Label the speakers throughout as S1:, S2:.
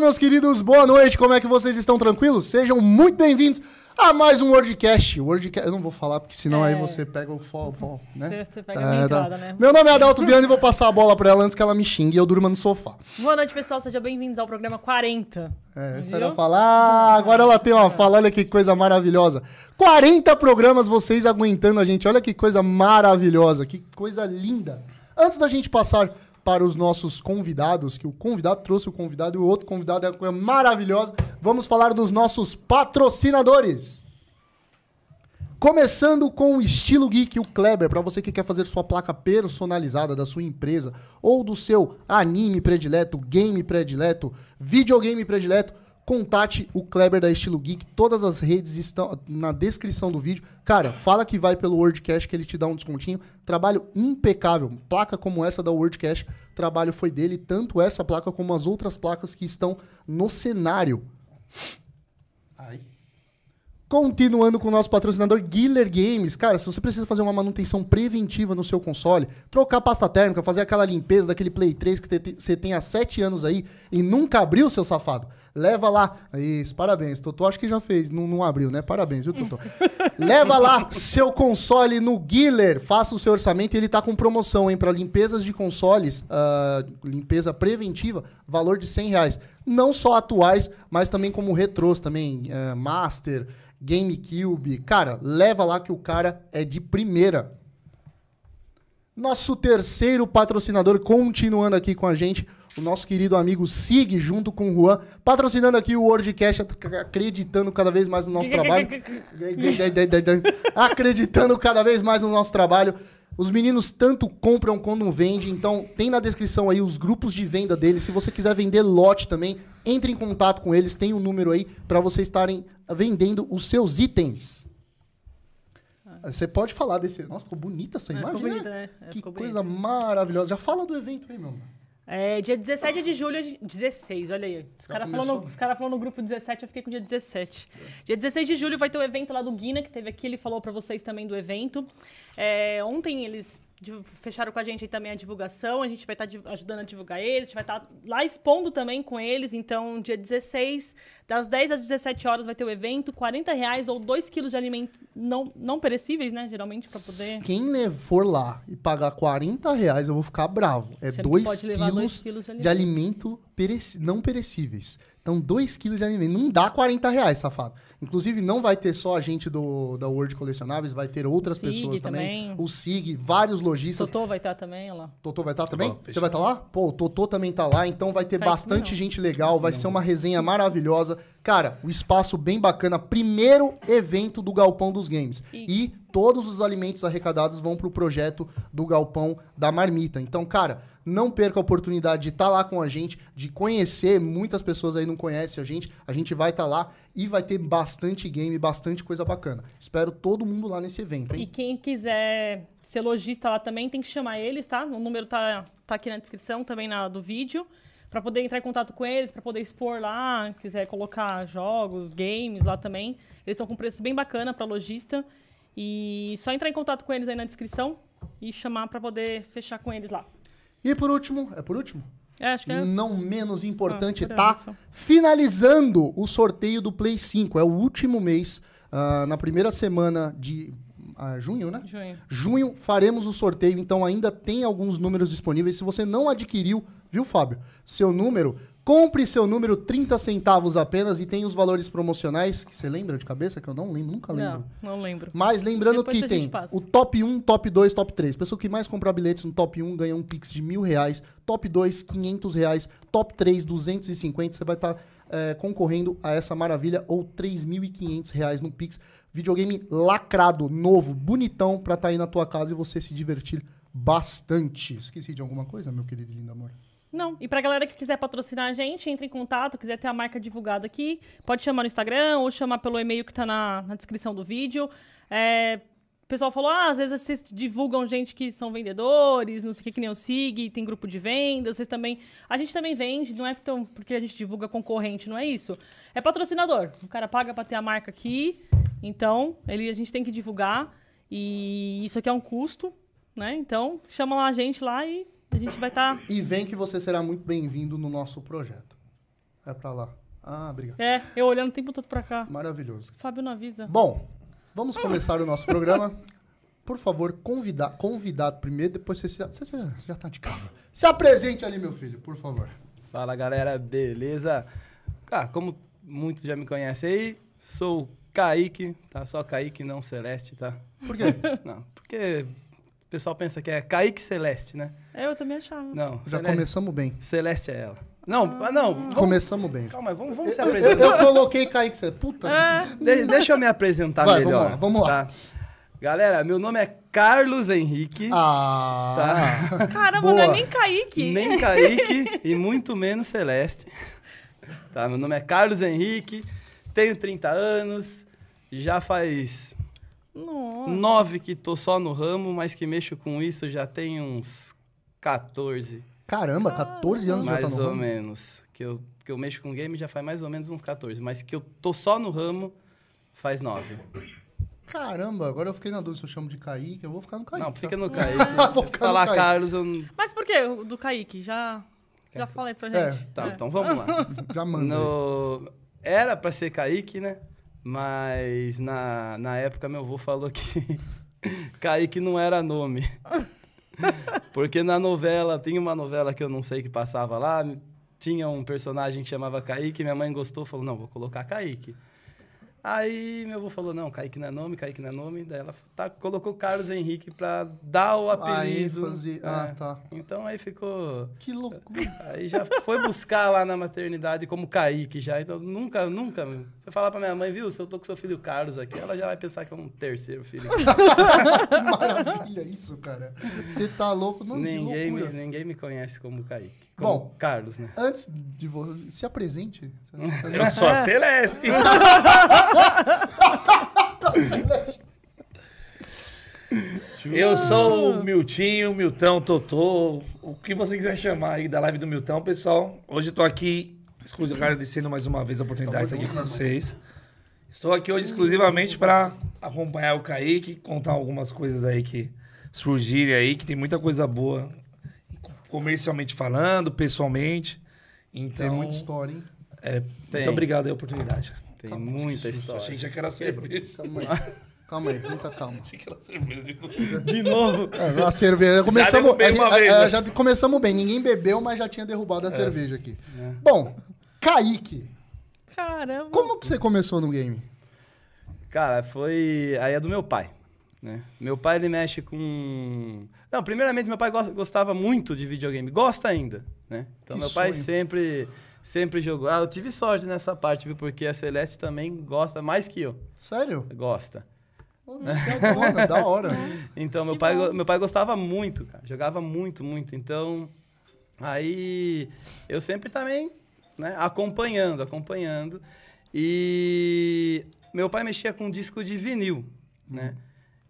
S1: meus queridos, boa noite, como é que vocês estão tranquilos? Sejam muito bem-vindos a mais um WordCast. WordCast, eu não vou falar, porque senão aí você pega o fó, fó, né?
S2: É. Você, você pega a
S1: Tá,
S2: minha
S1: tá.
S2: entrada, né?
S1: Meu nome é Adalto Viana e vou passar a bola pra ela antes que ela me xingue e eu durma no sofá.
S2: Boa noite, pessoal. Sejam bem-vindos ao programa 40.
S1: É, essa
S2: Viu?
S1: era a fala. Ah, agora ela tem uma fala, olha que coisa maravilhosa. 40 programas vocês aguentando a gente, olha que coisa maravilhosa, que coisa linda. Antes da gente passar para os nossos convidados, que o convidado trouxe o convidado e o outro convidado é uma coisa maravilhosa, vamos falar dos nossos patrocinadores. Começando com o Estilo Geek, o Kleber, para você que quer fazer sua placa personalizada da sua empresa ou do seu anime predileto, game predileto, videogame predileto, contate o Kleber da Estilo Geek. Todas as redes estão na descrição do vídeo. Cara, fala que vai pelo WordCash que ele te dá um descontinho. Trabalho impecável. Placa como essa da WordCash, trabalho foi dele, tanto essa placa como as outras placas que estão no cenário. Ai. Continuando com o nosso patrocinador Guiller Games. Cara, se você precisa fazer uma manutenção preventiva no seu console, trocar pasta térmica, fazer aquela limpeza daquele Play 3 que te- você tem há 7 anos aí e nunca abriu, seu safado, leva lá. Isso, parabéns. Totô acho que já fez, não, não abriu, né? Parabéns, viu, Totô? leva lá seu console no Guiller, faça o seu orçamento e ele tá com promoção, hein? Para limpezas de consoles, ah, limpeza preventiva, valor de 100 reais. Não só atuais, mas também como retrôs também, ah, Master, GameCube. Cara, leva lá que o cara é de primeira. Nosso terceiro patrocinador, continuando aqui com a gente, o nosso querido amigo Sig, junto com o Juan, patrocinando aqui o WordCast, ac- acreditando cada vez mais no nosso trabalho. acreditando cada vez mais no nosso trabalho. Os meninos tanto compram quanto vendem, então tem na descrição aí os grupos de venda deles. Se você quiser vender lote também, entre em contato com eles, tem um número aí para vocês estarem vendendo os seus itens. Você pode falar desse. Nossa, ficou bonita essa
S2: É,
S1: imagem.
S2: ficou
S1: né?
S2: bonita, né? É,
S1: Que
S2: ficou
S1: coisa maravilhosa. Já fala do evento aí, meu mano.
S2: É, dia 17 de julho, de- 16, olha aí. Os caras
S1: começou?
S2: falaram falam no grupo 17, eu fiquei com o dia 17. Dia 16 de julho vai ter o evento lá do Guina, que teve aqui, ele falou pra vocês também do evento. É, ontem eles di- fecharam com a gente aí também a divulgação, a gente vai estar ajudando a divulgar eles, a gente vai estar lá expondo também com eles, então dia 16, das 10 às 17 horas vai ter o evento, 40 reais ou 2 quilos de alimento não, não perecíveis, né, geralmente, pra poder...
S1: Quem le- for lá e pagar 40 reais, eu vou ficar bravo. É
S2: Você
S1: 2
S2: pode levar dois
S1: quilos,
S2: quilos de
S1: de alimento pereci- não perecíveis. Então, 2 quilos de alimento. Não dá 40 reais, safado. Inclusive, não vai ter só a gente do, da World Colecionáveis, vai ter outras
S2: SIG
S1: pessoas também.
S2: também.
S1: O SIG, vários lojistas.
S2: Totô vai estar também, olha lá.
S1: Totô vai estar também?
S3: Tá bom,
S1: Você
S3: fechou.
S1: vai estar lá? Pô, o Totô também tá lá, então vai ter
S2: Cara,
S1: bastante
S2: não.
S1: gente legal, vai ser uma resenha maravilhosa. Cara, o espaço bem bacana, primeiro evento do Galpão dos Games. E,
S2: E-
S1: todos os alimentos arrecadados vão pro projeto do Galpão da Marmita. Então, cara, não perca a oportunidade de estar lá com a gente, de conhecer, muitas pessoas aí não conhecem a gente. A gente vai estar lá e vai ter bastante game, bastante coisa bacana. Espero todo mundo lá nesse evento,
S2: E
S1: hein?
S2: quem quiser ser lojista lá também, tem que chamar eles, tá? O número tá, tá aqui na descrição também na, do vídeo. Pra poder entrar em contato com eles, pra poder expor lá, quiser colocar jogos, games lá também. Eles estão com preço bem bacana pra lojista. E só entrar em contato com eles aí na descrição e chamar pra poder fechar com eles lá.
S1: e por último, é por último?
S2: É, acho que é.
S1: não menos importante,
S2: Ah, por
S1: tá
S2: aí, então.
S1: finalizando o sorteio do Play 5. É o último mês, ah, na primeira semana de ah, junho, né?
S2: Junho.
S1: Junho faremos o sorteio, então ainda tem alguns números disponíveis. Se você não adquiriu, viu, Fábio? Seu número, compre seu número 30 centavos apenas e tem os valores promocionais que você lembra de cabeça que eu não lembro, nunca lembro.
S2: Não, não lembro.
S1: Mas lembrando
S2: Depois
S1: que
S2: a gente
S1: tem
S2: passa.
S1: o top 1, top 2, top 3. Pessoa que mais comprar bilhetes no top 1 ganha um Pix de mil reais, top 2, 500 reais, top 3, 250. Você vai estar concorrendo a essa maravilha ou 3.500 reais no Pix. Videogame lacrado, novo, bonitão, pra estar aí na tua casa e você se divertir bastante. Esqueci de alguma coisa, meu querido e lindo amor?
S2: Não, e pra galera que quiser patrocinar a gente, entre em contato, quiser ter a marca divulgada aqui, pode chamar no Instagram ou chamar pelo e-mail que tá na, na descrição do vídeo. É, o pessoal falou, ah, às vezes vocês divulgam gente que são vendedores, não sei o que, que nem o SIG, tem grupo de vendas, vocês também... A gente também vende, não é tão porque a gente divulga concorrente, não é isso. É patrocinador, o cara paga pra ter a marca aqui, então ele, a gente tem que divulgar e isso aqui é um custo, né? Então chama lá a gente lá e a gente vai tá estar...
S1: E vem que você será muito bem-vindo no nosso projeto. É pra lá. Ah, obrigado.
S2: É, eu olhando o tempo todo pra cá.
S1: Maravilhoso.
S2: Fábio não avisa.
S1: Bom, vamos começar o nosso programa. Por favor, convidar, convidado primeiro, depois você, se, você se- já tá de casa. Se apresente ali, meu filho, por favor.
S3: Fala galera, beleza? Cara, como muitos já me conhecem aí, sou o Kaique, tá? Só Kaique, não Celeste, tá?
S1: Por quê?
S3: Não, porque o pessoal pensa que é Kaique Celeste, né?
S2: É, Eu também achava.
S3: Não,
S1: Já
S3: Celeste,
S1: começamos bem.
S3: Celeste é ela. Não, ah, não, vamos,
S1: Começamos bem.
S3: calma aí, vamos, vamos se
S1: Eu,
S3: apresentar.
S1: coloquei Kaique, você. Puta.
S3: De- deixa eu me apresentar
S1: Vai,
S3: melhor.
S1: vamos lá, vamos lá.
S3: tá? Galera, meu nome é Carlos Henrique,
S1: Ah.
S3: Tá.
S2: Caramba,
S1: Boa.
S2: não é nem Kaique.
S3: nem Kaique e muito menos Celeste. Tá, meu nome é Carlos Henrique, tenho 30 anos, já faz
S2: Nossa.
S3: Nove que tô só no ramo, mas que mexo com isso já tem uns 14,
S1: Caramba, 14 anos já tá
S3: mais
S1: no
S3: ou
S1: ramo.
S3: menos. Que eu, que eu mexo com game já faz mais ou menos uns 14, mas que eu tô só no ramo faz nove.
S1: Caramba, agora eu fiquei na dúvida se eu chamo de Kaique, eu vou ficar no Kaique.
S3: Não,
S1: tá?
S3: fica no Kaique.
S1: Vou
S3: Se
S1: ficar no
S3: falar
S1: Kaique.
S3: Carlos, eu não...
S2: Mas por que o do Kaique? Já, já falei pra
S1: É,
S2: gente.
S3: Tá, então vamos lá.
S1: Já manda.
S3: No... Era pra ser Kaique, né? Mas na, na época meu avô falou que Kaique não era nome. Porque na novela, tinha uma novela que eu não sei que passava lá, tinha um personagem que chamava Kaique, minha mãe gostou, falou, não, vou colocar Kaique. Aí meu avô falou, não, Kaique não é nome, Kaique não é nome, daí ela tá, colocou Carlos Henrique pra dar o apelido. É.
S1: ênfase, ah, tá.
S3: Então aí ficou...
S1: Que loucura.
S3: Aí já foi buscar lá na maternidade como Kaique já. Então nunca, nunca. Você falar pra minha mãe, viu? Se eu tô com seu filho Carlos aqui, ela já vai pensar que é um terceiro filho.
S1: Que maravilha isso, cara. Você tá louco? Não, que
S3: ninguém, me,
S1: loucura.
S3: ninguém me conhece como Kaique. Como
S1: Bom.
S3: Carlos, né?
S1: Antes de você... Se apresente.
S3: Eu sou a Celeste.
S4: Eu sou o Miltinho, Miltão, Totô, o que você quiser chamar aí da live do Miltão, pessoal. Hoje eu tô aqui exclu- agradecendo mais uma vez a oportunidade de estar aqui com vocês. Estou aqui hoje exclusivamente para acompanhar o Kaique, contar algumas coisas aí que surgirem aí, que tem muita coisa boa, comercialmente falando, pessoalmente. Então,
S1: Tem muita história, hein?
S4: é,
S3: Tem.
S4: muito obrigado aí a oportunidade.
S3: Tem muita
S4: Achei
S3: história.
S4: que já que era cerveja.
S1: Calma aí. Calma aí, muita calma.
S4: Achei que era cerveja de novo.
S3: De novo.
S1: É, A cerveja. Começamos,
S4: derrubei
S1: a gente-
S4: uma
S1: a-
S4: vez,
S1: a-
S4: né?
S1: já começamos bem. Ninguém bebeu, mas já tinha derrubado a cerveja aqui. Bom, Kaique,
S2: Caramba.
S1: como que você começou no game?
S3: Cara, foi. Aí é do meu pai. Né? Meu pai ele mexe com. Não, primeiramente, meu pai gos- gostava muito de videogame, gosta ainda. Né? Então,
S1: Que
S3: meu pai
S1: sonho.
S3: sempre, sempre jogou. Ah, eu tive sorte nessa parte, viu? Porque a Celeste também gosta mais que eu.
S1: Sério?
S3: Gosta.
S1: Ô, você é dona, da hora.
S3: Então, meu pai, go- meu pai gostava muito, cara. Jogava muito, muito. Então, aí eu sempre também, né, acompanhando, acompanhando. E meu pai mexia com disco de vinil, né?
S1: Uhum.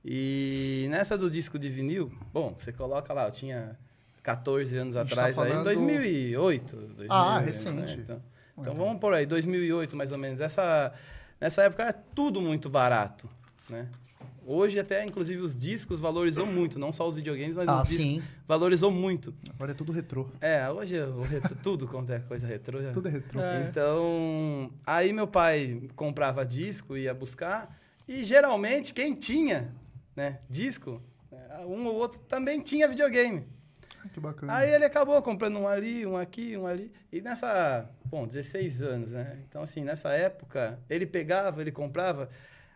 S3: E nessa do disco de vinil, bom, você coloca lá, eu tinha 14 anos
S1: A gente tá
S3: atrás, aí,
S1: falando-
S3: 2008. 2000,
S1: Ah,
S3: né?
S1: recente.
S3: Então, então vamos por aí, 2008 mais ou menos. Essa, nessa época era tudo muito barato, né? Hoje até, inclusive, os discos valorizou muito, não só os videogames, mas
S1: Ah,
S3: os discos
S1: sim.
S3: valorizou muito.
S1: Agora é tudo retrô.
S3: É, hoje o retro- tudo quanto é coisa retrô. já-
S1: Tudo é retrô.
S2: É.
S3: Então, aí meu pai comprava disco, ia buscar, e geralmente quem tinha né, disco, né, um ou outro também tinha videogame.
S1: Ah, Que bacana.
S3: Aí ele acabou comprando um ali, um aqui, um ali. E nessa. Bom, 16 anos, né? Então, assim, nessa época, ele pegava, ele comprava.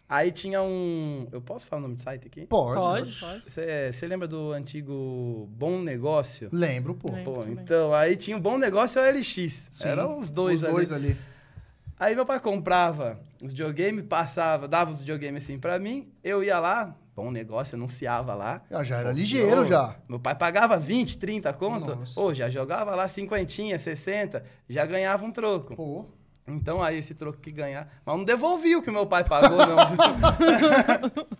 S3: Aí tinha um. Eu posso falar o nome do site aqui?
S1: Pode.
S2: Pode, pode.
S3: Você lembra do antigo Bom Negócio?
S1: Lembro, pô.
S2: Lembro.
S3: Pô,
S2: também.
S3: então, aí tinha o Bom Negócio e o LX.
S1: Sim.
S3: Eram os dois
S1: Os
S3: ali.
S1: dois ali.
S3: Aí meu pai comprava os videogames, passava, dava os videogames assim pra mim. Eu ia lá, Bom Negócio, anunciava lá.
S1: Ah, já era
S3: Pô,
S1: ligeiro,
S3: ô,
S1: já.
S3: Meu pai pagava 20, 30 conto,
S1: Nossa.
S3: ou já jogava lá cinquentinha, 60, já ganhava um troco.
S1: Pô.
S3: Então aí esse troco que ganhar, mas não devolvia o que meu pai pagou não.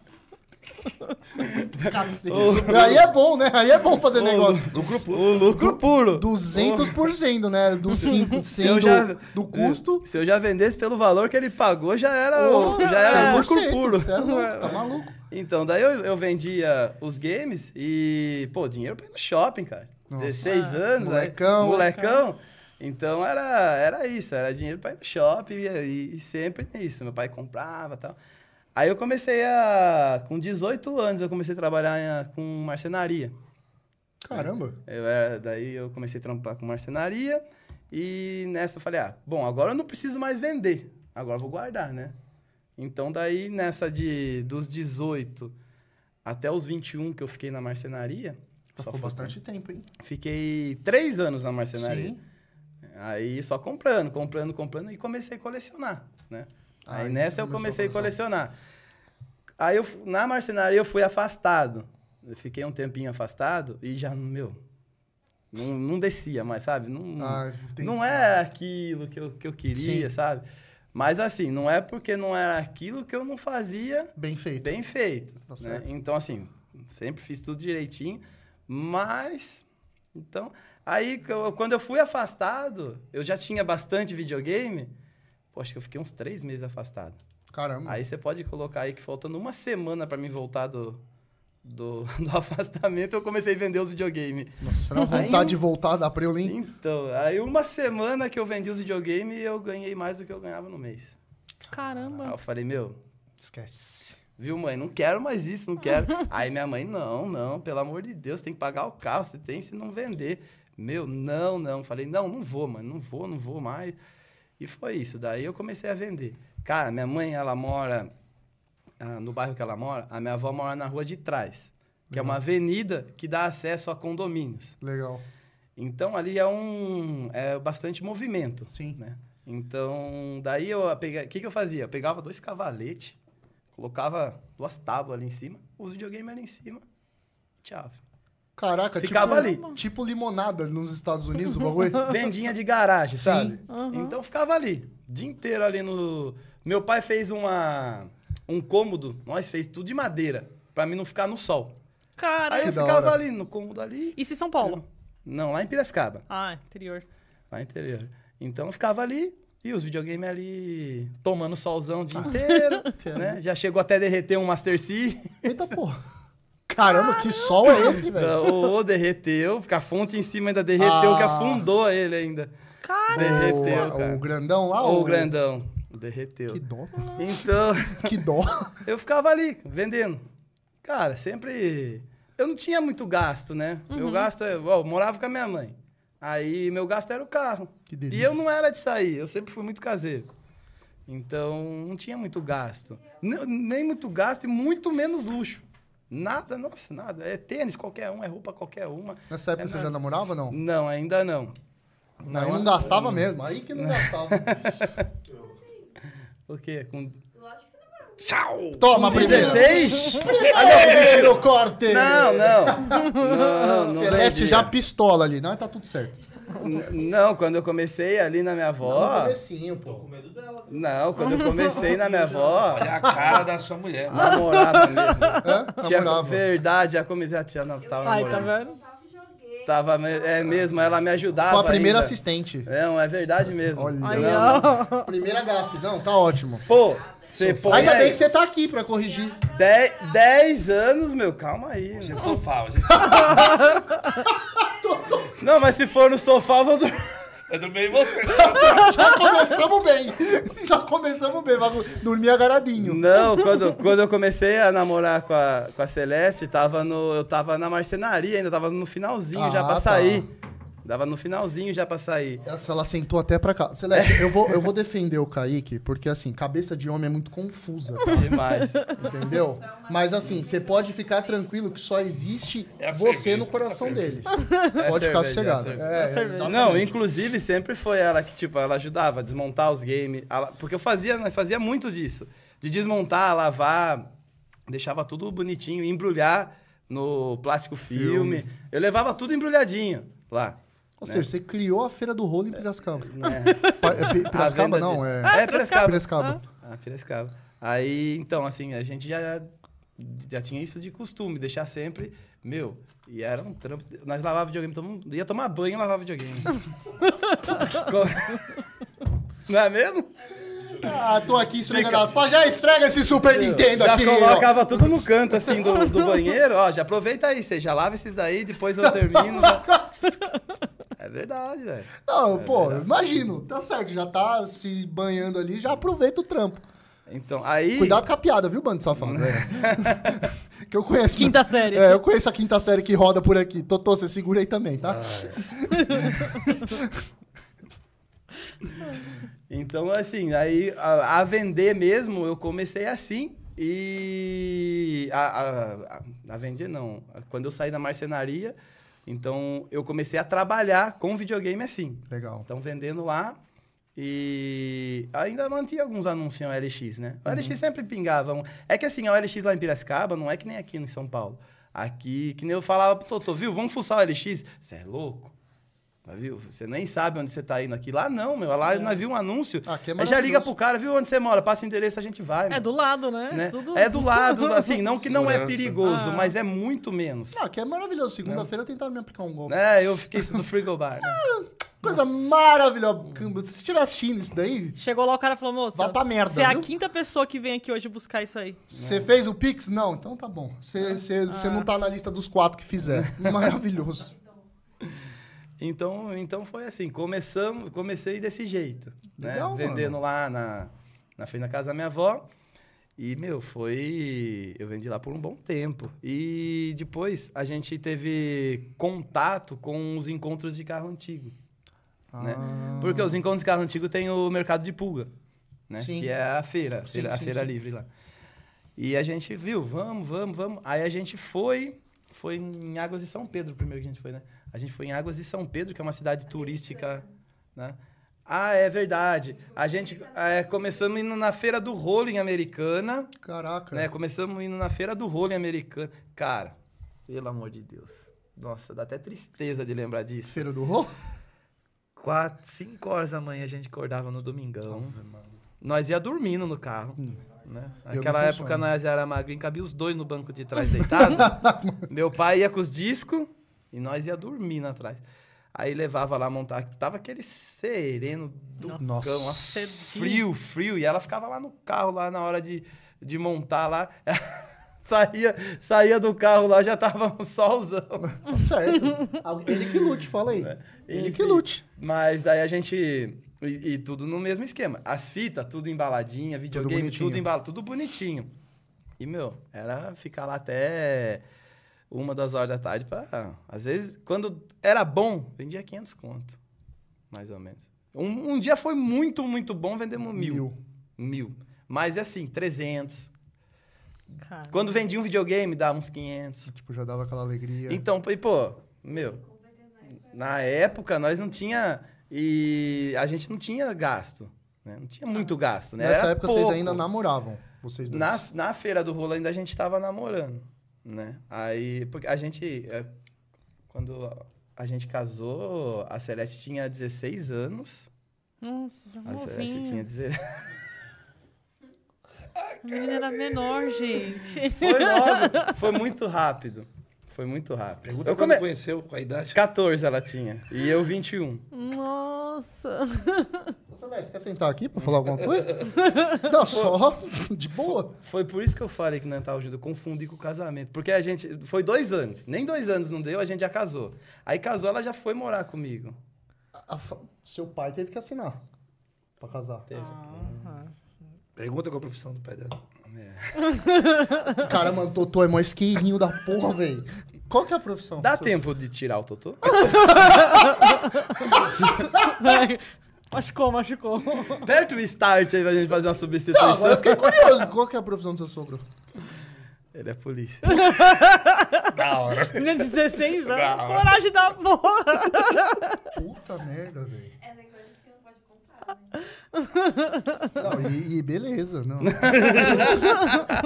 S1: Cacete. Aí é bom, né? Aí é bom fazer negócio.
S3: lucro puro. O lucro puro.
S1: 200%, né? Do 5,
S3: Se eu
S1: 100
S3: já- É,
S1: do, do custo.
S3: Se eu já vendesse pelo valor que ele pagou, já era, o-
S1: Ô,
S3: já era
S1: 100%,
S3: lucro puro.
S1: Você é louco, tá maluco.
S3: Então, daí eu, eu vendia os games e, pô, dinheiro pra ir no shopping, cara.
S1: Nossa.
S3: 16 anos,
S1: Molecão. né?
S3: Aí, molecão. Então era, era isso, era dinheiro para ir no shopping e, e sempre nisso. Meu pai comprava e tal. Aí eu comecei a. Com 18 anos, eu comecei a trabalhar em- com marcenaria.
S1: Caramba. Tá
S3: Eu era- daí eu comecei a trampar com marcenaria e nessa eu falei, ah, bom, agora eu não preciso mais vender, agora eu vou guardar, né? Então daí nessa de dos 18 até os 21 que eu fiquei na marcenaria, só
S1: Ficou
S3: fui-
S1: bastante tempo, hein?
S3: Fiquei três anos na marcenaria.
S1: Sim.
S3: Aí só comprando, comprando, comprando e comecei a colecionar, né? Aí,
S1: Aí
S3: nessa eu
S1: começou
S3: comecei
S1: a
S3: a colecionar. Aí eu fu- na marcenaria eu fui afastado. Eu fiquei um tempinho afastado e já, meu, não, não descia mais, sabe? Não,
S1: Ah, entendi.
S3: não é era aquilo que eu, que eu queria, sabe? Mas assim, não é porque não era aquilo que eu não fazia
S1: Bem feito.
S3: bem feito.
S1: Tá
S3: né?
S1: certo.
S3: Então, assim, sempre fiz tudo direitinho, mas. Então, aí que eu- quando eu fui afastado, eu já tinha bastante videogame. Pô, acho que eu fiquei uns três meses afastado.
S1: Caramba.
S3: Aí você pode colocar aí que faltando uma semana pra mim voltar do, do, do afastamento, eu comecei a vender os videogames.
S1: Nossa, será
S3: Aí-
S1: vontade de voltar da Preulin? hein?
S3: Então, aí uma semana que eu vendi os videogames, eu ganhei mais do que eu ganhava no mês. Aí
S2: Caramba.
S3: eu falei, meu,
S1: Esquece.
S3: Viu, mãe? Não quero mais isso, não quero. Aí minha mãe, não, não, pelo amor de Deus, tem que pagar o carro, você tem se não vender. Meu, não, não. Falei, não, não vou, mano, não vou, não vou mais. E foi isso. Daí eu comecei a vender. Cara, minha mãe, ela mora ah, no bairro que ela mora, a minha avó mora na rua de trás, que é uma avenida que dá acesso a condomínios.
S1: Legal.
S3: Então ali é um é bastante movimento,
S1: Sim.
S3: né? Então daí eu peguei, o que que eu fazia? Eu pegava dois cavaletes, colocava duas tábuas ali em cima, os videogames ali em cima. Tchau.
S1: Caraca,
S3: Ficava
S1: tipo,
S3: ali.
S1: Tipo limonada nos Estados Unidos, o bagulho.
S3: Vendinha de garagem,
S1: Sim.
S3: sabe?
S2: Uhum.
S3: Então eu ficava ali, o dia inteiro ali no Meu pai fez uma um cômodo, nós fez tudo de madeira, pra mim não ficar no sol. Aí
S2: Caramba.
S3: eu
S1: Que da
S3: ficava
S1: hora.
S3: ali no cômodo ali.
S2: E se São Paulo?
S3: Não, lá em Piracicaba.
S2: Ah, interior.
S3: Lá interior. Então eu ficava ali e os videogames ali tomando solzão o dia
S1: Ah.
S3: inteiro, né? Já chegou até a derreter um Master C.
S1: Eita porra. Caramba, que sol é esse, velho?
S3: Ou derreteu, fica a fonte em cima ainda derreteu, que
S1: Ah.
S3: afundou ele ainda.
S2: Cara,
S3: Derreteu,
S1: o, o
S3: cara.
S1: grandão lá?
S3: Ou
S1: o-
S3: o grandão.
S1: Que
S3: Derreteu.
S1: dó.
S3: Então,
S1: Que dó.
S3: eu ficava ali, vendendo. Cara, sempre. Eu não tinha muito gasto, né? Meu gasto é. ó, eu morava com a minha mãe. Aí meu gasto era o carro.
S1: Que
S3: E
S1: delícia.
S3: eu não era de sair, eu sempre fui muito caseiro. Então, não tinha muito gasto. N- nem muito gasto e muito menos luxo. Nada, nossa, nada. É tênis qualquer um, é roupa qualquer uma.
S1: Nessa época
S3: É
S1: você
S3: nada.
S1: já namorava ou não?
S3: Não, ainda não.
S1: Não, aí não gastava mesmo. Aí que não
S3: É.
S1: gastava.
S3: O quê? Com
S1: Toma, primeiro.
S3: 16?
S1: Aí, ó, tirou corte.
S3: Ah, Não, não. Não, não
S1: Celeste
S3: vendia.
S1: já pistola ali. Não, tá tudo certo.
S3: N- Não, quando eu comecei ali na minha
S1: No
S3: avó.
S1: comecinho, pô.
S3: Não, quando eu comecei na minha avó.
S4: Olha É a cara da sua mulher, mano.
S3: Namorava mesmo.
S1: Hã?
S3: Tinha
S1: Namorava.
S3: verdade, já comecei a tia não, tava
S2: ai, tá
S3: namorando.
S2: vendo?
S3: Tava, me- é mesmo, ela me ajudava.
S1: Foi a primeira
S3: ainda.
S1: assistente.
S3: Não, é verdade mesmo.
S1: Olha.
S3: Não.
S2: Aí, ó.
S1: Primeira gafe. Não, tá ótimo.
S3: Pô, você põe
S1: Ainda
S3: aí
S1: bem que você tá aqui pra corrigir.
S3: dez- dez anos, meu, calma aí.
S4: Hoje é
S3: meu.
S4: sofá, hoje é sofá.
S3: Não, mas se for no sofá, eu vou dormir.
S4: Eu dormi em você.
S1: Já começamos bem. Já começamos bem. Vai dormir agaradinho.
S3: Não, quando, quando eu comecei a namorar com a, com a Celeste, tava no, eu tava na marcenaria ainda, tava no finalzinho já
S1: Ah,
S3: pra
S1: tá.
S3: sair. Tava no finalzinho já pra sair.
S1: Essa ela sentou até pra cá. Celeste, eu vou, eu vou defender o Kaique, porque assim, cabeça de homem é muito confusa,
S3: Demais. É
S1: entendeu? Mas assim, você pode ficar tranquilo que só existe
S4: É a
S1: você
S4: cerveja,
S1: no coração
S4: é a
S1: dele.
S3: É
S1: Pode
S3: cerveja,
S1: ficar
S3: é
S1: sossegado.
S3: cerveja.
S1: É, exatamente.
S3: Não, inclusive sempre foi ela que, tipo, ela ajudava a desmontar os games. ela- Porque eu fazia, nós fazia muito disso. De desmontar, lavar, deixava tudo bonitinho, embrulhar no plástico filme. Eu levava tudo embrulhadinho lá.
S1: Ou seja, você criou a feira do rolo em Piracicaba.
S3: É.
S1: Pa- é Pi-
S3: A venda
S1: Piracicaba
S3: de-
S1: não, é.
S3: É, Piracicaba.
S1: Piracicaba.
S3: Ah, Piracicaba. Aí, então, assim, a gente já, já tinha isso de costume, deixar sempre. Meu, e era um trampo. Nós lavava videogame, todo mundo ia tomar banho e lavava videogame. Co- Não é mesmo?
S1: Ah, tô aqui esfregando as pá. Já estrega esse Super Nintendo
S3: já
S1: aqui. ó.
S3: colocava tudo no canto, assim, do, do banheiro. Ó, já aproveita aí, você já lava esses daí, depois eu termino. já- É verdade, velho.
S1: Não, pô, imagino. Tá certo, já tá se banhando ali, já aproveita o trampo.
S3: Então, aí.
S1: Cuidado com a piada, viu, bando de safado? É. que eu conheço.
S2: Quinta série.
S1: É, eu conheço a quinta série que roda por aqui. Totô, você segura aí também, tá?
S3: Então, assim, aí a, a vender mesmo, eu comecei assim. E a, a, a- a vender não. Quando eu saí da marcenaria, então eu comecei a trabalhar com videogame assim.
S1: Legal.
S3: Então vendendo lá. E ainda mantinha alguns anúncios em OLX, né? O
S1: Uhum.
S3: OLX sempre pingava. um- É que assim, a OLX lá em Piracicaba não é que nem aqui em São Paulo. Aqui, que nem eu falava pro Totô, viu? Vamos fuçar o OLX? Você é louco? Mas, Viu? Você nem sabe onde você tá indo aqui. Lá não, meu. Lá nós viu um anúncio.
S1: Aqui é
S3: aí já liga
S1: maravilhoso.
S3: pro cara, viu onde você mora? Passa o endereço, a gente vai.
S2: É
S3: meu.
S2: do lado, né?
S3: Né?
S2: Tudo-
S3: É do lado, assim, não que não é
S4: Segurança.
S3: perigoso,
S2: Ah.
S3: mas é muito menos.
S1: Ah, que é maravilhoso. Segunda-feira tentaram me aplicar um golpe.
S3: Né? Eu fiquei do frigobar. Né?
S1: Coisa maravilhosa. Se tiver assistindo isso daí,
S2: Chegou lá, o cara falou, moça.
S1: Vá pra merda,
S2: Você é a
S1: viu?
S2: quinta pessoa que vem aqui hoje buscar isso aí.
S1: você fez o Pix? Não, então tá bom. Você você- você não tá na lista dos quatro que fizer. Maravilhoso.
S3: Então, então foi assim, começamos, comecei desse jeito, né?
S1: Legal, mano.
S3: Vendendo lá na na frente da casa da minha avó. E meu, foi, eu vendi lá por um bom tempo. E depois a gente teve contato com os encontros de carro antigo, né?
S1: Ah.
S3: Porque os encontros de carro antigo tem o mercado de pulga, né?
S1: Sim.
S3: Que é a feira,
S1: Sim,
S3: feira- a
S1: sim,
S3: feira
S1: sim.
S3: livre lá. E a gente viu, vamos, vamos, vamos. Aí a gente foi, foi em Águas de São Pedro, primeiro que a gente foi, né? A gente foi em Águas de São Pedro, que é uma cidade turística, né? Ah, é verdade. A gente é, começamos indo na Feira do Rolo em Americana,
S1: Caraca.
S3: né? Começamos indo na Feira do Rolo em Americana. Cara, pelo amor de Deus. Nossa, dá até tristeza de lembrar disso.
S1: Feira do rolo?
S3: Quatro, cinco horas da manhã a gente acordava no domingão. Nós ia dormindo no carro. Né?
S1: Hum. Eu não
S3: Naquela
S1: funciono.
S3: época nós era magrinho, cabia os dois no banco de trás deitado. Meu pai ia com os discos e nós ia dormindo atrás. Aí levava lá montar. Tava aquele sereno do
S1: Nossa.
S3: cão, ó,
S2: Cedinho.
S3: frio, frio. E ela ficava lá no carro, lá na hora de, de montar lá. saía, saía do carro lá, já tava um solzão.
S1: Tá certo. Algu- Ele que lute, fala aí. Ele que
S3: Enfim,
S1: lute.
S3: Mas daí a gente. E, e tudo no mesmo esquema. As fitas, tudo embaladinha, videogame,
S1: bonitinho.
S3: tudo, embalado, tudo bonitinho. E, meu, era ficar lá até uma, duas horas da tarde pra. Às vezes, quando era bom, vendia 500 conto. Mais ou menos. Um, um dia foi muito, muito bom, vendemos mil. Mil. Mas é assim, 300.
S2: Cara.
S3: Quando vendia um videogame, dava uns 500.
S1: Tipo, já dava aquela alegria.
S3: Então, e pô, meu, na época nós não tinha e a gente não tinha gasto, né? Não tinha muito gasto, né?
S1: Nessa
S3: Era
S1: época
S3: pouco.
S1: vocês ainda namoravam. Vocês dois.
S3: na na feira do rolo ainda a gente tava namorando, né? Aí porque a gente é, quando a gente casou, a Celeste tinha 16 anos.
S2: Nossa,
S3: A Celeste
S2: novinha.
S3: tinha 16.
S2: A menina era menor, gente.
S3: Foi logo, foi muito rápido. Foi muito rápido.
S4: Pergunta
S3: eu
S4: como
S3: come...
S4: conheceu, com a idade.
S3: 14 ela tinha e um. eu 21.
S2: Nossa.
S1: Ô, Celeste, quer sentar aqui pra falar alguma coisa? Não, só. De boa.
S3: Foi por isso que eu falei que não tava junto. Eu confundi com o casamento. Porque a gente. Foi dois anos. Nem dois anos não deu, a gente já casou. Aí casou, ela já foi morar comigo.
S1: A fa- Seu pai teve que assinar pra casar.
S4: Pergunta qual a profissão do pai dela.
S1: Cara, mano, Totô é mó isqueirinho da porra, velho. Qual que é a profissão?
S3: Dá
S1: Seu-
S3: tempo de tirar o Totô?
S2: machucou, machucou.
S3: Aperta o start aí pra gente fazer uma
S1: Não,
S3: substituição.
S1: agora eu fiquei curioso. Qual que é a profissão do seu sogro?
S3: Ele é polícia.
S4: Da hora.
S2: Menina de 16 anos.
S4: Da hora.
S2: Coragem da porra.
S1: Puta merda, velho.
S5: É, tem coisas que não pode contar,
S3: Ah.
S5: né?
S1: Não, e, e beleza, não.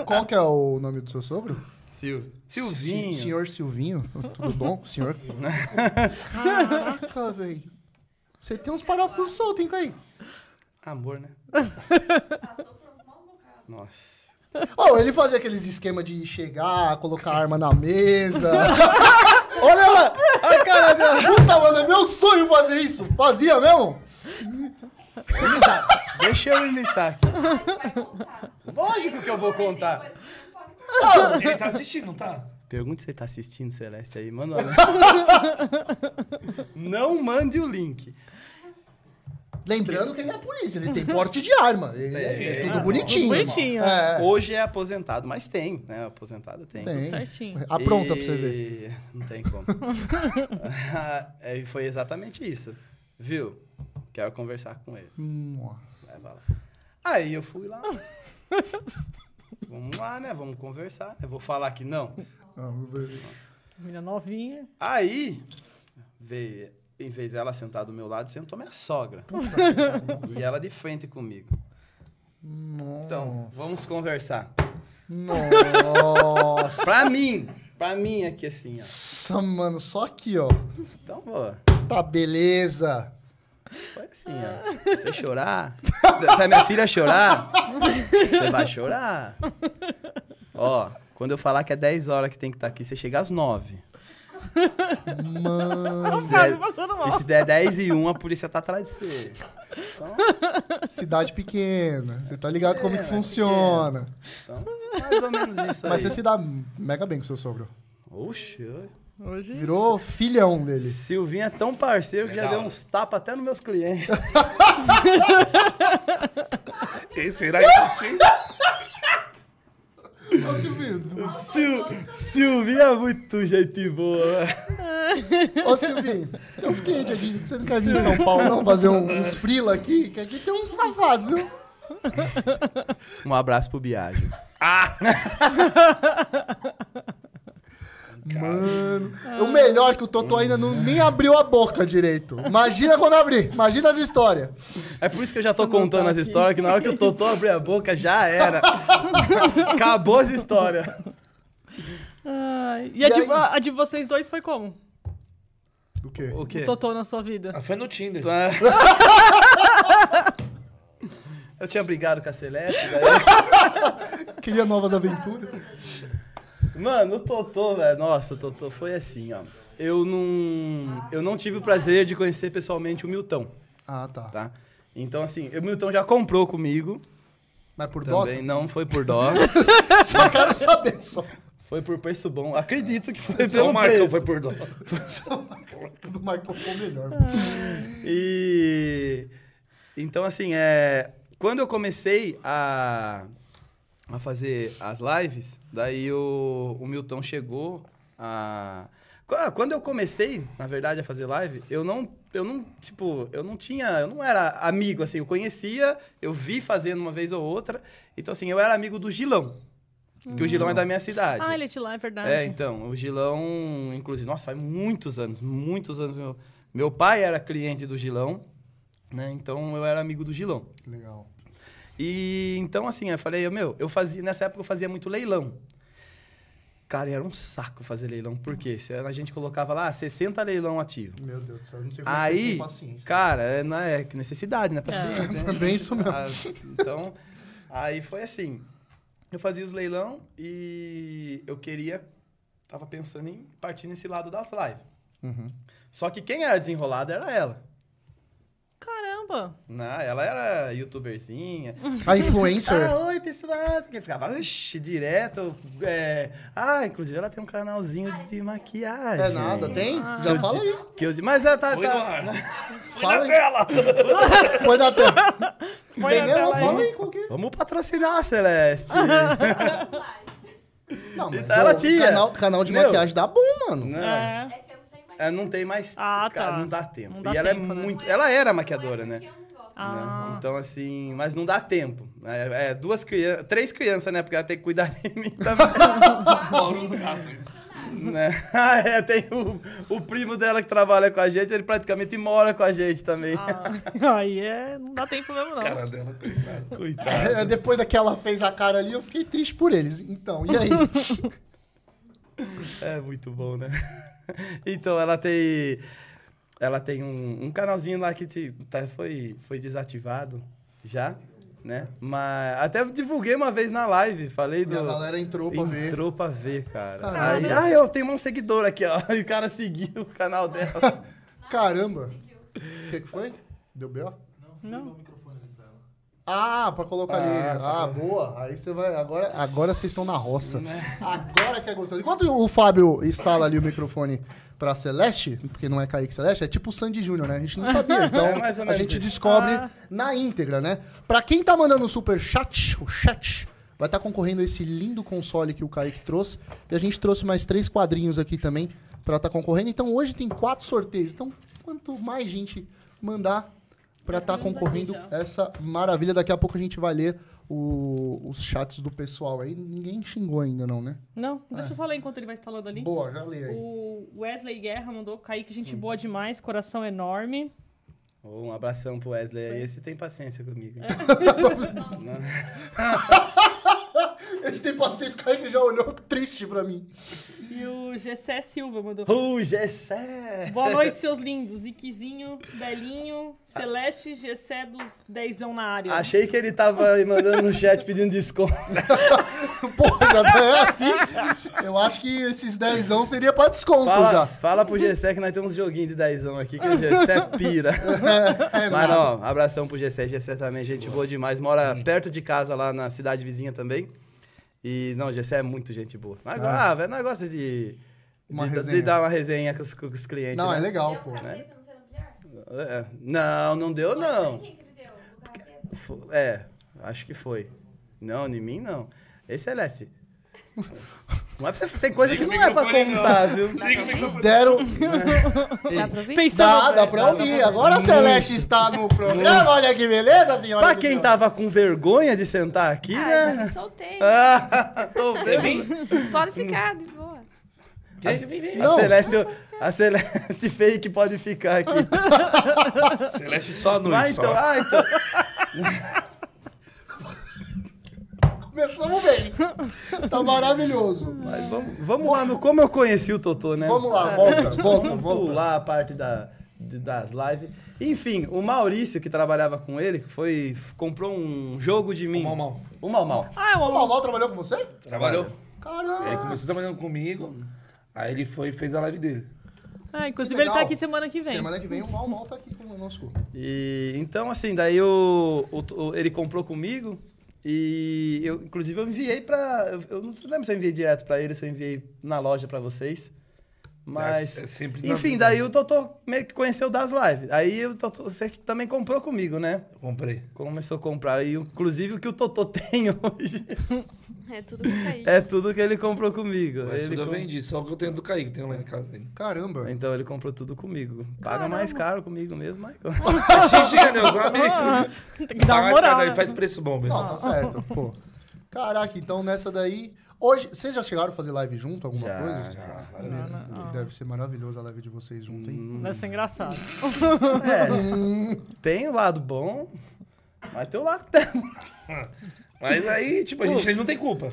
S1: Qual que é o nome do seu sogro?
S3: Silvio.
S1: Si-
S3: Silvinho.
S1: senhor Silvinho. Tudo bom? Senhor? Caraca, velho. Você tem uns parafusos soltos, hein, Caí?
S3: Amor, né?
S5: Passou por uns maus bocados.
S3: Nossa.
S1: Ó, ele fazia aqueles esquemas de chegar, colocar a arma na mesa. Olha lá! A cara dela. Puta, mano, é meu sonho fazer isso. Fazia mesmo?
S3: Deixa eu imitar aqui.
S5: Vai contar.
S3: Lógico que eu vou
S5: Mas né? tem coisas que não pode contar.
S3: contar.
S4: Ele tá assistindo, não tá?
S3: Pergunta se você tá assistindo, Celeste, aí. Manda uma... Não mande o link.
S1: Lembrando que ele é a polícia, ele tem porte de arma. ele- é, tudo bonitinho.
S2: Bonitinho,
S1: irmão. É,
S3: Hoje é aposentado, mas tem, né? Aposentado tem.
S1: tem.
S2: Certinho.
S1: Apronta pra você ver.
S3: E- Não tem como. É, foi exatamente isso. Viu? Quero conversar com ele.
S1: Hum, ó.
S3: Aí, vai lá. Aí eu fui lá. Vamos lá, né? Vamos conversar. Eu vou falar que não.
S1: Ah, vamos ver.
S2: Menina novinha.
S3: Aí, veio, em vez dela sentar do meu lado, sentou minha sogra. e ela de frente comigo.
S1: Hum.
S3: Então, vamos conversar.
S1: Nossa,
S3: Pra mim, pra mim aqui assim, ó.
S1: mano, só aqui, ó.
S3: Então, vou.
S1: Tá beleza.
S3: Foi assim, ó. Se você chorar, se a minha filha chorar, você vai chorar. Ó, quando eu falar que é 10 horas que tem que estar aqui, você chega às 9.
S1: Mano,
S3: Se
S2: Quase
S3: der,
S2: Tá passando mal.
S3: que se der 10 e 1, a polícia tá atrás de você. Então,
S1: cidade pequena. Você tá ligado como que funciona.
S3: então, mais ou menos isso aí.
S1: Mas você se dá mega bem com seu sogro.
S3: Oxe, eu-
S2: Hoje.
S1: Virou filhão dele.
S3: Silvinho é tão parceiro que já deu uns tapas até nos meus clientes.
S4: Esse será que
S1: Ô, Silvinho.
S3: Sil- Silvinho é muito gente boa.
S1: Ô, Silvinho. Tem uns clientes aqui. Você não quer vir em São Paulo, não? Fazer um- uns frila aqui? Que aqui tem uns safados, viu?
S3: Um abraço pro Biagio.
S1: Mano, o melhor é que o Totó ainda não, nem abriu a boca direito. Imagina quando abrir, imagina as histórias.
S3: É por isso que eu já tô contando as histórias, que na hora que o Totó abrir a boca, já era. Acabou as histórias.
S2: Ai, E, a, de,
S1: aí?
S2: a- a de vocês dois foi como?
S1: O quê?
S3: O quê?
S2: Totô na sua vida.
S4: Ah, Foi no Tinder.
S3: Tá. Eu tinha brigado com a Celeste, velho.
S1: Queria novas aventuras?
S3: Mano, o Totô, velho. Nossa, o Totô foi assim, ó. Eu não. Eu não tive o prazer de conhecer pessoalmente o Milton,
S1: Ah, tá.
S3: tá? Então, assim, o Milton já comprou comigo.
S1: Mas por dó?
S3: Também não foi por dó.
S1: Só quero saber só.
S3: Foi por preço bom. Acredito que foi
S4: Então
S3: pelo
S4: o Marcão
S3: preço.
S4: foi por dó.
S1: Do Marco foi o melhor.
S3: E então assim, é, quando eu comecei a a fazer as lives, daí o, o Milton chegou a Qu- quando eu comecei, na verdade, a fazer live, eu não eu não, tipo, eu não tinha, eu não era amigo assim, eu conhecia, eu vi fazendo uma vez ou outra. Então assim, eu era amigo do Gilão. Que o Gilão é da minha cidade.
S2: Ah, ele é de lá, é verdade.
S3: É, então, o Gilão, inclusive, nossa, faz muitos anos, muitos anos. Meu, meu pai era cliente do Gilão, né? Então eu era amigo do Gilão.
S1: Legal.
S3: E então, assim, eu falei, meu, eu fazia, nessa época eu fazia muito leilão. Cara, era um saco fazer leilão, porque a gente colocava lá 60 leilão ativo.
S1: Meu Deus do céu, eu não sei como vocês têm
S3: Aí,
S1: paciência.
S3: cara, é, não é que necessidade, né? Paciência. né?
S1: É bem isso mesmo.
S3: Ah, Então, aí foi assim. Eu fazia os leilão e eu queria... Tava pensando em partir nesse lado das lives.
S1: Uhum.
S3: Só que quem era desenrolada era ela.
S2: Caramba.
S3: Né? Ela era youtuberzinha.
S1: A influencer.
S3: Ah, oi, pessoal. Que ficava, oxi, direto. é, Ah, inclusive ela tem um canalzinho de maquiagem.
S1: é nada, tem?
S3: Ah.
S1: Já fala aí.
S3: Que eu, mas ela tá...
S4: Foi
S3: tá-
S4: no ar.
S1: Fala aí. Foi na tela.
S2: Põe a
S1: Entendeu?
S2: tela aí.
S1: Fala aí qual que é.
S3: Vamos patrocinar a Celeste.
S1: Não, mas
S3: Então ela
S1: o
S3: tinha.
S1: Canal, canal de
S3: Meu.
S1: maquiagem dá bom, mano.
S3: Não.
S5: É
S2: É.
S5: que eu não tenho mais
S3: É, não tem mais.
S2: Ah,
S3: cara,
S2: tá.
S3: Não dá tempo.
S2: Não dá
S3: e ela
S2: tempo,
S3: é
S2: né?
S3: muito. Ela era maquiadora,
S5: porque
S3: né?
S5: eu não gosto.
S2: Ah.
S3: Né? Então, assim, mas não dá tempo. É, é, duas crianças, três crianças, né? Porque ela tem que cuidar de mim também.
S4: Fora os gatos.
S3: né? Ah, é, tem o, o primo dela que trabalha com a gente, ele praticamente mora com a gente também.
S2: Ah, aí é. Não dá tempo mesmo, não.
S4: Cara dela, coitado.
S3: Coitado.
S1: É, depois daquela fez a cara ali, eu fiquei triste por eles. Então, e aí?
S3: É muito bom, né? Então, ela tem. Ela tem um, um canalzinho lá que te- tá- foi, foi desativado já, né? Mas até divulguei uma vez na live, falei do.
S1: E a galera entrou pra ver.
S3: Entrou pra ver, cara. Aí,
S1: Caramba.
S3: ah, eu tenho um seguidor aqui, ó. E o cara seguiu o canal dela.
S1: Caramba. O que, que foi? Deu B.O.?
S2: Não.
S1: Ah, pra colocar
S4: Ah,
S1: ali. Ah, boa. Aí você vai. Agora, agora vocês estão na roça.
S4: Né?
S1: Agora que é gostoso. Enquanto o Fábio instala ali o microfone pra Celeste, porque não é Kaique Celeste, é tipo o Sandy Júnior, né? A gente não sabia. Então
S4: É mais ou
S1: a
S4: menos
S1: gente
S4: isso.
S1: descobre na íntegra, né? Pra quem tá mandando o super chat, o chat. Vai estar concorrendo esse lindo console que o Kaique trouxe. E a gente trouxe mais três quadrinhos aqui também pra estar concorrendo. Então hoje tem quatro sorteios. Então, quanto mais gente mandar, pra estar
S2: Quadrinhos
S1: concorrendo
S2: aqui,
S1: essa maravilha. Daqui a pouco a gente vai ler o- os chats do pessoal aí. Ninguém xingou ainda, não, né?
S2: Não, deixa eu só ler enquanto ele vai instalando ali.
S1: Boa, já leia aí.
S2: O Wesley Guerra mandou, Kaique, gente boa demais, coração enorme.
S3: Ô, um abração pro Wesley aí. Esse tem paciência comigo.
S1: Esse tem paciência com aí que já olhou triste pra mim.
S2: E o Gessé Silva mandou.
S3: Ô, Gessé!
S2: Boa noite, seus lindos. Iquizinho, Belinho, Celeste, Gessé dos Dezão na área.
S3: Achei que ele tava aí mandando no chat pedindo desconto.
S1: Porra, já não é assim. Eu acho que esses dezão seria pra desconto
S3: Fala,
S1: já.
S3: fala pro Gessé que nós temos uns joguinhos de dezão aqui, que o Gessé pira.
S1: É,
S3: Mas
S1: nada.
S3: não, abração pro Gessé. Gessé também, gente boa demais. Mora perto de casa, lá na cidade vizinha também. E, não, Gessé é muito gente boa. Mas, ah, velho, nós gosta de,
S1: Uma
S3: de,
S1: resenha.
S3: de dar uma resenha com os, com os clientes,
S1: Não,
S3: né?
S1: é
S6: Ah,
S1: legal,
S5: Deu
S1: pô.
S5: caceta no Ciro Bilhar?
S3: É. Não, não deu, não.
S5: Quem que ele deu? O caceta?
S3: Fo- É, acho que foi. Não, em mim não. Ei, Celeste. Não é pra você. Tem coisa que não é pra contar, viu?
S1: Deram.
S6: Dá pra ouvir?
S2: Pensando,
S1: Dá, dá pra ouvir. Agora a Celeste está no programa. Olha que beleza, senhora.
S3: Pra
S1: do
S3: quem tá-
S1: céu.
S3: tava com vergonha de sentar aqui,
S6: Ah, já
S3: né?
S6: me soltei.
S3: Ah, tô vendo.
S6: Qualificado, boa.
S3: A Celeste, a Celeste fake pode ficar aqui.
S4: Celeste só à noite,
S3: Vai
S4: só.
S3: então, ah, então.
S1: Começamos bem. Tá maravilhoso.
S3: Mas vamos, vamos lá no como eu conheci o Totô, né?
S1: Vamos lá, volta, volta,
S3: Vamos
S1: volta.
S3: pular a parte da, de- das lives. Enfim, o Maurício, que trabalhava com ele, foi comprou um jogo de mim.
S4: Mal, mal.
S3: O Mal Mal.
S2: Ah, é
S1: O
S2: o
S1: Malmal trabalhou com você?
S4: Trabalhou.
S3: É
S4: Ele
S1: Caramba.
S4: começou trabalhando comigo, aí ele foi e fez a live dele.
S2: Ah, inclusive
S1: Que
S2: ele tá
S1: legal.
S2: aqui semana que vem.
S1: Semana que vem o Malmal tá aqui conosco.
S3: E então, assim, daí o, o- o- ele comprou comigo e eu, inclusive, eu enviei pra. Eu, eu não lembro se eu enviei direto pra ele, se eu enviei na loja pra vocês. Mas.
S4: É, é sempre nas
S3: enfim,
S4: lojas.
S3: daí o Totô meio que conheceu das lives. Aí o Totô, você que também comprou comigo, né?
S4: Eu comprei.
S3: Começou a comprar. E inclusive o que o Totô tem hoje
S6: É tudo que caiu.
S3: é tudo que ele comprou comigo.
S4: Mas
S3: ele
S4: tudo eu
S3: com-
S4: vendi, só o que eu tenho do Kaique, tenho lá em casa ainda.
S1: Caramba.
S3: Então ele comprou tudo comigo. Paga mais caro comigo mesmo, Michael.
S4: Xixi, né? Os amigos.
S2: Tem que dar
S4: Paga
S2: uma
S4: mais caro
S2: moral.
S4: aí,
S2: né?
S4: faz preço bom mesmo.
S1: Não, tá certo, pô. Caraca, então nessa daí. Hoje, vocês já chegaram a fazer live junto, alguma
S3: Já,
S1: coisa?
S3: já,
S1: Que Deve ser maravilhoso a live de vocês junto,
S3: Hum.
S1: hein?
S2: né? Deve ser engraçado.
S3: É, tem o lado bom, mas tem o lado
S4: Mas aí, tipo, a gente aí não tem culpa.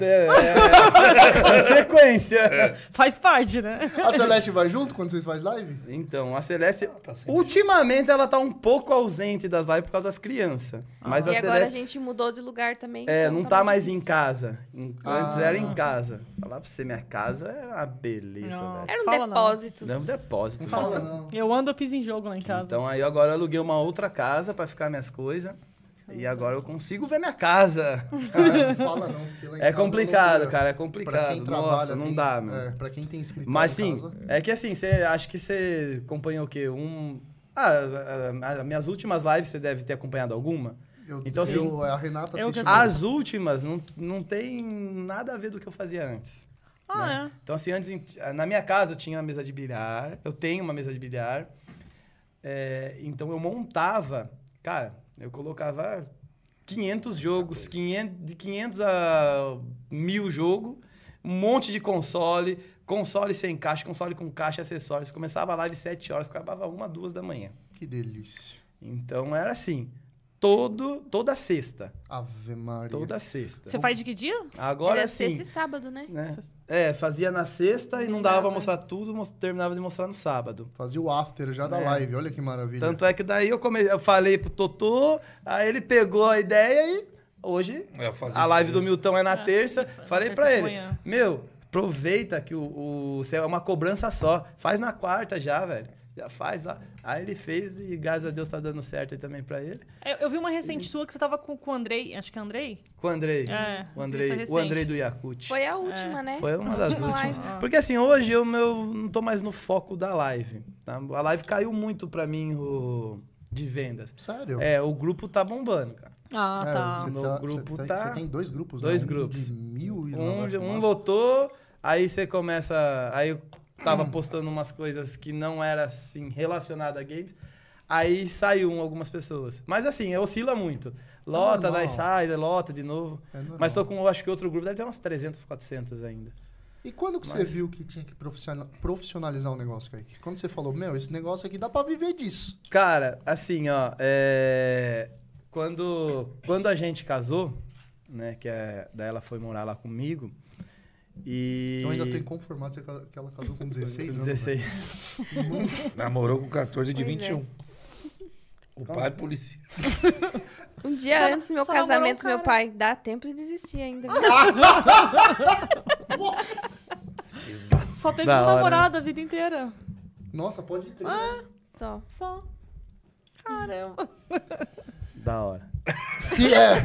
S3: consequência.
S4: É.
S2: Faz parte, né?
S1: A Celeste vai junto quando vocês fazem live?
S3: Então, a Celeste,
S4: tá sempre-
S3: ultimamente ela tá um pouco ausente das lives por causa das crianças. Mas
S6: Ah. e
S3: a
S6: agora a
S3: Celeste
S6: gente mudou de lugar também.
S3: é,
S6: então
S3: não tá mais em
S6: difícil.
S3: casa. Em- Antes
S4: Ah.
S3: era em casa. Falar pra você, minha casa era uma beleza,
S2: Nossa.
S3: velho.
S6: Era um
S2: Fala não.
S6: depósito.
S3: Deu um depósito. né?
S1: Fala, não.
S2: Eu ando, eu piso em jogo lá em casa.
S3: Então aí agora eu aluguei uma outra casa pra ficar minhas coisas. E agora eu consigo ver minha casa.
S1: Cara, não fala, não. porque lá em
S3: É
S1: casa
S3: complicado,
S1: loucura.
S3: cara, é
S1: Pra
S3: complicado.
S1: quem trabalha,
S3: Nossa, não
S1: tem-
S3: dá, mano.
S1: É, pra quem tem escritório.
S3: Mas
S1: em
S3: sim,
S1: casa.
S3: é que assim, você acho que você acompanhou o quê? Um. Ah, a- a- minhas últimas lives você deve ter acompanhado alguma.
S1: Eu,
S3: então, assim,
S1: eu- a Renata
S2: eu
S1: assiste.
S2: que assisti.
S3: As últimas não, não tem nada a ver do que eu fazia antes.
S2: Ah,
S3: Então, assim, antes, em- na minha casa eu tinha uma mesa de bilhar, eu tenho uma mesa de bilhar. É, então eu montava, cara, eu colocava 500 jogos, 500, de 500 a 1000 jogos, um monte de console, console sem caixa, console com caixa, acessórios. Começava a live 7 horas, acabava uma, duas da manhã.
S1: Que delícia.
S3: Então era assim, todo, toda sexta,
S1: Ave Maria.
S3: toda sexta.
S2: Você faz de que dia?
S3: Agora
S6: Era
S3: sim.
S6: sexta e é sábado, né?
S3: né? É, fazia na sexta e não dava
S2: né?
S3: pra mostrar tudo, mos- terminava de mostrar no sábado.
S1: Fazia o after já da live, olha que maravilha.
S3: É. Tanto é que daí eu, come... eu falei pro Totô, aí ele pegou a ideia e hoje
S4: Eu fazia
S3: a live do Milton é na
S2: Ah,
S3: terça. Falei
S2: terça
S3: pra
S2: de
S3: ele,
S2: manhã.
S3: meu, aproveita que o, o céu é uma cobrança só, faz na quarta já, velho. já faz lá. Aí ele fez e graças a Deus tá dando certo aí também pra ele.
S2: Eu, eu vi uma recente sua que você tava com, com o Andrei, acho que é Andrei?
S3: Com o Andrei.
S2: É,
S3: o Andrei,
S2: essa
S3: o Andrei
S2: recente.
S3: do Yakut.
S6: Foi a última, né?
S3: é, Foi uma das
S6: Uma
S3: últimas.
S6: live.
S3: Porque assim, hoje eu meu, não tô mais no foco da live. tá? A live caiu muito pra mim o, de vendas.
S1: Sério?
S3: É, o grupo tá bombando, cara.
S2: Ah,
S1: É,
S2: tá.
S1: você
S3: No grupo
S1: você
S3: tá-
S1: Você tem dois grupos,
S3: dois
S1: né?
S3: grupos.
S1: Um de mil e
S3: Um,
S1: nove,
S3: um
S1: nossa.
S3: lotou, aí você começa. Aí eu tava
S1: Uhum.
S3: postando umas coisas que não era assim relacionada a games. Aí saiu um, algumas pessoas. Mas assim, oscila muito.
S1: Tá
S3: Lota,
S1: normal.
S3: daí sai, lota de novo.
S1: É normal.
S3: Mas tô com, eu acho que outro grupo deve ter umas 300, 400 ainda.
S1: E quando que você viu que tinha que profissional- profissionalizar o negócio, Kaique? Quando você falou, meu, esse negócio aqui dá pra viver disso.
S3: Cara, assim, ó, é, quando, quando a gente casou, né, que a, daí ela foi morar lá comigo, e...
S1: Eu ainda tô né? inconformado se ela- que ela casou com 16 anos.
S3: 16.
S4: Namorou com 14 de
S6: Pois é.
S4: 21. O pai é polícia.
S6: Um dia
S2: Só-
S6: antes do meu
S2: só namorou um
S6: casamento, meu
S2: cara.
S6: pai, dá tempo de desistir ainda. viu?
S3: Ah.
S2: Só teve
S3: Da
S2: um
S3: hora.
S2: namorado a vida inteira.
S1: Nossa, pode crer.
S3: Ah.
S6: Só.
S2: Só. Caramba.
S3: Da hora.
S1: Que é.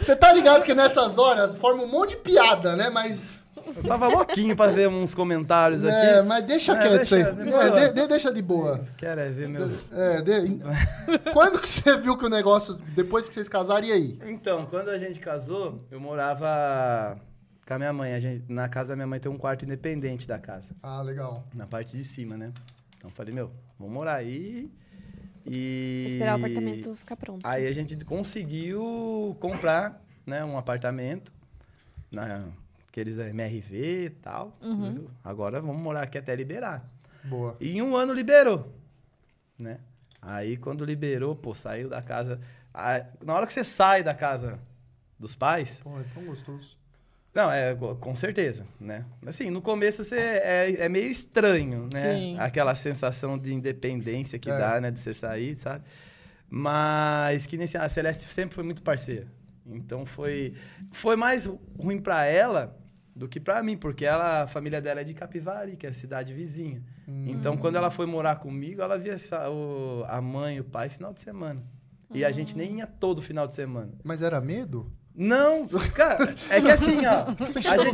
S1: Você tá ligado que nessas horas forma um monte de piada, né? Mas.
S3: Eu tava louquinho pra ver uns comentários aqui.
S1: É, mas deixa
S3: É,
S1: quieto isso aí.
S3: deixa-
S1: É,
S3: deixa-
S1: de- de- deixa de boa.
S3: Quero é ver meu...
S1: É, de- Quando que você viu que o negócio, depois que vocês casaram, e aí?
S3: Então, quando a gente casou, eu morava com a minha mãe. A gente, na casa da minha mãe tem um quarto independente da casa.
S1: Ah, legal.
S3: na parte de cima, né? Então eu falei, meu, vou morar aí e...
S6: Esperar o apartamento ficar pronto.
S3: Aí a gente conseguiu comprar, né, um apartamento né, na aqueles MRV e tal. viu? Agora vamos morar aqui até liberar.
S1: Boa.
S3: E em um ano liberou, né? Aí quando liberou, pô, saiu da casa. Ah, na hora que você sai da casa dos pais,
S1: Pô, é tão gostoso.
S3: não, é, go- com certeza, né? Assim, no começo você é, é meio estranho, né?
S2: Sim.
S3: Aquela sensação de independência que
S1: É.
S3: dá, né? De você sair, sabe? Mas que nem assim, a Celeste sempre foi muito parceira. Então foi foi mais ru- ruim pra ela do que pra mim, porque ela, a família dela é de Capivari, que é a cidade vizinha. Então quando ela foi morar comigo, ela via essa- o- a mãe e o pai final de semana. E a gente nem ia todo final de semana.
S1: Mas era medo?
S3: Não, cara, é que assim, ó. A
S1: o
S3: gente-
S1: Tô te enchendo
S6: Agora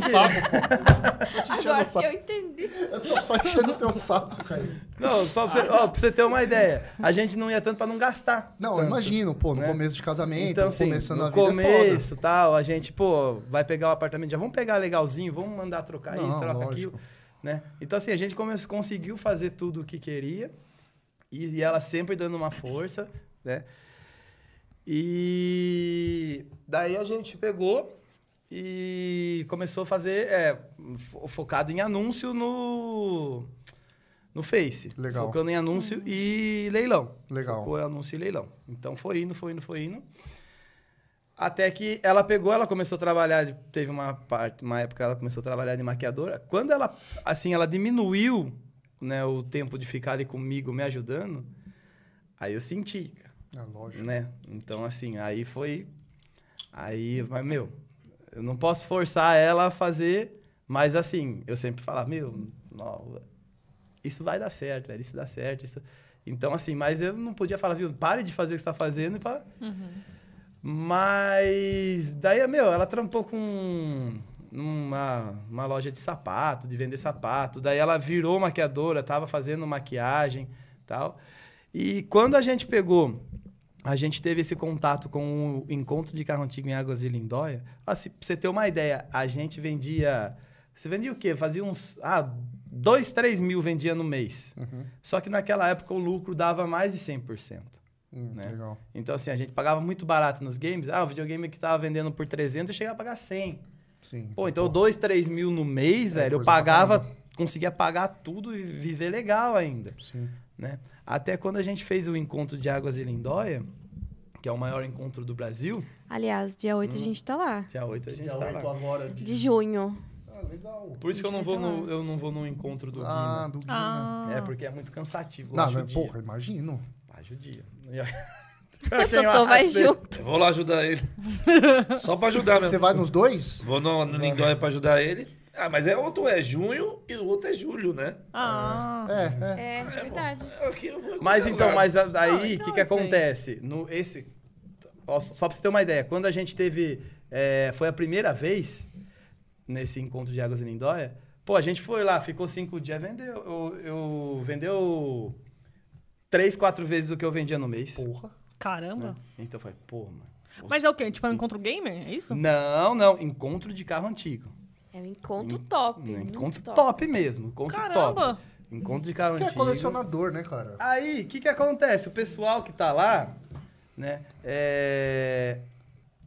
S1: o
S6: que
S1: saco.
S6: eu entendi.
S1: Eu tô só enchendo o teu saco, cara.
S3: Não, só pra você, ó, pra você ter uma ideia. A gente não ia tanto pra não gastar.
S1: Não, eu
S3: tanto.
S1: imagino, pô, no
S3: né?
S1: começo de casamento,
S3: Então, assim,
S1: começando
S3: no
S1: a vida é
S3: começo, tal, a gente, pô, vai pegar o apartamento, já vamos pegar legalzinho, vamos mandar trocar
S1: Não,
S3: isso, troca
S1: lógico.
S3: aquilo, né? Então, assim, a gente come- conseguiu fazer tudo o que queria e, e ela sempre dando uma força, né? E daí a gente pegou e começou a fazer, é, fo- focado em anúncio no... No Face.
S1: Legal.
S3: Focando em anúncio e leilão.
S1: Legal.
S3: Focou em anúncio e leilão. Então foi indo, foi indo, foi indo. Até que ela pegou, ela começou a trabalhar, de- teve uma parte, uma época ela começou a trabalhar de maquiadora. Quando ela, assim, ela diminuiu, né, o tempo de ficar ali comigo, me ajudando, aí eu senti, cara,
S1: foda. É lógico.
S3: né? Então assim, aí foi aí, mas meu, eu não posso forçar ela a fazer, mas assim, eu sempre falava, meu, não, isso vai dar certo, velho, isso dá certo, isso. Então assim, mas eu não podia falar, viu, pare de fazer o que você tá fazendo e para mas daí, meu, ela trampou com uma, uma loja de sapato, de vender sapato. Daí ela virou maquiadora, tava fazendo maquiagem tal. E quando a gente pegou, a gente teve esse contato com o encontro de carro antigo em Águas e Lindóia. Assim, pra você ter uma ideia, a gente vendia. Você vendia o quê? Fazia uns. Ah, 2, 3 mil vendia no mês.
S1: Uhum.
S3: Só que naquela época o lucro dava mais de 100%.
S1: Hum,
S3: né?
S1: Legal.
S3: Então, assim, a gente pagava muito barato nos games. Ah, o videogame que tava vendendo por 300, eu chegava a pagar 100.
S1: Sim.
S3: Pô, então 2, 3 mil no mês,
S1: É,
S3: velho, eu
S1: coisa pra
S3: pagava, conseguia pagar tudo e viver legal ainda,
S1: Sim.
S3: né? Até quando a gente fez o encontro de Águas e Lindóia, que é o maior encontro do Brasil,
S6: Aliás, dia 8 a gente tá lá.
S3: dia 8 a gente
S1: Dia
S3: tá
S1: oito
S3: lá.
S1: agora. aqui.
S6: De junho.
S1: Ah, legal.
S3: Por isso que eu não vou no, eu não vou no encontro do
S1: Ah,
S3: Guina.
S1: do Guina.
S2: Ah.
S3: É, porque é muito cansativo.
S1: não,
S3: Não,
S1: mas, porra, imagino.
S3: Acho o dia.
S6: Totô vai junto.
S4: Eu vou lá ajudar ele. Só pra ajudar
S1: Você
S3: né?
S4: mesmo.
S1: vai nos dois?
S4: Vou no, no Lindóia pra ajudar ele. Ah, mas é outro é junho e o outro é julho, né?
S2: Ah.
S1: É, é.
S6: É, verdade.
S4: É o que eu vou-
S3: Mas então,
S4: lugar.
S3: mas a- aí, o
S2: então
S3: que, que
S2: é isso aí.
S3: acontece? No, esse, ó, só pra você ter uma ideia, quando a gente teve. é, foi a primeira vez nesse encontro de Águas e Lindóia, pô, a gente foi lá, ficou cinco dias, vendeu. Eu, eu- vendeu três, quatro vezes o que eu vendia no mês.
S1: Porra.
S2: Caramba.
S3: Então foi, pô, mano.
S2: Mas é o quê? Tipo, é um encontro gamer? É isso?
S3: Não, não, encontro de carro antigo.
S6: É um encontro top.
S3: Um
S6: muito
S3: encontro top.
S6: top.
S3: mesmo. Encontro
S2: Caramba.
S3: top. Encontro de carro
S1: Que é
S3: antigo.
S1: colecionador, né, cara?
S3: Aí, o que que acontece? O pessoal que tá lá, né, é...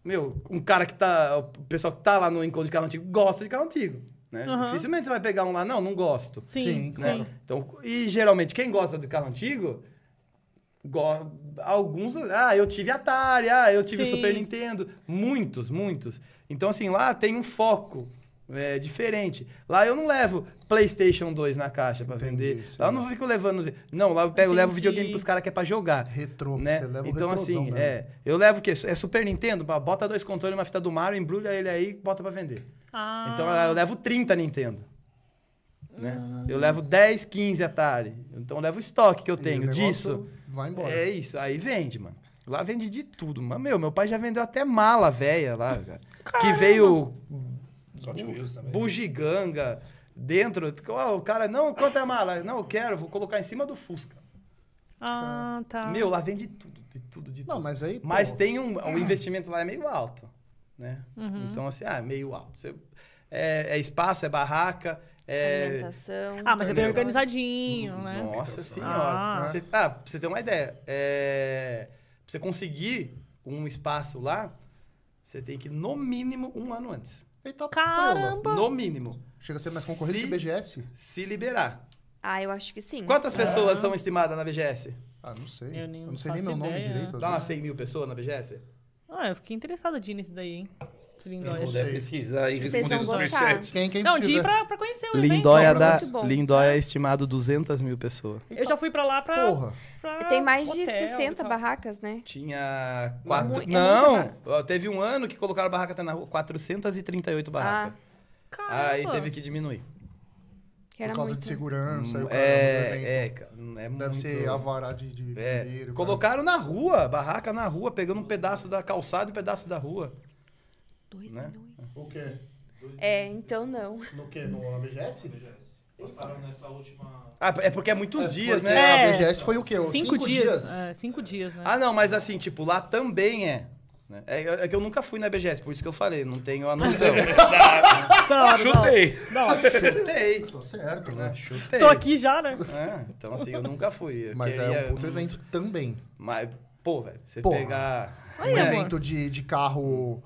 S3: Meu, um cara que tá... O pessoal que tá lá no encontro de carro antigo gosta de carro antigo, né?
S2: Aham.
S3: Dificilmente você vai pegar um lá, não, não gosto.
S2: Sim,
S1: Sim,
S2: sim.
S3: né? Então, e geralmente quem gosta de carro antigo, go- alguns, ah, eu tive Atari, ah, eu tive
S2: Sim.
S3: Super Nintendo, muitos, muitos. Então assim, lá tem um foco é, diferente. Lá eu não levo PlayStation 2 na caixa pra vender.
S1: sim.
S3: Lá eu não fico levando, não, lá eu pego, levo
S2: Entendi.
S3: videogame pros caras que é pra jogar.
S1: Retrô,
S3: Né?
S1: você leva o né?
S3: então
S1: retrôzão
S3: assim,
S1: mesmo.
S3: é, eu levo o quê? É Super Nintendo, bota dois controles e uma fita do Mario, embrulha ele aí, e bota pra vender.
S2: Ah.
S3: Então eu levo 30 Nintendo. Né? Eu levo 10, 15 Atari. Então eu levo o estoque que eu
S1: Ah. E
S3: tenho
S1: o negócio
S3: disso.
S1: Vai embora.
S3: É isso. Aí vende, mano. Lá vende de tudo. Mas, meu, meu pai já vendeu até mala velha lá, cara. Que veio
S4: Hot Wheels também.
S3: bugiganga dentro. Ó, O cara, não, quanto é a mala? Não, eu quero, vou colocar em cima do Fusca.
S2: Ah, tá.
S3: Meu, lá vende tudo, de tudo, de tudo.
S1: Não, mas aí. pô,
S3: Mas tem um. O investimento lá é meio alto. Né? Então, assim, ah, meio alto. Você- é, é espaço, é barraca, é.
S6: Alimentação.
S2: Ah, mas é bem
S6: dormitório.
S2: organizadinho, né?
S3: Uhum. Nossa
S2: Ah.
S3: senhora. Você, ah, pra você ter uma ideia, é, pra você conseguir um espaço lá, você tem que, no mínimo, um ano antes.
S1: Eita,
S2: Caramba.
S1: porra.
S3: No mínimo.
S1: tá Chega a ser mais concorrido
S3: Se-
S1: que BGS?
S3: Se liberar.
S6: Ah, eu acho que sim.
S3: Quantas
S6: Ah.
S3: pessoas são estimadas na BGS?
S1: Ah, não sei.
S2: Eu
S1: Eu,
S2: nem
S1: não sei nem meu
S2: faço
S1: nome
S2: ideia.
S1: direito. às
S3: Dá umas
S1: vezes.
S3: 100 mil pessoas na BGS?
S2: Ah, eu fiquei interessada de ir nesse daí, hein? De Lindóia.
S1: Eu
S4: Puder
S1: sei.
S4: pesquisar e
S6: Vocês
S4: responder
S6: vão
S4: no
S6: gostar?
S4: superchat.
S1: Quem, quem
S2: Não, de
S1: quiser.
S2: ir pra, pra conhecer o
S3: Lindóia,
S2: evento.
S6: Então,
S3: da,
S6: muito bom.
S3: Lindóia é estimado 200 mil pessoas.
S2: Eu já fui pra lá pra...
S1: Porra.
S2: pra
S6: Tem mais de
S2: hotel e
S6: 60
S2: tal.
S6: barracas, né?
S3: Tinha quatro.
S6: Mui- é
S3: não,
S6: muita
S3: ó, teve um ano que colocaram barraca até na rua, 438 barracas.
S6: Ah.
S2: Caramba.
S3: Aí teve tipo, que diminuir.
S6: Que era
S1: por causa
S6: muito.
S1: de segurança. e o cara não deve-
S3: Hum, é, é, cara, não é
S1: Deve
S3: muito-
S1: ser alvará de, de
S3: é.
S1: primeiro, cara.
S3: Colocaram na rua, barraca na rua, pegando um pedaço da calçada e um pedaço da rua.
S6: Dois
S3: né?
S6: milhões.
S1: O quê?
S6: É, então não.
S1: No quê? No BGS?
S7: BGS. Passaram nessa última.
S3: Ah, é porque é muitos dias,
S1: porque
S3: né?
S1: A
S2: É.
S1: BGS foi o quê?
S2: Cinco,
S1: Uns
S2: dias. É, cinco dias, né?
S3: Ah, não, mas assim, tipo, lá também é. né? É, é que eu nunca fui na BGS, por isso que eu falei, não tenho a noção.
S6: Tá
S2: Claro,
S4: Chutei.
S2: Não, não.
S3: Chutei.
S1: Certo, né?
S3: Né? Chutei.
S2: Tô aqui já, né?
S3: É, então, assim, eu nunca fui. Eu
S1: Mas é
S3: queria
S1: um puto evento também.
S3: Mas, pô, velho, você
S1: Porra.
S3: pegar.
S1: Um
S2: amor.
S1: evento de, de carro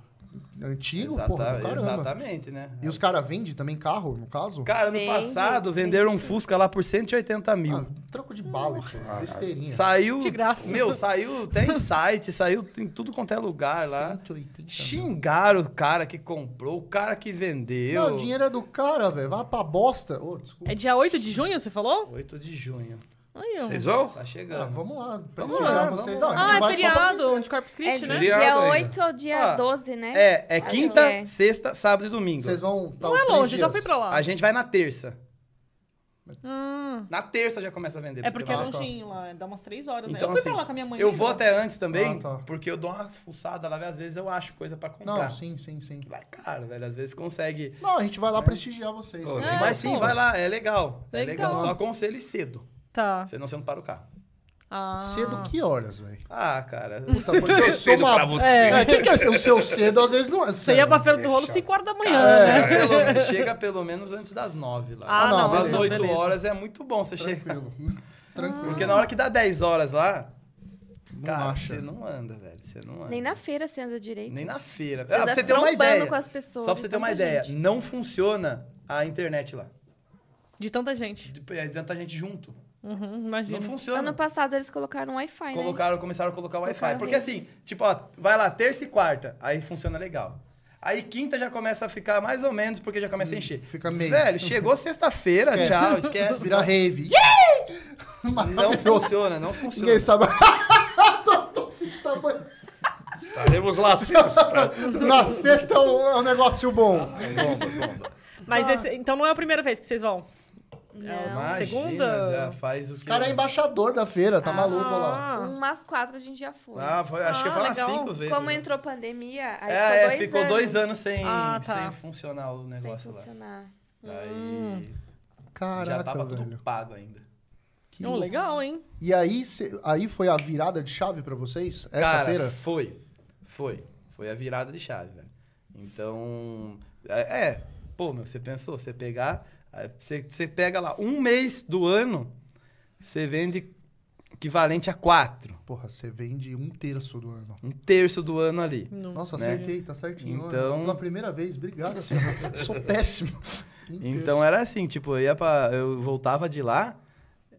S1: antigo,
S3: Exata-
S1: porra, do caramba.
S3: exatamente, né?
S1: E os caras vendem também carro, no caso?
S3: Cara, ano
S6: Vende,
S3: passado venderam um
S6: vende sim.
S3: Fusca lá por 180 mil.
S1: Ah, troco de bala isso, besteirinha.
S3: saiu.
S2: De graça.
S3: Meu, saiu até em site, saiu em tudo quanto é lugar lá.
S1: 180 mil.
S3: Xingaram o cara que comprou, o cara que vendeu.
S1: Não, o dinheiro é do cara, velho. Vai pra bosta. Ô, desculpa.
S2: É dia 8 de junho, você falou?
S3: 8 de junho.
S2: Aí, ó.
S4: Vocês vão?
S3: Tá
S1: Ah,
S3: chegando.
S1: vamos lá.
S3: lá,
S1: Prestigiar
S3: vamos
S1: vocês.
S3: lá.
S1: Não, a gente
S2: Ah,
S1: vai
S2: é
S1: só pra
S2: feriado de Corpus
S6: É
S2: Christi, né?
S4: Feriado
S6: dia
S4: ainda.
S6: 8 ao dia
S3: Ah,
S6: 12, né?
S3: É, é
S6: Acho
S3: quinta,
S6: que é.
S3: sexta, sábado e domingo.
S1: Vocês vão. Tá,
S2: Não
S1: os
S2: é
S1: três
S2: longe, eu já
S1: dias.
S2: fui pra lá.
S3: A gente vai na terça.
S2: Ah,
S3: Na terça já começa a vender. pra
S2: é
S3: você
S2: porque
S3: ter
S2: é
S3: uma-
S1: lá, tá.
S2: longinho lá, dá umas 3 horas, né?
S3: Então,
S2: eu fui
S3: assim,
S2: pra lá com a minha mãe.
S3: Eu
S2: lembra?
S3: vou até antes também,
S1: Ah, tá.
S3: porque eu dou uma fuçada lá, às vezes eu acho coisa pra comprar.
S1: Não, sim, sim, sim.
S3: Lá é caro, velho. Às vezes consegue.
S1: Não, a gente vai
S3: Tá.
S1: lá prestigiar vocês.
S4: Pô,
S1: cara.
S3: Mas sim,
S1: pô.
S3: vai lá, é legal. É
S2: Ah, Legal.
S3: legal. Só aconselho ir cedo.
S2: Tá.
S3: Senão você não para o carro.
S2: Ah.
S1: Cedo que horas, velho?
S3: Ah, cara.
S6: Então,
S1: Puta, porque eu sou
S4: Cedo pra
S1: uma...
S4: você.
S1: É, quem quer ser o seu cedo, às vezes não é.
S2: Você ia
S1: cedo.
S2: pra Feira do
S4: É
S2: Rolo
S4: chato.
S2: 5 horas da manhã,
S3: Chega
S6: é.
S2: né?
S3: É, pelo menos- chega pelo menos antes das nove lá.
S2: Ah,
S1: não,
S2: não,
S1: mas
S3: Às
S2: beleza,
S3: 8
S2: beleza.
S3: horas é muito bom você chegar.
S1: Tranquilo.
S2: Ah.
S1: Tranquilo.
S3: Porque na hora que dá 10 horas lá,
S1: Não
S3: cara,
S1: acha.
S3: você não anda, velho. Você não anda.
S6: Nem na feira você anda direito.
S3: Nem na feira.
S6: Você
S3: ah, pra
S6: anda
S3: você ter uma
S6: trombando
S3: ideia.
S6: com as pessoas,
S3: Só pra você ter
S6: então,
S3: uma
S6: pra
S3: ideia.
S6: gente.
S3: Não funciona a internet lá.
S2: De tanta gente.
S3: De- É tanta gente junto.
S2: Uhum,
S3: Não
S2: imagina.
S3: funciona.
S6: Ano passado eles colocaram um Wi-Fi, né?
S3: Colocaram, começaram a colocar o Wi-Fi.
S6: Colocaram
S3: Porque
S6: rede.
S3: assim, tipo, ó, vai lá, terça e quarta, aí funciona legal. Aí quinta já começa a ficar mais ou menos, porque já começa a encher.
S1: Hum, fica meio.
S3: Velho, chegou sexta-feira,
S1: Esquece.
S3: tchau, esquece.
S1: Vira rave. Yeah!
S3: Não
S1: Maravilhoso.
S3: funciona, não funciona.
S1: Ninguém sabe. Tô- tô- tá bom.
S4: Estaremos lá sexta.
S1: Na sexta é um é um negócio bom.
S2: Mas esse- então não é a primeira vez que vocês vão.
S6: Não.
S3: Imagina,
S2: segunda?
S3: Já faz os
S1: O cara é embaixador da feira, tá maluco olha lá.
S2: Ah,
S6: Umas quatro a gente já foi.
S3: Ah, foi, acho que
S2: Ah,
S3: foi umas
S2: legal.
S3: cinco vezes.
S6: Como
S3: já.
S6: entrou pandemia, aí
S3: É, é,
S6: ficou, dois,
S3: ficou
S6: anos
S3: dois anos sem,
S2: Ah, tá.
S3: sem funcionar o
S6: sem
S3: negócio lá.
S6: funcionar.
S3: Daí
S1: Caraca,
S3: já tava
S1: velho.
S3: tudo pago ainda.
S1: Que
S2: oh,
S1: louco.
S2: legal, hein?
S1: E aí, cê- aí foi a virada de chave pra vocês? Essa
S3: Cara,
S1: feira?
S3: foi. Foi. Foi a virada de chave, velho. Então, é, é, pô, meu, você pensou, você pegar, aí você, você pega lá um mês do ano, você vende equivalente a quatro.
S1: Porra, você vende um terço do ano.
S3: Um terço do ano ali.
S2: Não.
S1: Nossa,
S3: Né?
S1: acertei, tá certinho.
S3: Então-
S1: Pela primeira vez, obrigado. senhor. Sou péssimo. Um
S3: Então era assim, tipo, eu ia pra, eu voltava de lá,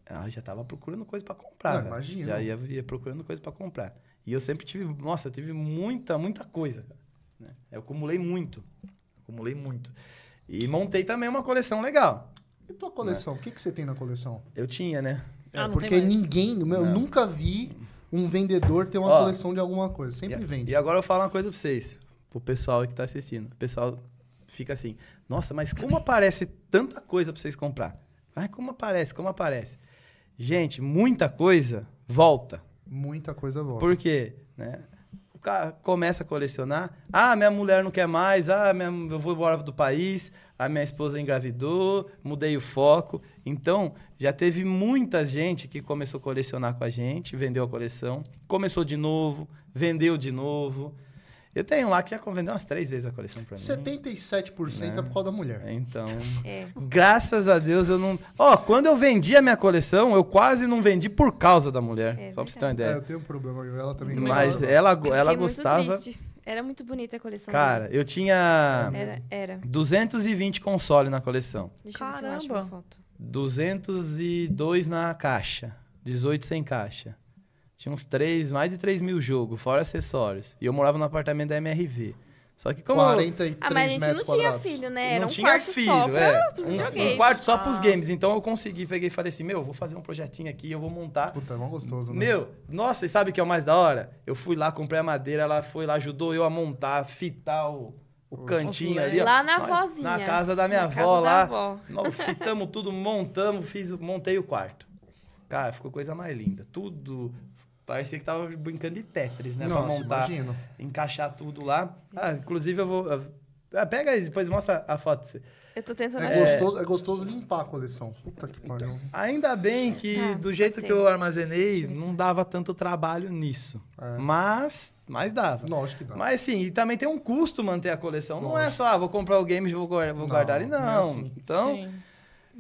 S3: ah, já tava procurando coisa pra comprar.
S1: Não,
S3: velho.
S1: imagino.
S3: Já ia, ia procurando coisa pra comprar. E eu sempre tive, nossa, eu tive muita, muita coisa. cara, Né? Eu acumulei muito. Acumulei muito. E montei também uma coleção legal.
S1: terço. E tua
S3: né?
S1: coleção? O que, que você tem na coleção?
S3: Eu tinha, né?
S2: Ah, não tem
S1: É, Porque
S2: mais.
S1: ninguém, meu, eu nunca vi um vendedor ter uma
S3: Ó.
S1: coleção de alguma coisa. Sempre
S3: e,
S1: vende.
S3: E agora eu falo uma coisa pra vocês, pro pessoal que tá assistindo. O pessoal fica assim, nossa, mas como aparece tanta coisa pra vocês comprar? Ai, como aparece, como aparece? Gente, muita coisa volta.
S1: Muita coisa volta.
S3: Por quê? Né? O cara começa a colecionar. Ah, minha mulher não quer mais. Ah, minha, eu vou embora do país. A minha esposa engravidou. Mudei o foco. Então, já teve muita gente que começou a colecionar com a gente, vendeu a coleção, começou de novo, vendeu de novo. Eu tenho lá que já vendeu umas três vezes a coleção pra mim.
S1: 77%
S3: Né?
S1: é por causa da mulher.
S3: Então,
S6: É.
S3: graças a Deus eu não. Ó, quando eu vendi a minha coleção, eu quase não vendi por causa da mulher.
S6: É
S3: só pra você
S6: verdade.
S3: ter uma
S1: É,
S3: ideia.
S1: eu tenho um problema. Ela também
S3: Mas
S1: gosta.
S3: ela,
S6: Eu
S3: ela
S6: fiquei muito
S3: gostava.
S6: triste. É. Era muito bonita a coleção
S3: Cara, eu tinha
S6: dela. Era, era.
S3: 220 console na coleção,
S6: Deixa eu ver se eu acho
S2: Caramba.
S6: uma foto.
S3: 202 na caixa, 18 sem caixa. Tinha uns 3, mais de 3 mil jogos, fora acessórios. E eu morava no apartamento da MRV. Só que como eu
S1: 43
S6: Ah, mas a gente não
S1: metros
S6: tinha
S1: quadrados.
S6: filho, né? Era
S3: não
S6: um
S3: tinha
S6: quarto
S3: filho,
S6: só
S3: é.
S6: pra, pros
S3: Um,
S6: videogames. Ah.
S3: um quarto só pros games. Então eu consegui, peguei e falei assim, meu, vou fazer um projetinho aqui, eu vou montar.
S1: Puta, é mó gostoso, né?
S3: Meu, nossa, e sabe o que é o mais da hora? Eu fui lá, comprei a madeira, ela foi lá, ajudou eu a montar, fitar o, o cantinho ali. ó.
S6: Lá na
S3: Nós-
S6: vozinha.
S3: Na casa da minha
S6: Na
S3: avó
S6: casa da
S3: lá.
S6: avó.
S3: Nós Fitamos tudo, montamos, fiz, o- montei o quarto. Cara, ficou coisa mais linda. Tudo. Parecia que tava brincando de Tetris, né? pra
S1: Nossa,
S3: montar,
S1: imagino.
S3: encaixar tudo lá. Ah, inclusive eu vou. Ah, pega aí, depois mostra a foto. pra você.
S6: Eu tô tentando
S1: É
S6: achar.
S1: gostoso, é gostoso limpar a coleção. Puta
S3: Então,
S1: que pariu.
S3: Ainda bem que
S6: Tá,
S3: do jeito
S6: pode
S3: que
S6: ser.
S3: eu armazenei, não dava tanto trabalho nisso.
S1: É.
S3: Mas, mas dava.
S1: Lógico que dá.
S3: Mas sim, e também tem um custo manter a coleção. Não é só, ah, vou comprar o game e vou, guar- vou guardar ele.
S1: não é
S3: Não.
S1: assim.
S3: Então,
S2: Sim.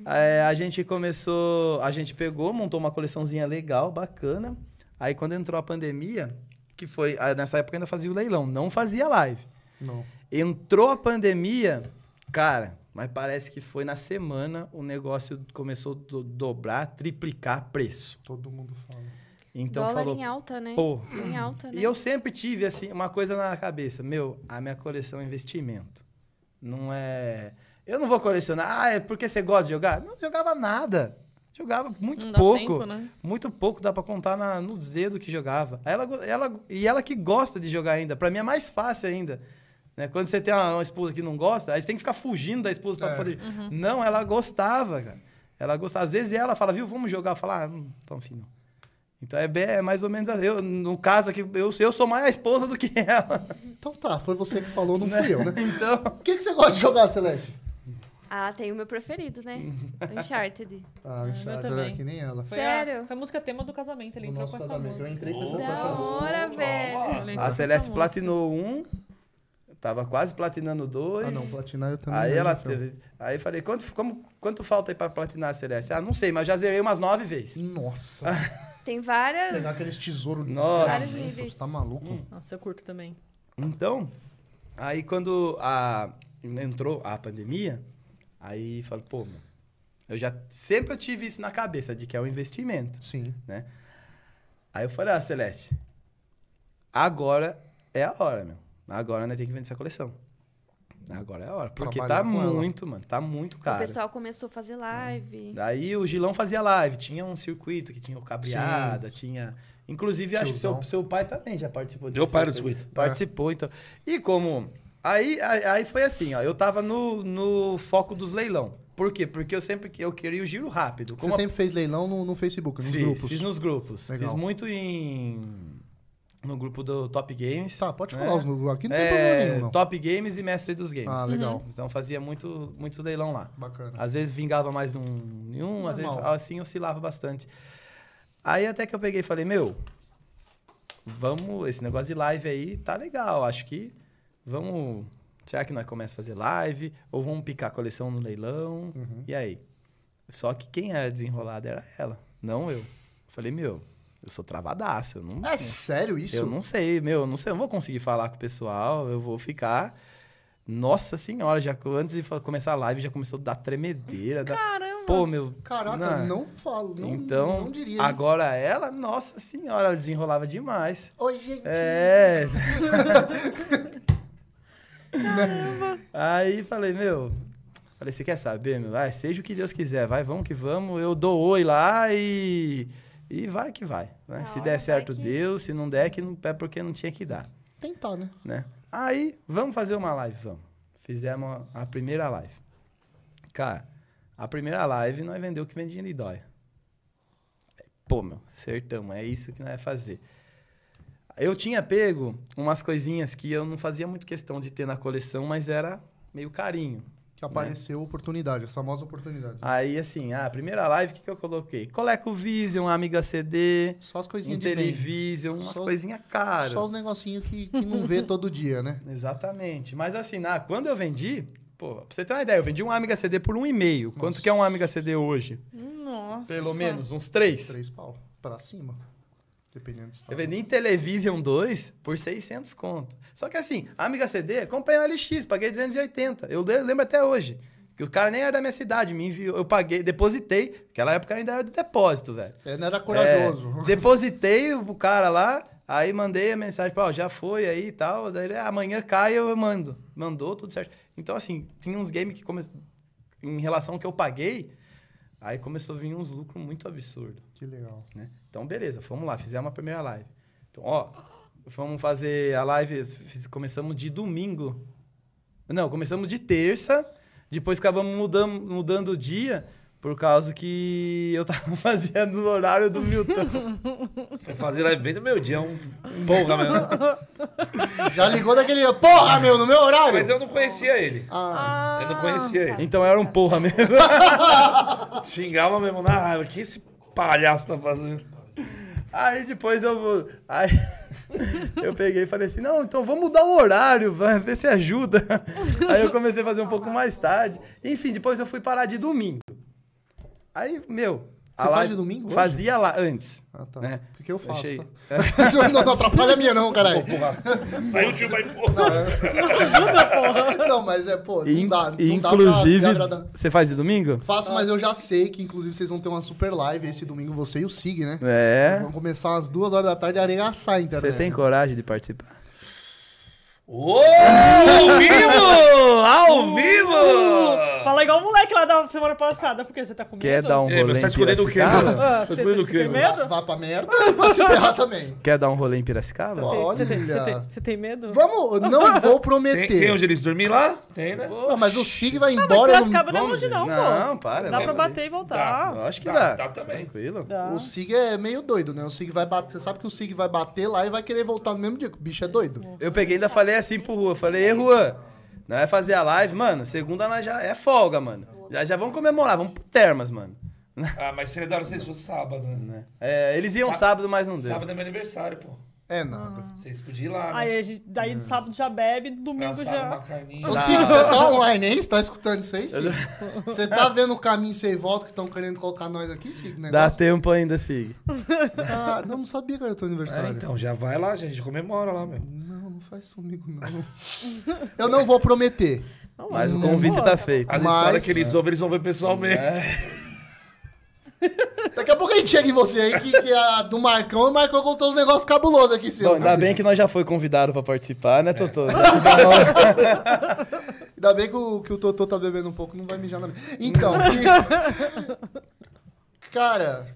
S3: é, a gente começou, a gente pegou, montou uma coleçãozinha legal, bacana. Aí quando entrou a pandemia, que foi, ah, nessa época ainda fazia o leilão, não fazia live.
S1: Não.
S3: Entrou a pandemia, cara, mas parece que foi na semana o negócio começou a do- dobrar, triplicar preço.
S1: Todo mundo fala.
S3: Então
S6: Dólar
S3: falou,
S6: em alta, né?
S3: pô,
S6: Em alta, né?
S3: e eu sempre tive assim uma coisa na cabeça, meu, a minha coleção é investimento. Não é, eu não vou colecionar. Ah, é porque você gosta de jogar? Não jogava nada. Jogava muito
S2: Não dá
S3: pouco.
S2: tempo, né?
S3: Muito pouco dá pra contar na, nos dedos que jogava. Aí Ela, go- ela, e ela que gosta de jogar ainda. Pra mim é mais fácil ainda. né? Quando você tem uma, uma esposa que não gosta, aí você tem que ficar fugindo da esposa pra
S1: É.
S3: poder.
S2: Uhum.
S3: Não, ela gostava, cara. Ela gostava. Às vezes ela fala, viu, vamos jogar. Fala, ah, não tô afim não. Então é, bem, é mais ou menos. assim. Eu, no caso aqui, eu, eu sou mais a esposa do que ela.
S1: Então tá, foi você que falou, não fui eu, né?
S3: Então.
S1: O que, que você gosta de jogar, Celeste?
S6: Ah, tem o meu preferido, né? Uncharted.
S1: Ah, Uncharted,
S2: também.
S1: que nem ela.
S2: Foi
S6: Sério?
S2: A, foi a música tema do casamento, ele
S1: No
S2: entrou
S1: nosso
S2: com essa
S1: casamento.
S2: música. É.
S1: Eu entrei com essa, com essa
S6: Da
S1: música.
S3: é
S6: hora,
S2: Ele
S6: velho.
S2: entrou
S3: A
S2: com Então, essa
S3: Celeste
S2: música.
S3: platinou um. Tava quase platinando dois.
S1: Ah, não, platinar eu também.
S3: Aí
S1: não,
S3: ela
S1: né, Fel?
S3: teve, aí eu falei, quanto, como, quanto falta aí pra platinar a Celeste? Ah, não sei, mas já zerei umas nove vezes.
S1: Nossa.
S6: Tem várias.
S1: Pegar aqueles tesouros
S3: Nossa. Hum.
S6: Vários
S1: desgraçados.
S6: níveis.
S1: Tá maluco?
S2: Nossa, eu curto também.
S3: Então, aí quando a, entrou a pandemia, aí falei, pô, meu, eu já sempre eu tive isso na cabeça de que é um investimento,
S1: Sim.
S3: né? Aí eu falei, ah, Celeste, agora é a hora, meu. Agora nós temos que vender essa coleção. Agora é a hora. Porque
S1: Trabalhar
S3: tá
S1: com ela.
S3: muito, mano. Tá muito
S6: O
S3: caro.
S6: pessoal começou a fazer live.
S3: Daí o Gilão fazia live, tinha um circuito que tinha o cabreada, tinha. Inclusive, acho que seu,
S1: Tiozão.
S3: seu pai também já participou
S4: Meu pai era do
S3: circuito.
S1: É.
S4: circuito.
S3: Participou, então. E como Aí, aí, aí foi assim, ó. Eu tava no, no foco dos leilão. Por quê? Porque eu sempre que eu queria o giro rápido.
S1: Você
S3: a-
S1: sempre fez leilão no, no Facebook, nos
S3: fiz,
S1: grupos.
S3: Fiz nos grupos.
S1: Legal.
S3: Fiz muito em no grupo do Top Games.
S1: Tá, pode
S3: né?
S1: falar os números. Aqui não tem
S3: É,
S1: problema nenhum, não.
S3: Top Games e Mestre dos Games.
S1: Ah, legal.
S3: Então fazia muito, muito leilão lá.
S1: Bacana.
S3: Às vezes vingava mais num em um, às vezes
S1: Normal.
S3: assim oscilava bastante. Aí até que eu peguei e falei, meu, vamos, esse negócio de live aí tá legal, acho que vamos, será que nós começa a fazer live? Ou vamos picar a coleção no leilão?
S1: Uhum.
S3: E aí? Só que quem era desenrolada era ela, não eu. Falei, meu, eu sou travadaço, eu não
S1: É sério isso?
S3: eu não sei, meu, eu não sei, eu não vou conseguir falar com o pessoal, eu vou ficar. Nossa senhora, já co- antes de fa- começar a live já começou a dar tremedeira. dar-
S2: Caramba!
S3: Pô, meu.
S1: Caraca,
S3: na-
S1: não falo. Não,
S3: então,
S1: não diria. hein?
S3: agora ela, nossa senhora, ela desenrolava demais.
S1: Oi, gente.
S3: É. Aí falei, meu. Falei, você quer saber, meu? Vai, seja o que Deus quiser, vai, vamos que vamos. Eu dou oi lá e. E vai que vai. né?
S6: Da
S3: Se
S6: hora,
S3: der
S6: vai
S3: certo,
S6: que-
S3: Deus. Se não der, que não, é porque não tinha que dar
S1: Tentar, né?
S3: né? Aí, vamos fazer uma live, vamos. Fizemos a primeira live. Cara, a primeira live nós vendeu o que vendia em dói. Pô, meu, acertamos, é isso que nós vamos fazer. Eu tinha pego umas coisinhas que eu não fazia muito questão de ter na coleção, mas era meio carinho.
S1: Que apareceu a oportunidade, as famosas oportunidades.
S3: Aí, assim, a primeira live, o que, que eu coloquei? Colecovision, Amiga CD,
S1: Só as coisinhas de bem.
S3: Intellivision, umas
S1: Só-
S3: coisinhas caras.
S1: Só os negocinhos que, que não vê todo dia, né?
S3: Exatamente. Mas assim, na, quando eu vendi, pô, pra você ter uma ideia, eu vendi um Amiga CD por um e meio. Quanto que é um Amiga CD hoje?
S2: Nossa.
S3: Pelo menos, uns três.
S1: Três pau. Pra cima. Dependendo do estado.
S3: Eu vendi em Television 2 por 600 conto. Só que assim, a Amiga CD, comprei um LX, paguei 280. Eu le- lembro até hoje. Que o cara nem era da minha cidade, me enviou. Eu paguei, depositei. Naquela época ainda era do depósito, velho.
S1: É, não era corajoso.
S3: É, depositei o cara lá, aí mandei a mensagem, pô, já foi aí e tal. Daí ele, "Ah, amanhã cai, eu mando. Mandou, tudo certo. Então, assim, tinha uns games que come... em relação ao que eu paguei, aí começou a vir uns lucros muito absurdos,
S1: Que legal.
S3: né? Então, beleza, vamos lá, fizemos a primeira live. Então, ó, vamos fazer a live, fiz- começamos de domingo. Não, começamos de terça, depois acabamos mudando, mudando o dia, por causa que eu tava fazendo no horário do Milton.
S4: Foi fazer live bem no meu dia, um porra mesmo.
S1: Já ligou daquele dia. Porra, meu, no meu horário!
S4: Mas eu não conhecia ele.
S1: Ah,
S4: Eu não conhecia
S6: tá.
S4: ele.
S3: Então era um porra mesmo.
S4: Xingava mesmo na raiva. O que esse palhaço tá fazendo?
S3: Aí depois eu vou. Aí eu peguei e falei assim: não, então vamos mudar o horário, vai ver se ajuda. Aí eu comecei a fazer um pouco mais tarde. Enfim, depois eu fui parar de domingo. Aí, meu. a
S1: Você faz
S3: live-
S1: de domingo hoje?
S3: Fazia lá antes.
S1: ah, tá.
S3: né?
S1: Porque eu faço,
S3: Achei.
S1: tá? não, não atrapalha a minha, não, caralho.
S4: Saiu o tio, vai porra.
S1: Não, mas é, pô, não
S3: In-
S1: dá. Não
S3: inclusive,
S1: Dá pra- pra agradar.
S3: você faz de domingo?
S1: Faço, mas eu já sei que, inclusive, vocês vão ter uma super live esse domingo, você e o Sig, né?
S3: É.
S1: Vão começar às duas horas da tarde a arregaçar a internet.
S3: Você tem coragem de participar?
S4: Ô, ao vivo! Ao vivo!
S2: Uh, Fala igual o moleque lá da semana passada, porque você tá com medo?
S3: Quer dar um rolê
S4: É, mas
S3: em
S4: tá escondendo o quê?
S3: Piracicaba?
S4: mano?
S2: Ah,
S4: Tá
S2: você
S4: escondendo
S2: tem-
S4: o quê,
S2: você tem
S4: mano?
S2: medo?
S1: Vai pra merda e vai se ferrar também.
S3: Quer dar um rolê em Piracicaba?
S1: Ó.
S2: Você tem- você
S1: Olha.
S2: tem- Você tem medo?
S1: Vamos, eu não vou prometer.
S4: Tem,
S3: um
S4: tem onde eles dormem lá? Tem, né?
S1: Não, mas o Sig vai
S2: Mas
S1: embora. eu
S2: Piracicaba não é
S3: Vamos
S2: longe,
S3: ver.
S2: não, pô.
S3: Não, para,
S2: Dá pra
S3: vamos
S2: bater e
S4: Dá,
S2: voltar.
S3: Eu acho que
S4: Tá,
S3: dá.
S4: tá também.
S3: Tranquilo.
S2: Dá.
S1: não- O Sig é meio doido, né? O Sig vai bater. Você sabe que o Sig vai bater lá e vai querer voltar no mesmo dia. que O bicho é doido.
S3: Eu peguei e ainda falei assim pro Rua. Falei, ei, Rua, nós vai fazer a live, mano. Segunda nós já é folga, mano. Já, já vamos comemorar, vamos pro Termas, mano.
S4: Ah, mas seria da hora se eles fossem sábado, né?
S3: É, eles iam
S4: Sá-
S3: sábado, mas não deu.
S4: Sábado é meu aniversário, pô.
S1: É nada.
S4: Vocês podiam ir
S3: Ah,
S4: lá, né?
S2: Aí a gente,
S3: Hum.
S2: daí de sábado já bebe, domingo
S4: Assar
S2: é já.
S4: uma carninha.
S1: Ô, Sig, você tá online, hein? Você tá escutando isso aí, Sig? Você tá vendo o caminho sem volta que estão querendo colocar nós aqui, Sig?
S4: é um
S3: Dá
S1: Negócio?
S3: tempo ainda, Sig.
S1: Ah, não, não sabia que era teu
S4: É,
S1: aniversário.
S4: então, já vai lá, gente. Comemora lá, meu.
S1: Não, não faz isso comigo, não. Eu não vou prometer.
S2: Não,
S3: Mas o
S2: não,
S3: convite
S2: pô.
S3: tá feito.
S4: As
S1: Mas-
S4: histórias que eles ouvem, eles vão ver pessoalmente.
S1: Daqui a pouco a gente chega em você aí, que, que a do Marcão, o Marcão contou uns negócios cabulosos aqui, seu.
S3: Bom, ainda bem que nós já foi convidado pra participar, né, Totô? Já te dá uma-
S1: Ainda bem que o, que o Totô tá bebendo um pouco, não vai mijar na mesa. Então, que- cara,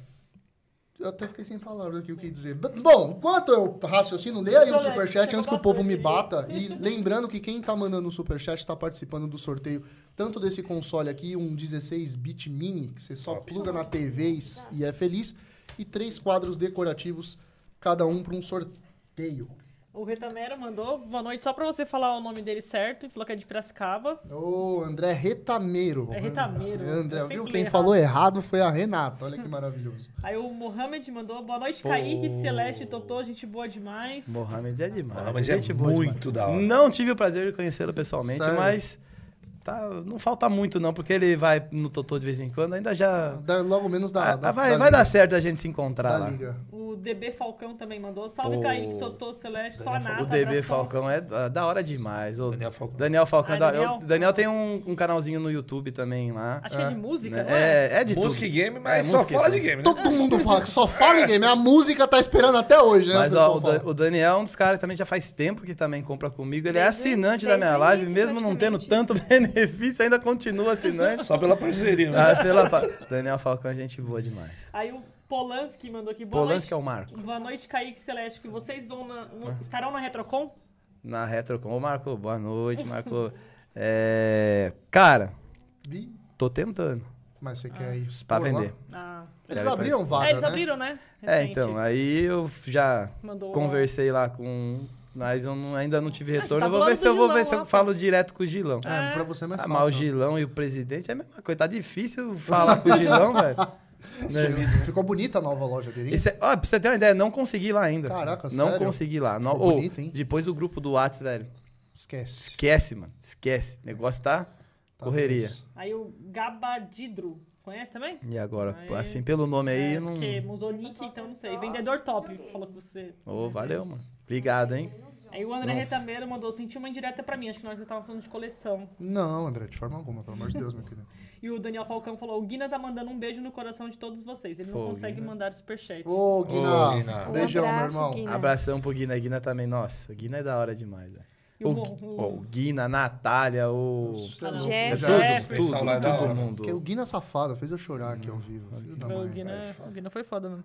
S1: Eu até fiquei sem palavras aqui o que dizer. B- Bom, enquanto eu raciocino, lê aí o
S2: Deixa eu ler,
S1: superchat
S2: chegou
S1: antes que o povo me
S2: bastante
S1: bata. E lembrando que quem tá mandando o superchat tá participando do sorteio tanto desse console aqui, um 16-bit mini, que você só pluga na TV e, s- e é feliz, e três quadros decorativos, cada um para um sorteio.
S2: O Retamero mandou boa noite só pra você falar o nome dele certo. e Falou que é de Piracicaba.
S1: Ô, André Retameiro.
S2: É Retameiro.
S1: André,
S2: Eu
S1: viu?
S2: sempre
S1: Quem
S2: leio
S1: falou errado foi a Renata. Olha que maravilhoso.
S2: Aí o Mohamed mandou boa noite, Kaique, Celeste, Totô, gente boa demais.
S3: Mohamed é demais.
S4: Mohamed é
S3: gente boa
S4: muito da hora.
S3: Não tive o prazer de conhecê-lo pessoalmente,
S1: Sério?
S3: mas tá, não falta muito não, porque ele vai no Totô de vez em quando, ainda já...
S1: Dá- logo menos da.
S3: Ah,
S1: da-
S3: vai
S1: da
S3: vai
S1: liga.
S3: dar certo a gente se encontrar
S1: Da
S3: lá.
S1: liga.
S2: O DB Falcão também mandou. Salve,
S3: Pô.
S2: Kaique, Totô, Celeste, só nada.
S3: O DB
S2: abração.
S3: Falcão é da da hora demais. O
S4: Daniel Falcão.
S3: Daniel Falcão.
S2: Ah,
S3: é da-
S2: Daniel?
S3: eu- Daniel tem um, um canalzinho no YouTube também lá.
S2: Acho que é de música, não é?
S3: É, é de tudo.
S4: Música e game, mas
S3: É,
S4: só
S3: música e
S4: fala de
S3: tudo.
S4: game, né?
S1: Todo mundo fala que só fala em game. A música tá esperando até hoje, né?
S3: Mas
S1: pessoal
S3: ó, o,
S1: fala.
S3: Dan- o Daniel é um dos caras que também já faz tempo que também compra comigo. Ele é
S6: Desde-
S3: assinante da
S6: desde
S3: minha
S6: o
S3: live,
S6: início,
S3: mesmo não tendo tanto
S6: praticamente.
S3: benefício, ainda continua assinante.
S4: Só pela parceria, né?
S3: Ah, pela... pa- Daniel Falcão é gente boa demais.
S2: Aí o Polanski mandou aqui. Boa
S3: Polanski Ah. é
S2: noite.
S3: o Marco.
S2: Boa noite, Kaique Celeste. Que vocês vão na- no- estarão na Retrocon?
S3: Na Retrocom. Ô, Marco, boa noite, Marco. É, Cara,
S1: Vi,
S3: tô tentando
S1: Mas você quer ir expor
S3: pra
S1: lá?
S3: vender.
S2: Ah.
S1: Eles
S3: Deve
S1: abriam
S2: É,
S1: vaga,
S2: eles
S1: né?
S2: abriram, né?
S3: É,
S2: Recente.
S3: então, aí eu já
S2: Mandou
S3: conversei lá com. um, Mas eu não- ainda não tive retorno.
S2: tá
S3: Eu
S2: do
S3: vou
S2: lado
S3: ver se eu
S2: do
S3: vou
S2: Gilão
S3: ver se
S2: lá,
S3: eu
S2: pô.
S3: falo direto com o Gilão.
S1: É, pra você é mais
S3: Ah,
S1: fácil.
S3: mas o Gilão e o presidente é a mesma coisa. Tá difícil falar com o Gilão, velho. Né?
S1: Ficou bonita a nova loja dele. hein?
S3: Esse é- ó, pra você ter uma ideia, não consegui lá ainda.
S1: Caraca,
S3: Não
S1: sério?
S3: consegui lá. Não,
S1: Ficou
S3: ô,
S1: bonito, hein?
S3: Depois do grupo do Whats, velho.
S1: Esquece.
S3: Esquece, mano. Esquece. O negócio tá correria.
S1: Talvez.
S2: Aí o Gabadidro. Conhece também?
S3: E agora,
S2: Aí-
S3: assim, pelo nome aí,
S2: é,
S3: não.
S2: Porque Musonic, então não sei. Vendedor top, falou que você.
S3: Ô, valeu, mano. Obrigado, hein?
S2: Aí o André
S3: Nossa.
S2: Retameiro mandou, sentiu uma indireta pra mim, acho que nós estávamos falando de coleção.
S1: Não, André, de forma alguma, pelo amor de Deus, meu querido.
S2: E o Daniel Falcão falou, o Guina tá mandando um beijo no coração de todos vocês. Ele não
S3: Pô,
S2: consegue
S3: Guina.
S2: mandar superchat.
S1: Ô, Guiná.
S4: Ô, Guiná.
S1: Beijão,
S6: Um
S1: meu
S6: abraço,
S1: irmão.
S6: Guina.
S3: Abração pro Guina. Guina também. Nossa, Guina é da hora demais, velho.
S2: E o
S3: O,
S2: Mo-
S3: Gui-
S2: o-
S3: ó, o Guina, a Natália, o.
S1: Nossa,
S2: não.
S1: é
S6: Jeff.
S1: louco.
S3: Tudo,
S2: É,
S3: tudo,
S4: pessoal lá é da
S3: todo
S4: hora.
S3: mundo.
S1: Porque o Guina é safado, fez eu chorar aqui ao vivo. Filho da
S2: o,
S1: mãe.
S2: Guina,
S3: é
S2: é o Guina foi foda mesmo.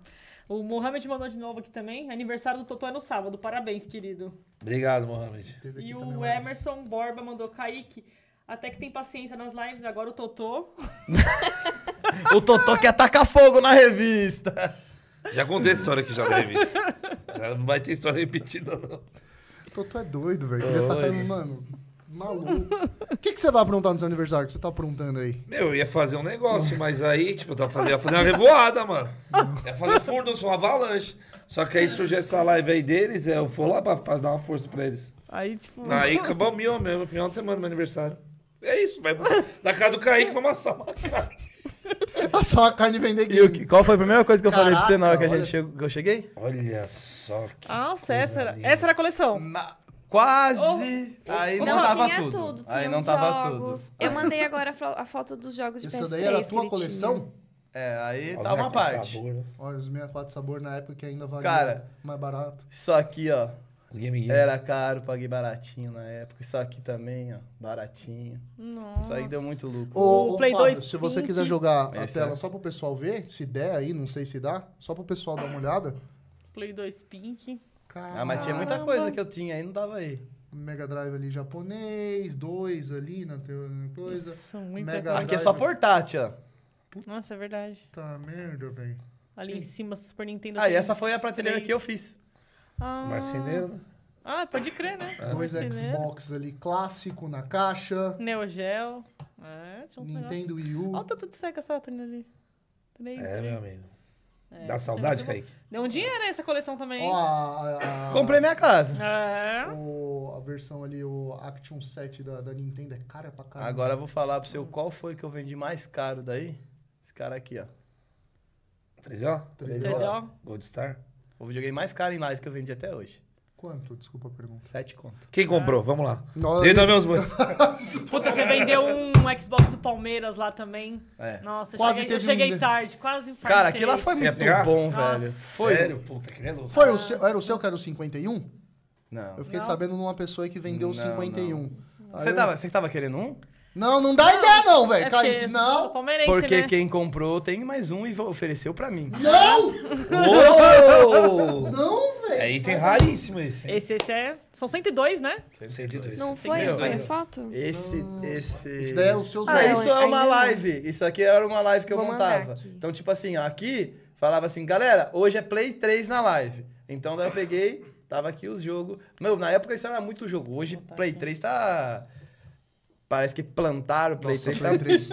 S2: O Mohamed mandou de novo aqui também. Aniversário do Totó é no sábado. Parabéns, querido.
S4: Obrigado, Mohamed.
S1: Teve aqui
S2: E
S1: também
S2: o
S1: uma-
S2: Emerson Borba mandou, Kaique, até que tem paciência nas lives, agora o Totô.
S3: O Totó quer atacar fogo na revista.
S4: Já contei essa história aqui já da revista. Já não vai ter história repetida, não.
S1: Totó é doido, velho. Ele tá tendo, mano, maluco. O que, que você vai aprontar no seu aniversário que você tá aprontando aí?
S4: Meu, eu ia fazer um negócio, mas aí, tipo, eu tava fazendo, ia fazer uma revoada, mano. Ia fazer furdunço, uma um avalanche. Só que aí surgiu essa live aí deles, é, eu vou lá pra, pra dar uma força pra eles.
S2: Aí, tipo...
S4: Aí acabou o meu mesmo, final de semana, meu aniversário. É isso, vai na casa do Kaique, vamos assar uma carne.
S1: É passar uma carne e vender
S3: E
S1: Guina.
S3: o que- qual foi a primeira coisa que eu falei pra você na hora que, a
S1: Caraca,
S3: gente chegou, que eu cheguei?
S4: Olha só. que-
S2: "Ah, Nossa, essa era, essa era a coleção.
S3: Ma- Quase. aí não, tava
S6: tinha
S3: tudo. Aí
S6: é tinha
S3: não
S6: os
S3: tava
S6: jogos.
S3: tudo.
S6: Eu mandei agora a fo- a foto dos jogos de PS3.
S1: Essa daí era a
S6: Tipo, que ele
S1: tua
S6: tinha.
S1: coleção?
S3: É, aí
S4: Olha
S3: tá uma
S4: que
S3: parte.
S4: sabor, né?
S1: Olha, os 64 sabor na época que ainda valia
S3: Cara.
S1: mais barato.
S3: Isso aqui, ó.
S4: Os game Gear.
S3: Era caro, paguei baratinho na época. Isso aqui também, ó. Baratinho. Isso aí deu muito lucro.
S1: Ô,
S2: O
S1: ô,
S2: Play
S1: Fábio,
S2: 2
S1: se você
S2: Pink.
S1: quiser jogar
S3: Esse
S1: a tela
S3: é.
S1: só pro pessoal ver, se der aí, não sei se dá, só pro pessoal dar uma olhada.
S2: Play 2 Pink.
S1: Cara,
S3: Ah, mas tinha muita coisa que eu tinha aí, não dava aí.
S1: Mega Drive ali japonês, dois ali na teu- na coisa.
S2: Nossa, muita
S1: Mega-
S2: coisa.
S3: Aqui é só portátil, ó.
S2: Nossa, é verdade.
S1: Tá merda, velho.
S2: Ali em cima, Super Nintendo.
S3: Ah, e
S2: tem
S3: essa foi a
S2: uns
S3: prateleira
S2: três.
S3: que eu fiz.
S2: Ah,
S4: Marceneiro, né?
S2: ah, pode crer, né?
S1: Dois
S2: Marceneiro.
S1: Xbox ali clássico na caixa.
S2: Neo Geo. É, tinha uns negócios.
S1: Nintendo Wii U.
S2: Olha o tanto de Sega Saturn ali. Três,
S4: É,
S2: três.
S4: meu amigo.
S2: É,
S3: então
S4: Dá saudade,
S2: deve ser
S4: Kaique?
S2: bom. Deu um dinheiro nessa coleção também,
S1: Ó,
S2: hein?
S1: a, a-
S3: Comprei minha casa.
S2: É.
S1: o- a versão ali, o Action 7 da, da Nintendo é cara pra caramba.
S3: Agora eu vou falar pro seu qual foi que eu vendi mais caro daí. Esse cara aqui, ó.
S4: 3O?
S1: 3D.
S2: Entendeu?
S4: Gold Star?
S3: O videogame mais caro em live que eu vendi até hoje.
S1: Quanto? Desculpa a pergunta.
S3: Sete conto.
S4: Quem comprou? Vamos lá.
S1: Nós-
S4: Dei meus bois.
S2: Puta, você vendeu um Xbox do Palmeiras lá também.
S3: É.
S2: Nossa, eu
S1: Quase
S2: cheguei, eu
S1: teve um-
S2: cheguei tarde, quase
S3: Cara, aquilo lá foi
S4: Você ia
S3: muito
S4: pegar?
S3: bom,
S2: Nossa.
S3: velho. Foi.
S4: Sério? Puta, que nem é louco.
S1: Foi o seu, era o seu que era o 51?
S3: Não.
S1: Eu fiquei
S2: Não.
S1: sabendo numa pessoa aí que vendeu o
S3: Não,
S1: 51. Aí
S3: Você
S1: eu-
S3: tava, você tava querendo um?
S1: Não, não dá ideia, não, velho.
S8: É porque
S1: Kaique,
S8: eu sou
S1: não.
S8: palmeirense,
S3: Porque
S8: né?
S3: quem comprou tem mais um e vo- ofereceu pra mim.
S1: Não!
S4: Uou!
S1: Não, velho.
S4: É item raríssimo esse. hein?
S8: Esse, esse é... São 102, né?
S4: 102.
S6: Não foi?
S3: Meu,
S6: Foi a
S3: mas-
S6: foto?
S3: Esse, esse...
S1: Isso daí é os seus
S6: Ah,
S3: Ah,
S1: velhos.
S3: isso é
S6: ainda
S3: uma
S6: não.
S3: live. Isso aqui era uma live que eu
S6: Vou mandar
S3: montava.
S6: aqui.
S3: Então, tipo assim, ó, aqui falava assim, galera, hoje é Play 3 na live. Então daí eu peguei, tava aqui os jogos. Meu, na época isso era muito jogo. Hoje Play 3 tá. Parece que plantaram o Play
S1: Nossa,
S3: 3.
S1: Play
S3: tá-
S1: 3.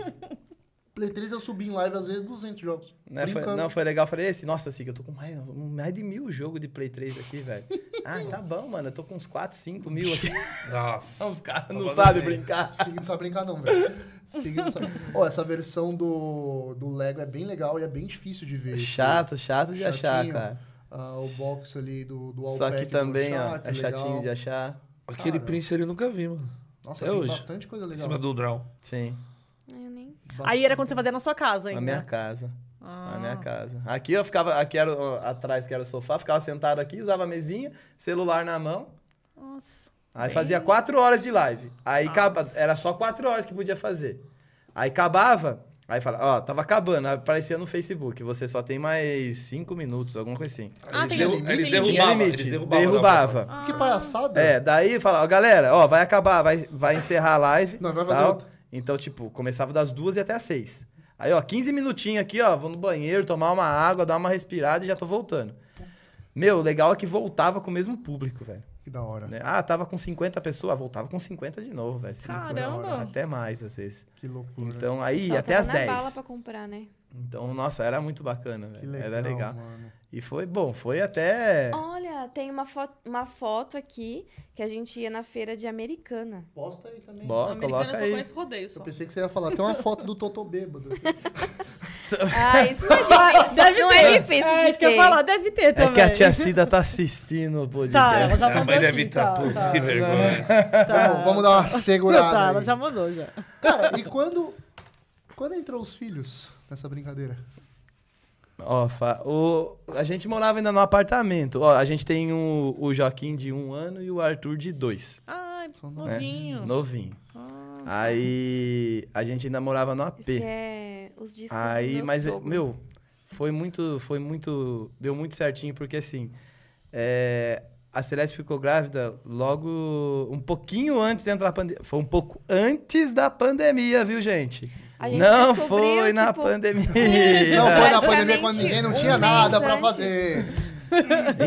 S1: Play 3 eu subi em live às vezes 200 jogos.
S3: Né, foi-
S1: Brincando.
S3: não, foi legal. Eu falei, esse, nossa, Siga, eu tô com mais, mais de mil jogos de Play 3 aqui, velho. ah, tá bom, mano. Eu tô com uns 4, 5 mil aqui.
S4: Nossa.
S3: Os caras
S4: Tá
S3: não
S4: bom,
S3: sabem
S4: né?
S3: brincar.
S1: Sig não sabe brincar, não, velho. Sig não sabe. Ó, essa versão do, do Lego é bem legal e é bem difícil de ver.
S3: Chato, chato de achar,
S1: Chatinho.
S3: cara.
S1: Ah, o box ali do, do
S3: Só
S1: Alpac
S3: que
S1: do
S3: também, ó,
S1: Chato,
S3: é chatinho
S1: legal.
S3: de achar.
S4: Aquele
S1: Cara.
S4: Prince ali eu nunca vi, mano.
S1: Nossa,
S4: Até
S1: tem
S4: hoje.
S1: bastante coisa
S4: Em
S1: legal.
S4: cima do Drão.
S3: Sim.
S6: Eu nem...
S8: Aí era quando você fazia na sua casa ainda. Ah.
S3: Na minha casa. Na minha casa. Aqui eu ficava, aqui era o- atrás que era o sofá, ficava sentado aqui, usava a mesinha, celular na mão.
S8: Nossa.
S3: Aí fazia quatro horas de live. Aí acaba, era só quatro horas que podia fazer. Aí acabava, aí fala, ó, tava acabando, aí aparecia no Facebook, você só tem mais cinco minutos, alguma coisa assim.
S8: Ah,
S4: eles,
S8: tem
S4: derru-
S8: limite?
S4: eles
S8: Tinha
S4: derrubavam.
S3: limite,
S4: Eles derrubavam. né,
S3: derrubava.
S1: Que palhaçada.
S3: É, daí falava, ó, galera, ó, vai acabar, vai, vai encerrar a live.
S1: Não, vai fazer outra.
S3: Então, tipo, começava das duas e até as seis. Aí, ó, 15 minutinhos aqui, ó, vou no banheiro, tomar uma água, dar uma respirada e já tô voltando. Meu, o legal é que voltava com o mesmo público, velho.
S1: Que da hora.
S3: né? Ah, tava com 50 pessoas, ah, voltava com 50 de novo, velho. Cinco,
S8: Caramba.
S3: Até mais, às vezes.
S1: Que loucura.
S3: Então, aí,
S6: Só
S3: até
S6: tava
S3: as
S6: na bala
S3: 10.
S6: pra comprar, né?
S3: Então, nossa, era muito bacana,
S1: que
S3: velho.
S1: legal,
S3: Era legal.
S1: Mano.
S3: E foi bom, foi até...
S6: Olha, tem uma, fo- uma foto aqui que a gente ia na feira de Americana.
S1: Posta aí também.
S3: Bom,
S2: Americana,
S3: coloca
S2: eu só
S3: aí.
S2: conheço rodeio só.
S1: Eu pensei que você ia falar, tem uma foto do Totô bêbado. aqui.
S6: Ah, isso não é difícil.
S2: Deve
S6: não
S2: ter.
S6: é difícil
S2: É,
S6: de
S2: isso que eu ia
S6: ter.
S2: falar, deve ter também.
S3: É que a tia né? Cida tá assistindo o podcast.
S2: Tá, ela já
S4: Ah,
S2: mandou
S4: mas deve
S2: aqui,
S4: estar,
S2: tá,
S4: putz,
S2: tá,
S4: que vergonha.
S6: Então,
S2: tá.
S1: Vamos, vamos dar uma segurada.
S2: Tá,
S1: aí.
S2: ela já mandou já.
S1: Cara, e quando. Quando entrou os filhos nessa brincadeira?
S3: Ó, fa- o, a gente morava ainda no apartamento. Ó, a gente tem o, o Joaquim de um ano e o Arthur de dois.
S2: Ai,
S1: Só não-
S2: novinho.
S3: Novinho. Aí a gente ainda morava no AP.
S6: Isso Ah. é os discos do
S3: Aí,
S6: meu
S3: mas,
S6: sogro.
S3: meu, foi muito, foi muito, deu muito certinho, porque assim, é, a Celeste ficou grávida logo, um pouquinho antes de entrar a pandemia, foi um pouco antes da pandemia, viu, gente?
S6: A gente
S3: não
S6: descobriu,
S3: foi na
S6: tipo,
S3: pandemia.
S1: Não foi na
S6: Praticamente
S1: pandemia quando ninguém não tinha
S6: um
S1: nada
S6: mês
S1: pra
S6: antes.
S1: fazer.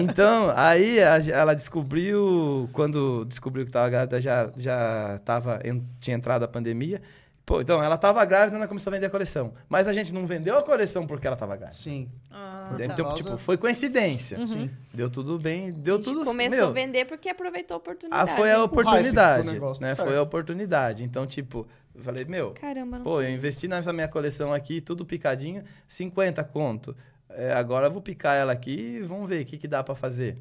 S3: Então, aí a- ela descobriu, quando descobriu que estava grávida, já, já tava, en- tinha entrado a pandemia. Pô, então, ela estava grávida e ela começou a vender a coleção. Mas a gente não vendeu a coleção porque ela estava grávida.
S1: Sim.
S2: Ah,
S1: tá.
S3: Então,
S1: Por causa-
S3: tipo, foi coincidência. Deu tudo bem, deu
S6: Uhum. a gente
S3: tudo... assim,
S6: começou
S3: meu,
S6: a vender porque aproveitou a
S3: ah,
S6: oportunidade.
S3: foi a
S1: hype do
S3: oportunidade,
S1: negócio, tá
S3: né?
S1: certo.
S3: Foi a oportunidade. Então, tipo, eu falei, meu,
S6: Caramba, não
S3: Pô, eu investi nessa minha coleção aqui, tudo picadinho, 50 conto. É, agora eu vou picar ela aqui e vamos ver o que, que dá pra fazer.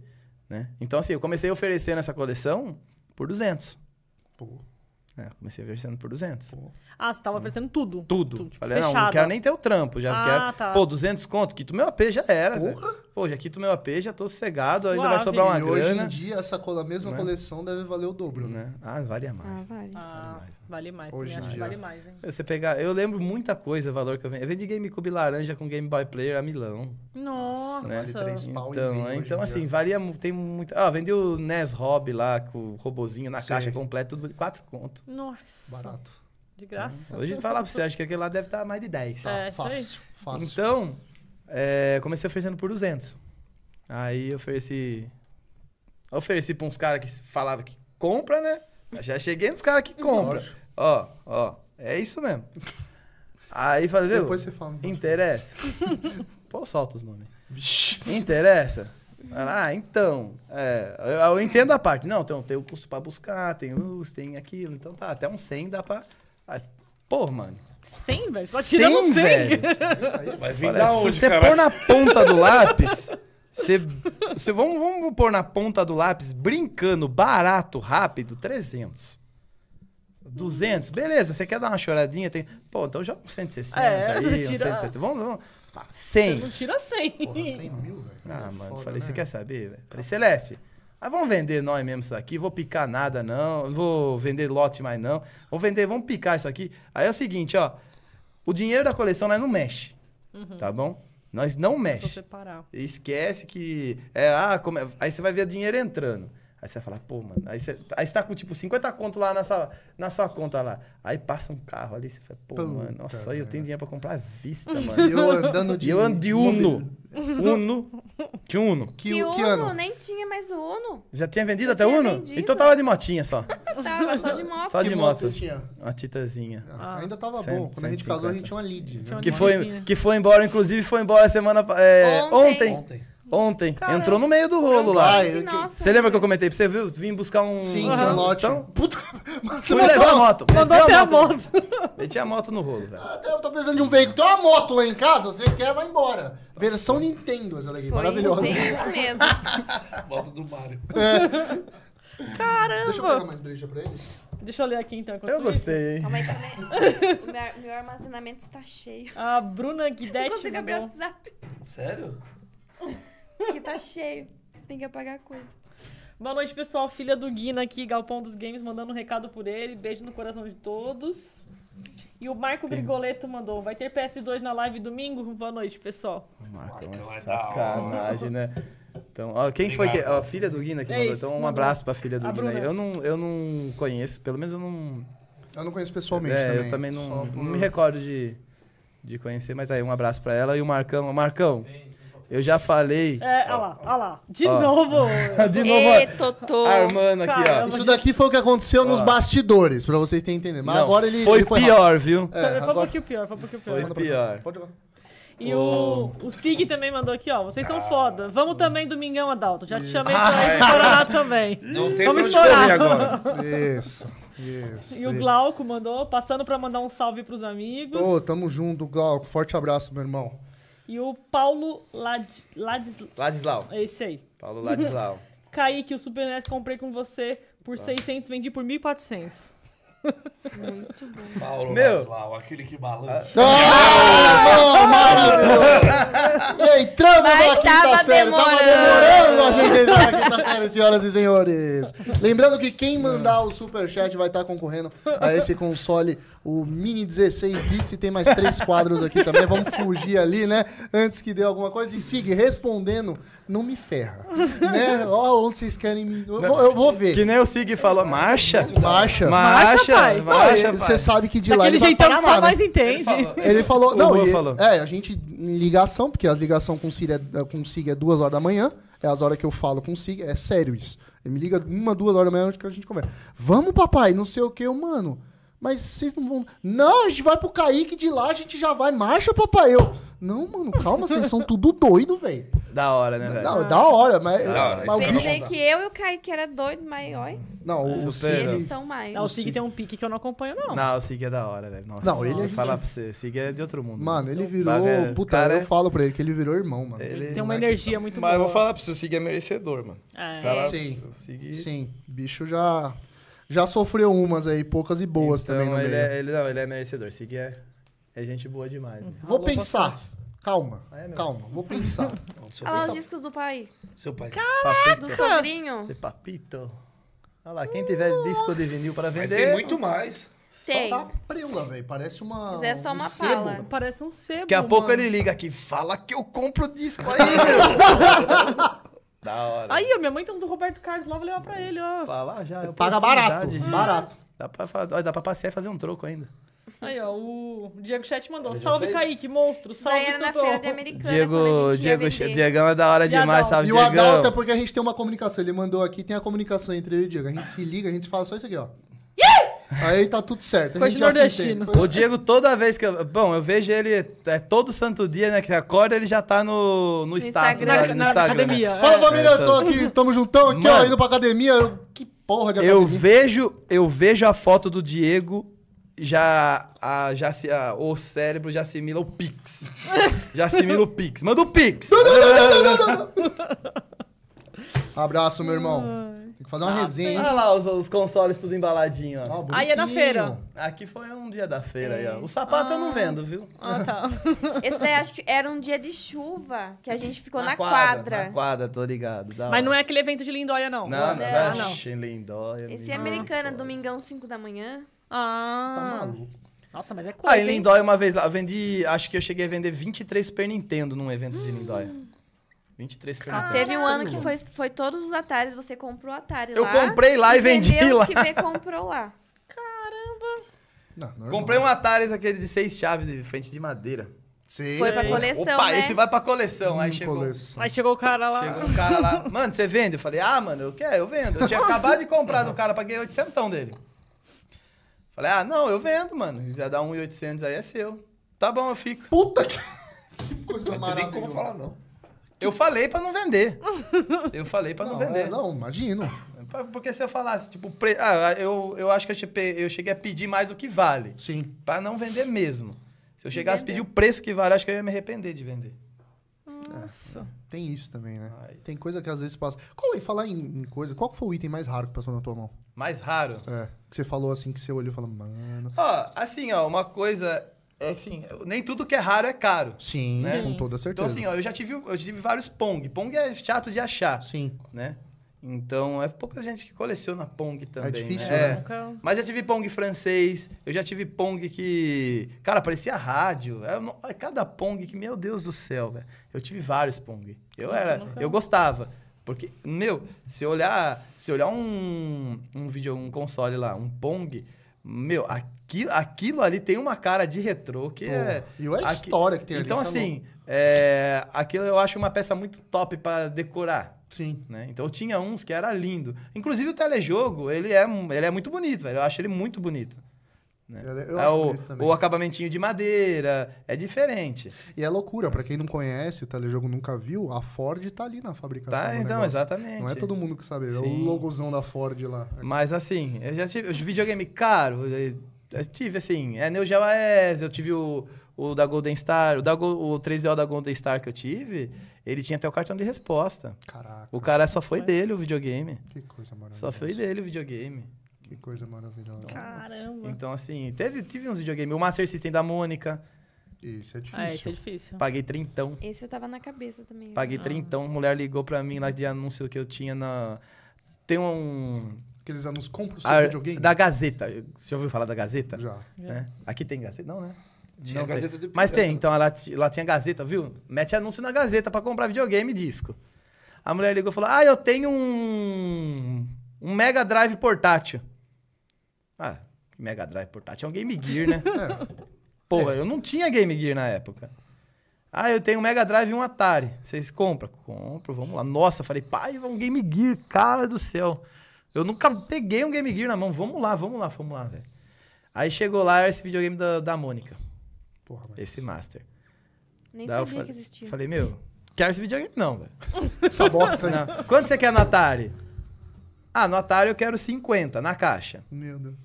S3: Né? Então, assim, eu comecei oferecendo essa coleção por 200.
S1: Pô.
S3: É, eu comecei oferecendo por 200.
S2: Ah, você tava oferecendo tudo.
S3: Tudo.
S2: Tudo, tipo,
S3: Falei, não, não
S2: fechada.
S3: quero nem ter o trampo. Já
S2: Ah,
S3: quero.
S2: tá.
S3: Pô, 200 conto, quito meu AP, já era. velho. Pô, já quito meu AP, já tô sossegado, ainda vai
S2: Suave.
S3: sobrar uma
S1: e hoje
S3: grana.
S1: em dia, essa cola- mesma
S3: Né?
S1: coleção deve valer o dobro, né?
S3: Né? Ah, vale a mais.
S6: Ah, vale.
S2: Ah, vale mais,
S1: Hoje
S2: também
S1: em
S2: acho que
S1: dia.
S2: vale mais, hein?
S3: Você pegar, eu lembro muita coisa, valor que eu vendi. Eu vendi GameCube laranja com Game Boy Player a Milão.
S2: Nossa.
S1: Vale três pau e meio
S3: Então,
S1: hoje
S3: é,
S1: em
S3: então
S1: dia.
S3: assim, varia, mu- tem muito. Ah, vendi o NES Hobby lá com o robozinho na
S1: Sei.
S3: caixa completa, tudo quatro conto.
S2: Nossa.
S1: Barato.
S2: De graça.
S3: Então, Hoje eu falar pra você, acho que aquele lá deve estar mais de 10.
S2: É, isso aí.
S1: Tá, fácil, fácil.
S3: então, é, comecei oferecendo por 200. Aí ofereci. Ofereci pra uns caras que falavam que compra, né? Eu já cheguei nos caras que
S1: Uhum.
S3: compra. Ó, ó, é isso mesmo. Aí falei, viu?
S1: Depois você fala.
S3: Interessa? Pô, solta os nomes. Interessa? Ela, Ah, então. é, eu, eu entendo a parte. Não, tem, tem o custo pra buscar, tem os, tem aquilo. Então tá, até um 100 dá pra. Ah, Pô, mano.
S2: 100, velho? Só tirando 100.
S4: Vai vir
S3: Olha,
S4: da
S3: se
S4: onde,
S3: você
S4: cara?
S3: pôr na ponta do lápis. Você, você, vamos, vamos pôr na ponta do lápis, brincando, barato, rápido, 300. 200, beleza, você quer dar uma choradinha? Tem... Pô, então joga um 160
S2: É,
S3: aí, um
S2: você tira-
S3: 170. Vamos, vamos. Pá,
S2: Você
S3: 100.
S2: não tira 100.
S1: Porra, 100 mil, velho.
S3: Ah, mano,
S1: Foda,
S3: falei,
S1: né?
S3: você quer saber, velho? Falei, Celeste, Ah, vamos vender nós mesmo isso aqui, vou picar nada não, não vou vender lote mais não, vou vender, vamos picar isso aqui. Aí é o seguinte, ó, o dinheiro da coleção nós não mexe,
S1: Uhum.
S3: tá bom? Nós
S1: Então
S3: não
S2: Vou
S3: mexe.
S2: separar.
S3: Esquece que. É, ah, como é- Aí você vai ver dinheiro entrando. Aí você vai falar, pô, mano. Aí você, aí você tá com tipo 50 conto lá na sua, na sua conta lá. Aí passa um carro ali, você fala, pô,
S1: Puta
S3: mano, nossa, eu
S1: merda.
S3: tenho dinheiro pra comprar à vista,
S9: E
S3: mano.
S9: eu andando de.
S3: E eu ando de
S9: mobil-
S3: Uno. Uno. Tinha Uno.
S1: Que, que ano?
S6: Nem tinha mais o Uno.
S3: Já tinha vendido
S6: Eu
S3: até
S6: tinha
S3: Uno?
S6: vendido.
S3: Então tava de motinha só.
S6: Eu tava só de moto.
S3: Só de
S1: que
S3: moto.
S1: você tinha?
S3: Uma titazinha.
S1: Ah, Ainda tava
S3: Cento-
S1: bom. Quando a gente casou, a gente
S3: 150.
S1: tinha uma lead. né?
S2: Tinha
S3: Que
S2: uma
S3: foi,
S2: motinha.
S3: que foi embora, inclusive foi embora semana. pa- É,
S6: Ontem.
S3: ontem.
S4: Ontem.
S3: Ontem. Entrou no meio do rolo lá.
S1: Ai,
S6: Gente,
S1: eu que-
S6: nossa.
S3: Você lembra que Ah, eu comentei pra você? Viu? Vim buscar um.
S1: Sim,
S3: um
S1: uhum. seu lote.
S3: Então,
S1: Puta, mas
S3: Fui levar a moto.
S2: Mandou
S3: Meti
S2: até a moto.
S3: Meti a moto no rolo, velho.
S1: Eu tô precisando de um veículo. Tem uma moto lá em casa, você quer, vai embora. Versão Nintendo, essa daqui.
S6: Foi
S1: Maravilhosa.
S6: bem isso mesmo.
S4: Bota do Mário.
S1: Deixa eu pegar mais breja pra eles.
S2: Deixa eu ler aqui então. enquanto
S3: Eu
S2: isso.
S3: gostei, hein?
S6: Calma aí, também. O meu, meu armazenamento está cheio.
S2: A Bruna
S6: Não
S2: Guidetti.
S6: consigo abrir o
S2: mandou.
S6: WhatsApp,
S4: Sério?
S6: que tá cheio. Tem que apagar a coisa.
S2: Boa noite, pessoal. Filha do Guina aqui, Galpão dos Games, mandando um recado por ele. Beijo no coração de todos. E o Marco Grigoleto mandou. Vai ter PS2 na live domingo? Boa noite, pessoal.
S3: Marca,
S9: Marcão
S3: uma
S9: é
S3: sacanagem, né? Então, ó, quem foi que. Ó, a filha do Guina que
S2: É
S3: mandou.
S2: isso,
S3: Então, um
S2: mandou.
S3: abraço pra filha do
S2: A
S3: Guina aí.
S2: Bruna.
S3: Eu não, eu não conheço, pelo menos eu não.
S1: Eu não conheço pessoalmente
S3: É,
S1: também.
S3: eu também não,
S1: Só por-
S3: não me recordo de, de conhecer, mas aí um abraço pra ela e o Marcão. Marcão, eu já falei.
S2: É, olha lá, olha lá. De
S3: Ó.
S2: novo.
S3: De novo, ó, Ah,
S6: Ê, Totô!
S3: armando aqui, ó.
S2: Caramba.
S1: Isso daqui foi o que aconteceu nos
S3: Ó.
S1: bastidores, pra vocês terem entendido. Mas
S3: Ah. Não,
S1: agora ele
S3: foi
S1: ele rápido.
S3: pior, viu?
S1: É,
S2: foi um
S1: agora-
S2: pouquinho pior, foi um pouquinho
S3: Foi
S2: pior.
S3: pior.
S1: Pode jogar.
S2: E o, o Sig também mandou aqui, ó. Vocês são foda. Vamos também, Domingão Adalto. Já te chamei pra explorar lá também.
S4: Não tem pra
S2: Vamos
S4: onde
S2: estourar.
S4: correr agora.
S1: Isso. Isso.
S2: E o Glauco mandou, passando pra mandar um salve pros amigos.
S1: Ô, tamo junto, Glauco. Forte abraço, meu irmão.
S2: E o Paulo Lad... Ladis...
S3: Ladislau.
S2: É esse aí.
S3: Paulo Ladislau.
S2: Kaique, o Super NES comprei com você por
S3: Tá.
S2: 600, vendi por 1.400.
S4: Paulo
S3: Meu.
S4: Ladislau, aquele que balança.
S1: E aí, entramos
S6: Mas
S1: na quinta
S6: tava
S1: série. Tava demorando a gente entrar na quinta série, senhoras e senhores. Lembrando que quem mandar o superchat vai estar concorrendo a esse console, o Mini 16 bits. E tem mais três quadros aqui também. Vamos fugir ali, né? Antes que dê alguma coisa. E siga respondendo, não me ferra. Né? Ó, onde vocês querem me... Eu, vou- eu vou ver.
S3: Que nem o Sig falou, marcha.
S1: Marcha.
S3: Marcha,
S2: pai.
S3: marcha,
S1: Você
S3: pai.
S1: sabe que de lá
S2: Daquele
S1: ele vai
S2: jeitão
S1: pra
S2: que
S1: lá,
S2: só
S1: né?
S2: nós entende.
S1: Ele falou.
S3: O
S1: não,
S3: Juan
S1: e-
S3: falou.
S1: É, a gente em ligação, porque as ligação com o Sig é, com o Sig é duas horas da manhã. É as horas que eu falo com o Sig. É sério isso. Ele me liga uma, duas horas da manhã é onde que a gente conversa. Vamos, papai, não sei o que, mano. Mas vocês não vão. Não, a gente vai pro Kaique de lá, a gente já vai. Marcha, papai. Eu. Não, mano, calma, vocês são tudo doido, velho.
S3: Da hora, né, velho?
S1: Não, é da hora, mas.
S4: Da hora,
S1: mas o
S4: isso é
S1: bicho-
S6: Pensei que eu e o Kaique era doido, mas olha,
S1: não, o
S3: Supera.
S6: eles
S1: Sig.
S6: são mais.
S2: Não, o Sig tem um pique que eu não acompanho, não.
S3: Não, o Sig é da hora, velho. Nossa,
S1: Não, ele é
S3: vou
S1: gente-
S3: falar pra você. Sig é de outro mundo.
S1: Mano, ele virou.
S3: Bagulho,
S1: Puta,
S3: é, cara,
S1: eu falo pra ele que ele virou irmão, mano.
S3: ele- é
S2: Tem uma energia muito
S9: Mas eu
S2: boa.
S9: vou falar pra você, o Sig é merecedor, mano.
S2: É.
S3: Vai lá,
S1: Sim.
S3: o Sig-
S1: Sim, bicho já já sofreu umas aí, poucas e boas
S3: Então,
S1: também no
S3: ele
S1: meio.
S3: é, ele, não, ele é merecedor. Sig é, é gente boa demais. né?
S1: Vou
S2: Alô,
S1: pensar. Calma,
S3: Ah, é mesmo?
S1: calma, vou pensar. tá
S4: Seu
S6: Olha lá os
S4: pai.
S6: discos do pai,
S4: Seu pai.
S6: do
S3: Papito.
S6: sobrinho.
S3: De papito. Olha lá, quem tiver disco de vinil pra
S4: Mas
S3: vender...
S4: tem muito mais.
S1: Só
S6: Tem.
S1: tá preula, velho. Parece uma.
S6: Mas é só
S1: um
S6: uma
S1: sebo.
S6: fala.
S2: Parece um sebo,
S3: Daqui a pouco
S2: mano.
S3: ele liga aqui, fala que eu compro o disco aí, meu. da hora.
S2: Aí, ó, minha mãe tem uns do Roberto Carlos lá, vou levar pra ele, ó.
S3: Falar já. é
S1: Paga barato.
S3: oportunidade de-
S1: Barato.
S3: Dá pra, fa- ó, dá pra passear e fazer um troco ainda.
S2: Aí, ó, o Diego Chat mandou. Salve, Kaique, monstro.
S6: Isso daí
S2: Salve,
S6: era na
S2: Tudor.
S6: feira de americana, é quando a
S3: Diego,
S6: gente ia
S3: Diego,
S6: vender.
S3: Diegão é da hora
S2: E
S3: demais,
S2: Adalto?
S3: salve,
S1: E o
S3: Diegão.
S1: Adalto é porque a gente tem uma comunicação. Ele mandou aqui, tem a comunicação entre eu e o Diego. A gente se liga, a gente fala só isso aqui, ó. Aí tá tudo certo. A
S2: Coisa
S1: gente
S2: de
S1: já se
S2: nordestino.
S1: entende.
S3: O Diego, toda vez que eu. Bom, eu vejo ele é, todo santo dia, né? Que acorda, ele já tá no, no, status
S6: Instagram.
S3: ali,
S2: Na-
S3: no
S2: na
S3: Instagram. né?
S2: academia.
S1: Fala,
S2: É.
S1: família,
S3: É,
S1: eu tô
S3: tá.
S1: aqui, tamo juntão aqui, ó,
S3: Mano.
S1: indo pra academia. Eu- Que porra de
S3: Eu
S1: academia.
S3: vejo, eu vejo a foto do Diego, já, a- já se, a- o cérebro já assimila o Pix. já assimila o Pix. Manda o Pix!
S1: Abraço, meu irmão. Fazer
S3: Ah,
S1: uma resenha.
S3: Olha lá os, os consoles tudo embaladinho, ó.
S1: Ó,
S2: Aí é na
S1: bonitinho.
S2: feira.
S3: Aqui foi um dia da feira aí, ó. O sapato eu não vendo, viu?
S2: Ah, tá.
S6: Esse daí acho que era um dia de chuva que a gente ficou na,
S3: Na
S6: quadra.
S3: quadra, tô ligado. da
S2: Mas
S3: hora.
S2: não é aquele evento de lindóia, não. Ah,
S3: Não, é. não,
S6: Não,
S2: não.
S3: Oxi, Lindóia.
S6: Esse é
S3: me-
S6: americana, domingão, 5 da manhã.
S2: Ah.
S1: Tá maluco.
S2: Nossa, mas é
S3: Ah, em
S2: coisa, hein?
S3: Lindóia uma vez lá, eu vendi, acho que eu cheguei a vender 23 Super Nintendo num evento
S6: Hum.
S3: de Lindóia. 23 Super Nintendo.
S6: Teve um ano que foi, foi todos os Atares, você comprou o Atari
S3: Eu
S6: lá.
S3: comprei lá e vendi
S6: vendeu
S3: lá.
S6: Os que vê comprou lá.
S1: Não, normal.
S3: Comprei um Atari aquele de seis chaves de frente de madeira.
S1: Sei.
S6: Foi pra coleção,
S3: Opa,
S6: né?
S3: esse vai pra coleção. Aí
S1: Hum,
S3: chegou,
S1: coleção.
S2: Aí chegou o cara lá.
S3: chegou um cara lá, mano, você vende? Eu falei, ah, mano, eu quero, eu vendo. Eu tinha acabado de comprar do cara, paguei 800 dele. Falei, ah, não, eu vendo, mano. Se quiser dar 1,800 aí é seu. Tá bom, eu fico.
S1: Puta que... que coisa
S4: Não tem nem como
S1: maravilhosa.
S4: falar, não.
S3: Eu falei pra não vender. Eu falei pra não,
S1: Não, é,
S3: vender.
S1: não, imagino.
S3: Pa- Porque se eu falasse, tipo, pre- ah, eu, eu acho que eu che- pe- eu cheguei a pedir mais do que vale,
S1: Sim.
S3: Pra não vender mesmo. Se eu chegasse a pedir o preço que vale, acho que eu ia me arrepender de vender.
S1: Tem isso também, né?
S3: Ai.
S1: Tem coisa que às vezes passa. Qual, e falar em, em coisa, qual que foi o item mais raro que passou na tua mão?
S3: Mais raro.
S1: É, que você falou assim, que você olhou e falou, mano...
S3: Ó, assim, ó, uma coisa é assim, eu- nem tudo que é raro é caro.
S1: Sim,
S3: Né?
S1: com toda certeza.
S3: Então assim, ó, eu já tive, eu tive vários Pong. Pong é chato de achar,
S1: Sim.
S3: né? Então, é pouca gente que coleciona Pong também.
S1: difícil,
S3: né?
S1: né?
S2: Nunca-
S3: Mas já tive Pong francês, eu já tive Pong que. Cara, parecia rádio. É um- é cada Pong que, meu Deus do céu, velho. Eu tive vários Pong. Eu era. Eu gostava. Porque, meu, se eu olhar, se eu olhar um, um vídeo, um console lá, um Pong, meu, aquilo, aquilo ali tem uma cara de retrô que é.
S1: E olha a
S3: aqui-
S1: história que tem ali.
S3: Então,
S1: isso é louco.
S3: assim, é, aquilo eu acho uma peça muito top pra decorar
S1: Sim.
S3: né? Então tinha uns que era lindo. Inclusive o telejogo, ele é, um- ele é muito bonito, velho. Eu acho ele muito bonito. né?
S1: Eu- eu
S3: É
S1: acho
S3: o,
S1: bonito também.
S3: o acabamentinho de madeira, é diferente.
S1: E é loucura, pra quem não conhece, o telejogo nunca viu, a Ford tá ali na fabricação.
S3: Tá?
S1: do
S3: Então,
S1: negócio.
S3: exatamente.
S1: Não é todo mundo que sabe, é o
S3: Sim.
S1: logozão da Ford lá.
S3: Mas assim, eu já tive os videogame caro, eu eu tive assim, é Neo Geo AES, eu tive o, o da Golden Star, o, da, Go- o 3DO da Golden Star que eu tive, ele tinha até o cartão de resposta.
S1: Caraca,
S3: O cara só foi dele o videogame.
S1: que coisa maravilhosa.
S3: Só foi dele o videogame.
S1: Que coisa maravilhosa.
S2: Caramba.
S3: Então, assim, teve, tive uns videogames. O Master System da Mônica,
S1: Isso é
S2: Ah, isso
S1: difícil.
S2: é difícil.
S3: paguei trintão.
S6: Esse eu tava na cabeça também.
S3: Paguei trintão. A mulher ligou pra mim lá de anúncio que eu tinha na. Tem um.
S1: Aqueles anos compra o seu
S3: a-
S1: videogame?
S3: Ah, da Gazeta. Você já ouviu falar da Gazeta?
S1: Já.
S3: Né? Aqui tem Gazeta? Não, né?
S4: Tinha
S3: Não tem.
S4: Gazeta de
S3: Mas
S4: Pirata.
S3: tem, então ela, ti- lá tinha Gazeta, viu? Mete anúncio na Gazeta pra comprar videogame e disco. A mulher ligou e falou: Ah, eu tenho um. Um Mega Drive portátil. Ah, que Mega Drive portátil? É um Game Gear, né? Porra, eu não tinha Game Gear na época. Ah, eu tenho um Mega Drive e um Atari. Vocês compram? Compro, vamos lá. Nossa, falei, pai, um Game Gear, cara do céu. Eu nunca peguei um Game Gear na mão. Vamos lá, vamos lá, vamos lá, velho. Aí chegou lá, era esse videogame da, da Mônica,
S1: Porra, mas...
S3: esse Master.
S6: Nem
S3: Daí eu
S6: sabia
S3: falei-
S6: que existia.
S3: Falei, meu, quero esse videogame não, velho.
S1: Essa bosta aí.
S3: Não. Quanto você quer no Atari? Ah, no Atari eu quero 50 na caixa.
S1: Meu Deus.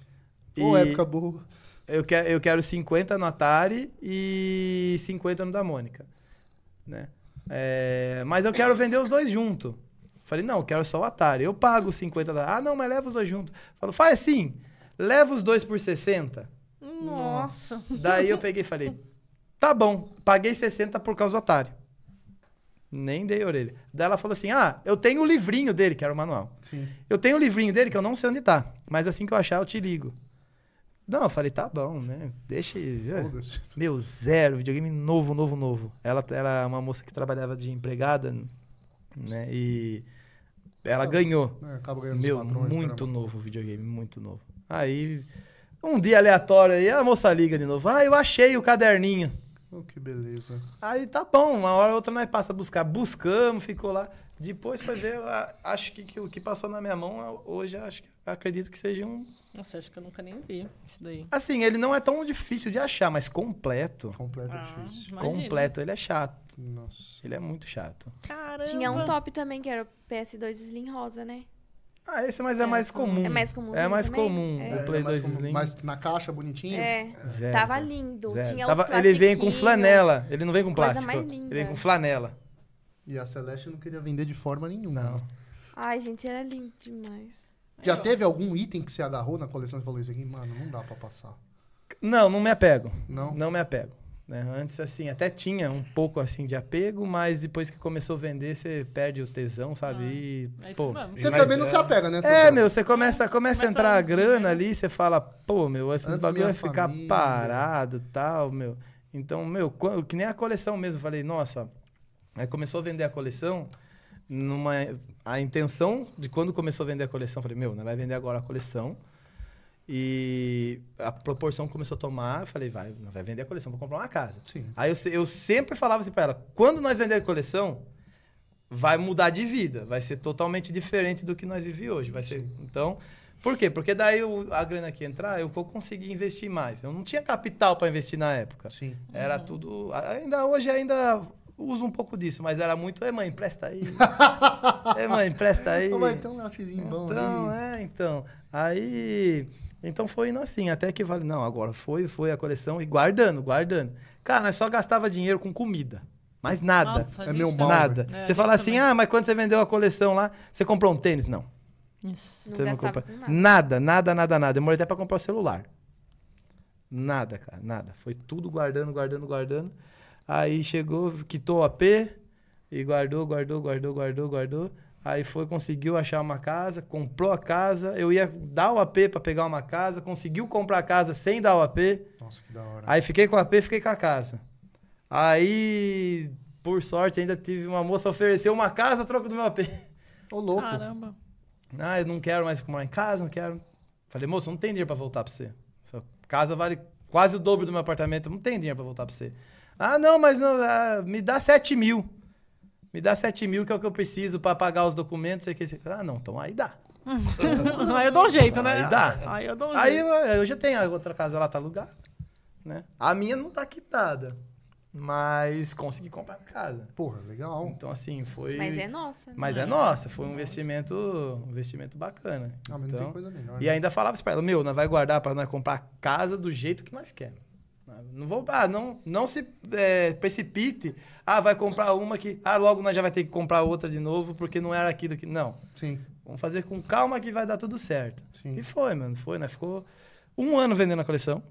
S3: E-
S1: Ô, época boa.
S3: Eu, que, eu quero 50 no Atari e 50 no da Mônica. Né? É, mas eu quero vender os dois junto. Falei, não, eu quero só o Atari. Eu pago os 50 da. Ah, não, mas leva os dois junto. Falou, faz assim, leva os dois por 60.
S2: Nossa.
S3: Daí eu peguei e falei, tá bom, paguei 60 por causa do Atari. Nem dei orelha. Daí ela falou assim: ah, eu tenho o livrinho dele, que era o manual.
S1: Sim.
S3: Eu tenho o livrinho dele que eu não sei onde tá, mas assim que eu achar eu te ligo. Não, eu falei, tá bom, né? Deixa.
S1: Foda-se.
S3: Meu, zero, videogame novo, novo, novo. Ela era uma moça que trabalhava de empregada, né? E ela ganhou.
S1: É, acaba ganhando os
S3: Meu,
S1: patrões,
S3: muito
S1: caramba.
S3: novo o videogame, muito novo. Aí, um dia aleatório aí, a moça liga de novo. Ah, eu achei o caderninho.
S1: Oh, que beleza.
S3: Aí tá bom, uma hora ou outra nós passa a buscar. Buscamos, ficou lá. Depois foi ver, eu a- acho que, que o que passou na minha mão eu- hoje, acho que acredito que seja um.
S2: Nossa, acho que eu nunca nem vi isso daí.
S3: Assim, ele não é tão difícil de achar, mas completo.
S1: Completo é
S2: Ah,
S1: difícil.
S2: imagina.
S3: Completo, ele é chato.
S1: Nossa.
S3: Ele é muito chato.
S2: Caramba.
S6: Tinha um top também, que era o PS2 Slim Rosa, né?
S3: Ah, esse mas é, mais comum.
S6: É mais comum.
S3: É mais comum.
S6: É.
S3: O Play
S1: É, mas
S3: 2
S1: como-
S3: Slim.
S1: Mas na caixa, bonitinho.
S6: É.
S3: Zero,
S6: Tava
S3: cara.
S6: lindo.
S3: Zero.
S6: Tinha
S3: Tava-
S6: os
S3: ele vem com
S6: plastiquinhos.
S3: flanela. Ele não vem com
S6: Coisa
S3: plástico.
S6: mais linda.
S3: Ele vem com flanela.
S1: E a Celeste não queria vender de forma nenhuma.
S3: Não.
S6: Ai, gente, era lindo demais.
S1: Já teve algum item que você agarrou na coleção e falou isso aqui? Mano, não dá pra passar.
S3: Não, não me apego.
S1: Não?
S3: Não me apego. né? Antes, assim, até tinha um pouco, assim, de apego, mas depois que começou a vender, você perde o tesão, sabe?
S6: Ah.
S3: E,
S2: É isso
S3: pô,
S2: mesmo.
S1: Você
S4: Mas
S1: também não
S4: é-
S1: se apega, né?
S3: é,
S1: Tucano?
S3: meu, você começa, começa
S2: Começa
S3: a entrar
S2: a-
S3: a grana ali, você fala, pô, meu, esses
S1: Antes
S3: bagulho
S1: minha
S3: vai ficar
S1: família.
S3: parado tal, meu. Então, meu, quan- que nem a coleção mesmo, eu falei, nossa, aí começou a vender a coleção, numa, a intenção de quando começou a vender a coleção, eu falei, meu, né, vai vender agora a coleção. E a proporção começou a tomar, eu falei, vai, não vai vender a coleção, vou comprar uma casa.
S1: Sim.
S3: Aí eu, se- eu sempre falava assim pra ela, quando nós vender a coleção, vai mudar de vida, vai ser totalmente diferente do que nós vivemos hoje, vai ser. Então, por quê? Porque daí eu- a grana que entrar, eu vou conseguir investir mais. Eu não tinha capital para investir na época.
S1: Sim.
S3: Era tudo, ainda hoje ainda uso um pouco disso, mas era muito, é mãe, empresta aí. é mãe, empresta aí.
S1: Então vai ter um latezinho bom
S3: Então,
S1: ali.
S3: é, então. Aí. Então foi indo assim, até que vale. Não, agora foi, foi a coleção e guardando, guardando. Cara, nós só gastava dinheiro com comida. Mais nada.
S2: Nossa,
S1: É
S2: gente,
S1: meu mal.
S3: nada.
S2: É, a
S3: você
S2: gente
S3: fala assim,
S2: também.
S3: ah, mas quando você vendeu a coleção lá, você comprou um tênis? Não.
S2: Isso.
S6: Não
S3: você não compra.
S6: gastava com
S3: Nada,
S6: nada.
S3: nada, nada, nada. Demorei até pra comprar o celular. Nada, cara, nada. Foi tudo guardando, guardando, guardando. Aí chegou, quitou o AP e guardou, guardou, guardou, guardou, guardou. Aí foi, conseguiu achar uma casa, comprou a casa. Eu ia dar o AP pra pegar uma casa, conseguiu comprar a casa sem dar o AP.
S1: Nossa, que da hora.
S3: Aí fiquei com a P, fiquei com a casa. Aí, por sorte, ainda tive uma moça ofereceu uma casa a troca do meu AP.
S1: Ô, louco.
S2: Caramba.
S3: Ah, eu não quero mais morar em casa, não quero. Falei, moço, não tem dinheiro pra voltar pra você. Sua casa vale quase o dobro do meu apartamento, não tem dinheiro pra voltar pra você. Ah, não, mas não, ah, me dá 7 mil. Me dá 7 mil, que é o que eu preciso pra pagar os documentos. sei que- sei que. Ah, não, então aí dá.
S2: Aí eu dou um jeito, né?
S3: Aí dá.
S2: Aí eu dou um
S3: Aí
S2: jeito.
S3: eu, eu já tenho a outra casa, ela tá alugada, né? A minha não tá quitada, mas consegui comprar a casa.
S1: Porra, legal.
S3: Então assim, foi
S6: Mas é nossa. né?
S3: Mas é nossa, foi um investimento, um investimento bacana.
S1: Ah, mas não tem
S3: então,
S1: coisa melhor.
S3: e
S1: né?
S3: ainda falava isso pra ela, meu, nós vai guardar pra nós comprar a casa do jeito que nós queremos. Não vou, ah, não, não se eh, precipite. Ah, vai comprar uma que, ah, logo nós já vai ter que comprar outra de novo porque não era aquilo que, não.
S1: Sim.
S3: Vamos fazer com calma que vai dar tudo certo.
S1: Sim.
S3: E foi, mano. Foi, né? Ficou um ano vendendo a coleção.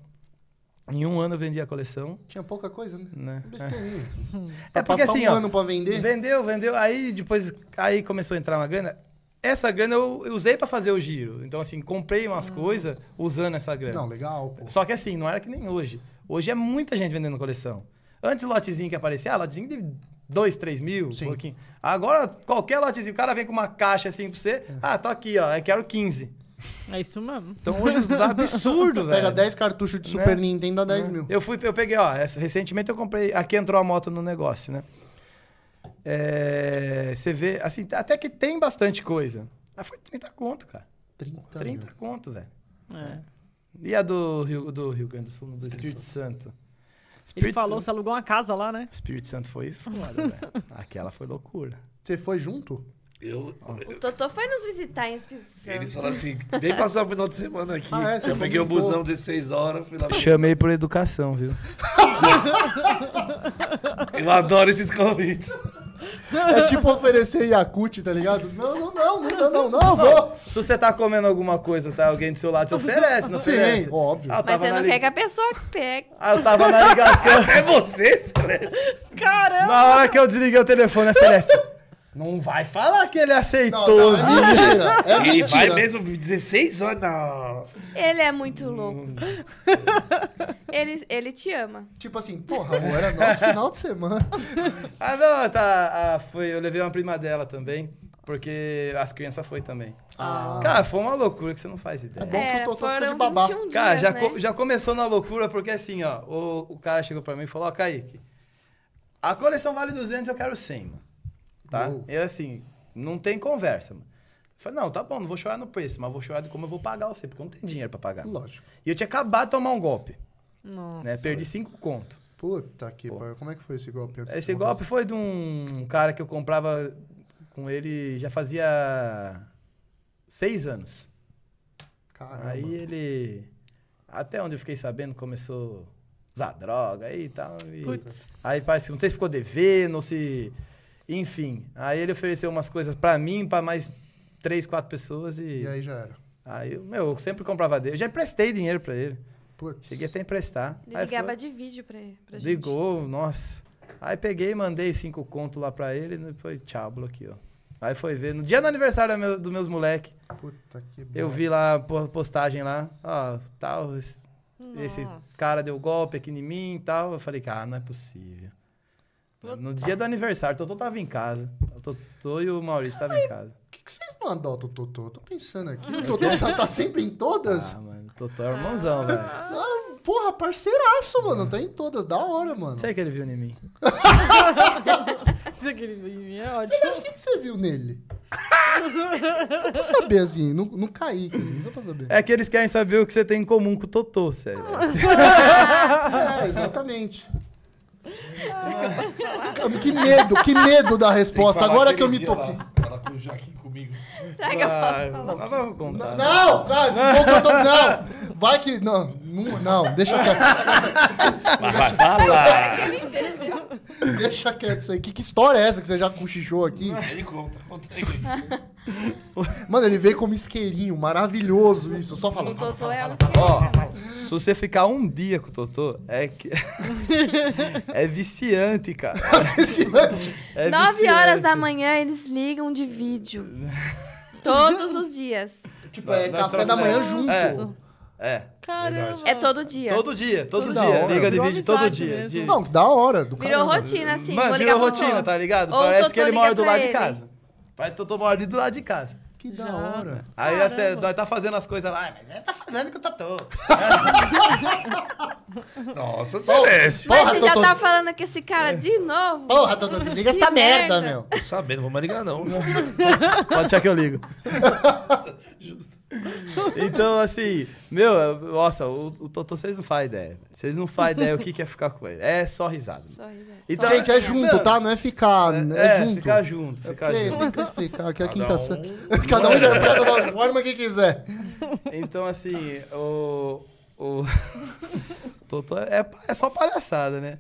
S3: Em um ano eu vendi a coleção,
S1: Tinha pouca coisa, né?
S3: né?
S1: Besteirinha.
S3: É
S1: Pra
S3: porque
S1: passar
S3: assim,
S1: um
S3: ó,
S1: ano pra vender.
S3: Vendeu, vendeu. Aí depois aí começou a entrar uma grana. Essa grana eu eu usei pra fazer o giro. Então, assim, comprei umas coisas usando essa grana.
S1: Não, legal, pô.
S3: Só que assim, não era que nem hoje. Hoje é muita gente vendendo coleção. Antes lotezinho que aparecia, ah, lotezinho de 2, 3 mil,
S1: Sim.
S3: um pouquinho. Agora, qualquer lotezinho, o cara vem com uma caixa assim pra você, ah, tô aqui, ó, eu quero 15.
S2: É isso mesmo.
S3: Então hoje tá absurdo, velho.
S1: Pega 10 cartuchos de
S3: Né?
S1: Super Nintendo a 10 mil.
S3: Eu fui, eu peguei, ó, essa- recentemente eu comprei, aqui entrou a moto no negócio, né? É, você vê, assim, até que tem bastante coisa. Mas foi 30 conto, cara.
S1: 30,
S3: 30
S1: mil.
S3: conto, velho.
S2: É.
S3: E a do Rio, do Rio Grande do Sul, do Espírito Santo.
S2: Ele
S3: Espírito
S2: falou,
S3: Santo.
S2: você alugou uma casa lá, né?
S3: Espírito Santo foi foda, velho. Aquela foi loucura.
S1: Você foi junto?
S4: Eu,
S6: O Totô foi nos visitar em Espírito Santo.
S4: eles falaram assim, vem passar o final de semana aqui.
S1: Ah, é? Você
S4: eu peguei o
S1: comentou.
S4: busão 16 horas, fui lá.
S3: Chamei por educação, viu?
S4: Eu adoro esses convites.
S1: É tipo oferecer Yakut, tá ligado? Não, não, não, não, não, não, não, eu vou.
S3: Se você tá comendo alguma coisa, tá? Alguém do seu lado se oferece, não
S1: Sim,
S3: oferece?
S1: óbvio.
S3: Ah, eu
S6: Mas
S3: tava
S6: você
S3: na
S6: não
S3: li-
S6: quer que a pessoa que pegue.
S3: Ah, eu tava na ligação.
S4: É você, Celeste?
S2: Caramba!
S3: Na hora que eu desliguei o telefone, a Celeste. Não vai falar que ele
S1: Não,
S3: aceitou, Ah,
S1: não, é
S3: viu?
S1: mentira. É
S4: Ele
S1: mentira.
S4: vai mesmo 16 horas? Não.
S6: Ele é muito
S3: Hum.
S6: louco. ele, ele te ama.
S1: Tipo assim, porra, amor, era nosso final de semana.
S3: Ah, não, tá. ah, foi, eu levei uma prima dela também. Porque as crianças foi também.
S1: Ah.
S3: Cara, foi uma loucura que você não faz ideia.
S1: bom. que o
S6: É,
S1: Totô ficou de
S6: foram
S1: babá.
S6: 21 dias,
S3: Cara, já,
S6: né?
S3: co- já começou na loucura, porque assim, ó, o, o cara chegou pra mim e falou, ó, Kaique, a coleção vale 200, eu quero 100, mano. Tá?
S1: Uou.
S3: E assim, não tem conversa, mano. Eu falei, não, tá bom, não vou chorar no preço, mas vou chorar de como eu vou pagar você, porque eu não tenho dinheiro pra pagar.
S1: Ah, Lógico.
S3: E eu tinha acabado de tomar um golpe. Né? Perdi cinco conto.
S1: Puta que pariu. Como é que foi esse golpe?
S3: Esse golpe foi de um cara que eu comprava com ele já fazia seis anos.
S1: Caramba.
S3: Aí ele. Até onde eu fiquei sabendo, começou a usar droga aí e tal. e-
S2: Putz.
S3: Aí parece que não sei se ficou devendo ou se. Enfim. Aí ele ofereceu umas coisas pra mim, pra mais três, quatro pessoas e.
S1: E aí já era.
S3: Aí, eu- meu, eu sempre comprava dele. Eu já emprestei dinheiro pra ele.
S1: Putz.
S3: Cheguei até a emprestar.
S6: Ele
S3: Aí
S6: ligava
S3: foi-
S6: de vídeo pra, pra gente.
S3: Ligou, nossa. Aí peguei, mandei cinco conto lá pra ele, e foi tchau, bloqueou. Aí foi ver. No dia do aniversário do meu- dos meus moleque,
S1: Puta que
S3: eu
S1: bosta.
S3: vi lá a po- postagem lá, ó, tal, esse, esse cara deu golpe aqui em mim e tal. Eu falei, cara, não é possível. No dia do aniversário, o Totô tava em casa. O Totô e o Maurício estavam em casa.
S1: O que, que vocês não adotam, Totô? Tô pensando aqui. O Totô sa- tá sempre em todas?
S3: Ah, mano, o Totô é o irmãozão, velho.
S1: Ah, porra, parceiraço,
S3: Ah.
S1: mano. Tá em todas. Da hora, mano.
S3: Não sei o que ele viu em mim.
S2: Isso aqui é
S1: Você
S2: ótimo.
S1: acha que, que você viu nele? só pra saber, assim. Não, não caí, assim, só pra saber.
S3: É que eles querem saber o que você tem em comum com o Totô, sério.
S1: É, exatamente. que medo, que medo da resposta. Agora que eu me toquei.
S4: Ela com o Joaquim comigo.
S6: Será que
S3: Ah,
S6: eu posso falar?
S3: Não, mas vou contar. né?
S1: Não, cara, esse pouco eu tô- Não! Vai que. Não, não, não, deixa quieto.
S6: Será que ele entendeu?
S1: Deixa quieto isso aí. Que, que história é essa que você já cochichou aqui?
S4: Ele conta, conta aí.
S1: Mano, ele veio como isqueirinho, maravilhoso isso. Só fala.
S6: O Totô é anos
S3: Ó, se você ficar um dia com o Totô, é que. é viciante, cara.
S1: Esse lanche.
S3: É
S6: 9 horas
S3: viciante.
S6: da manhã eles ligam de vídeo. Todos os dias.
S1: Tipo, é
S3: Nós
S1: café da
S3: trocamos-
S1: manhã junto.
S3: É,
S2: Caramba.
S6: É todo dia.
S3: é. Todo dia, todo
S1: Da
S3: dia.
S1: hora.
S3: Liga de
S2: Virou
S3: vídeo todo
S2: amizade
S3: dia.
S2: mesmo.
S3: de-
S1: Não, que da hora. Do
S6: Virou
S1: caramba.
S6: rotina, assim.
S3: Mano, virou
S6: vou ligar pro
S3: rotina,
S6: Totô.
S3: tá ligado?
S6: Ou o
S3: Parece
S6: Totô
S3: que ele
S6: liga
S3: mora do
S6: pra
S3: lado de
S6: ele.
S3: casa. Parece que o Totô mora ali do lado de casa.
S1: Que da hora.
S3: Aí
S2: Caramba.
S3: você, nós tá fazendo as coisas lá, "Ah, mas ele tá falando que o Totô.
S4: Nossa, Celeste.
S6: Mas
S1: Porra,
S6: você já
S1: Totô.
S6: tá falando com esse cara de novo?
S1: Porra, Totô, desliga essa
S6: Que
S1: merda,
S6: merda.
S1: meu.
S4: Tô sabendo, não vou mais ligar, não.
S3: Pode deixar que eu ligo. Então, assim, meu, eu- nossa, o, o Totô, vocês não fazem ideia. Vocês não fazem ideia o que, que é ficar com ele. É só risada.
S6: Só risada.
S3: Então,
S1: Gente, é junto, tá? Não é ficar.
S3: É,
S1: É, junto.
S3: ficar junto, ficar
S1: Ok,
S3: junto.
S1: Tem que explicar que é a
S4: Cada
S1: quinta
S4: um-
S1: série. Cada um interpreta da forma que quiser.
S3: Então, assim, o. O. Totô é, é só palhaçada, né?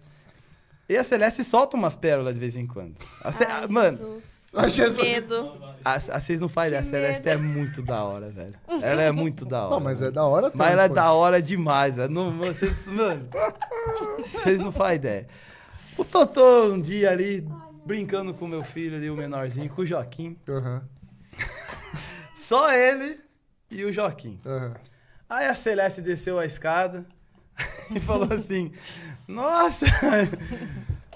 S3: E a Celeste solta umas pérolas de vez em quando. A Ce-
S6: Ai,
S3: ah, mano,
S6: Jesus.
S1: Ai, Jesus.
S6: Medo.
S3: a- a- vocês não fazem ideia. A
S6: Que
S3: Celeste é
S6: medo.
S3: muito da hora, velho. Ela é muito da hora.
S1: Não, mas é
S3: velho.
S1: da hora também.
S3: Mas ela é
S1: pô.
S3: da hora demais, velho. Não- Vocês, mano, vocês não fazem ideia. O Totô, um dia ali, brincando com meu filho ali, o menorzinho, com o Joaquim.
S1: Aham,
S3: Só ele e o Joaquim.
S1: aham.
S3: Aí a Celeste desceu a escada e falou assim: Nossa,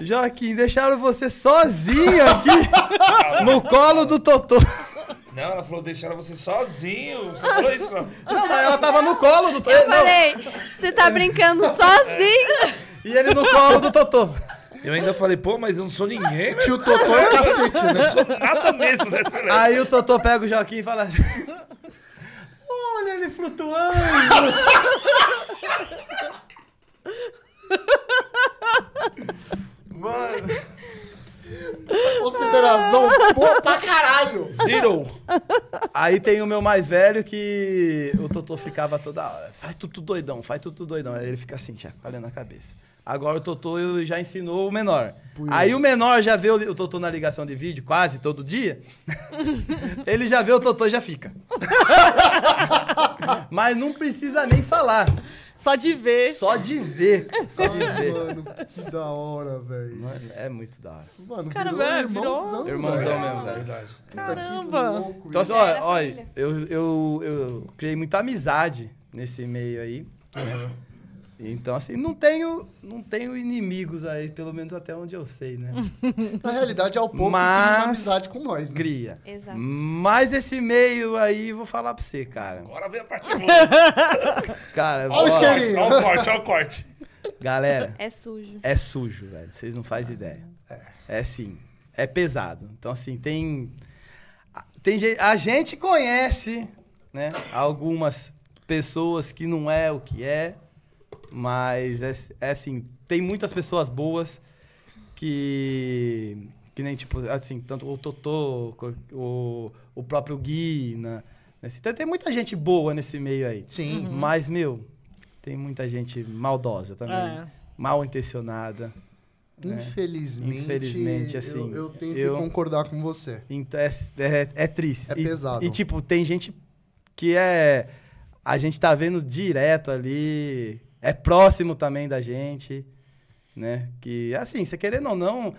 S3: Joaquim, deixaram você sozinho aqui no colo do Totô.
S4: Não, ela falou, deixaram você sozinho. Você falou isso, não.
S3: Não, mas ela tava no colo do Totô.
S6: Eu
S3: Não, É.
S6: falei, você tá brincando sozinho?
S3: e ele no colo do Totô.
S4: Eu ainda falei, pô, mas eu não sou ninguém, mas
S1: Tio Totó é o cacete,
S4: eu não
S1: né?
S4: sou nada mesmo, né, Celeste?
S1: Ah.
S3: Aí o Totô pega o Joaquim e fala assim: Olha ele flutuando.
S4: Mano,
S1: Consideração boa pra caralho.
S4: zero.
S3: Aí tem o meu mais velho que o Totô ficava toda hora. Faz tudo doidão, faz tudo doidão. Aí ele fica assim, chacoalhando a cabeça. Agora o Totô eu- já ensinou o menor. Aí o menor já vê o, o Totô na ligação de vídeo quase todo dia. ele já vê o Totô e já fica. Mas não precisa nem falar.
S2: Só de ver.
S3: Só de ver. Só de ver.
S1: Mano, que da hora, velho.
S3: Mano, é muito da hora.
S1: Mano,
S2: Cara,
S1: virou um
S2: velho,
S1: irmãozão. velho.
S4: é
S3: Irmãozão mesmo,
S4: né?
S3: velho.
S1: Puta, que
S2: é, Caramba.
S1: louco
S3: Então,
S1: isso.
S3: assim, olha, olha eu, eu, eu criei muita amizade nesse meio aí. né? Então, assim, não tenho, não tenho inimigos aí, pelo menos até onde eu sei, né?
S1: Na realidade, é o povo que
S3: Mas-
S1: tem amizade com nós, né?
S3: Cria.
S6: Exato.
S3: Mas esse meio aí, vou falar pra você, cara.
S4: Agora vem a parte boa.
S3: Cara,
S1: Olha o
S3: ó,
S1: esquema.
S4: Olha o corte, olha o corte.
S3: galera,
S6: É sujo.
S3: é sujo, velho. Vocês não fazem ideia. É sim. É pesado. Então, assim, tem. a- tem gente, a gente conhece, né? Algumas pessoas que não é o que é, mas é, é assim, tem muitas pessoas boas que. Que nem, tipo, assim, tanto o Totô, co- o, o próprio Gui, né? Assim, tem, tem muita gente boa nesse meio aí.
S1: Sim.
S2: Uhum.
S3: Mas, meu, tem muita gente maldosa também
S2: É.
S3: mal intencionada,
S1: Infelizmente,
S3: É. Infelizmente,
S1: eu-
S3: assim,
S1: eu, tenho
S3: eu-
S1: que concordar com você.
S3: Então é, é, é triste.
S1: É
S3: E-
S1: pesado.
S3: E, tipo, tem gente que é. A gente tá vendo direto ali. É próximo também da gente. Né? Que, assim, você querendo ou não.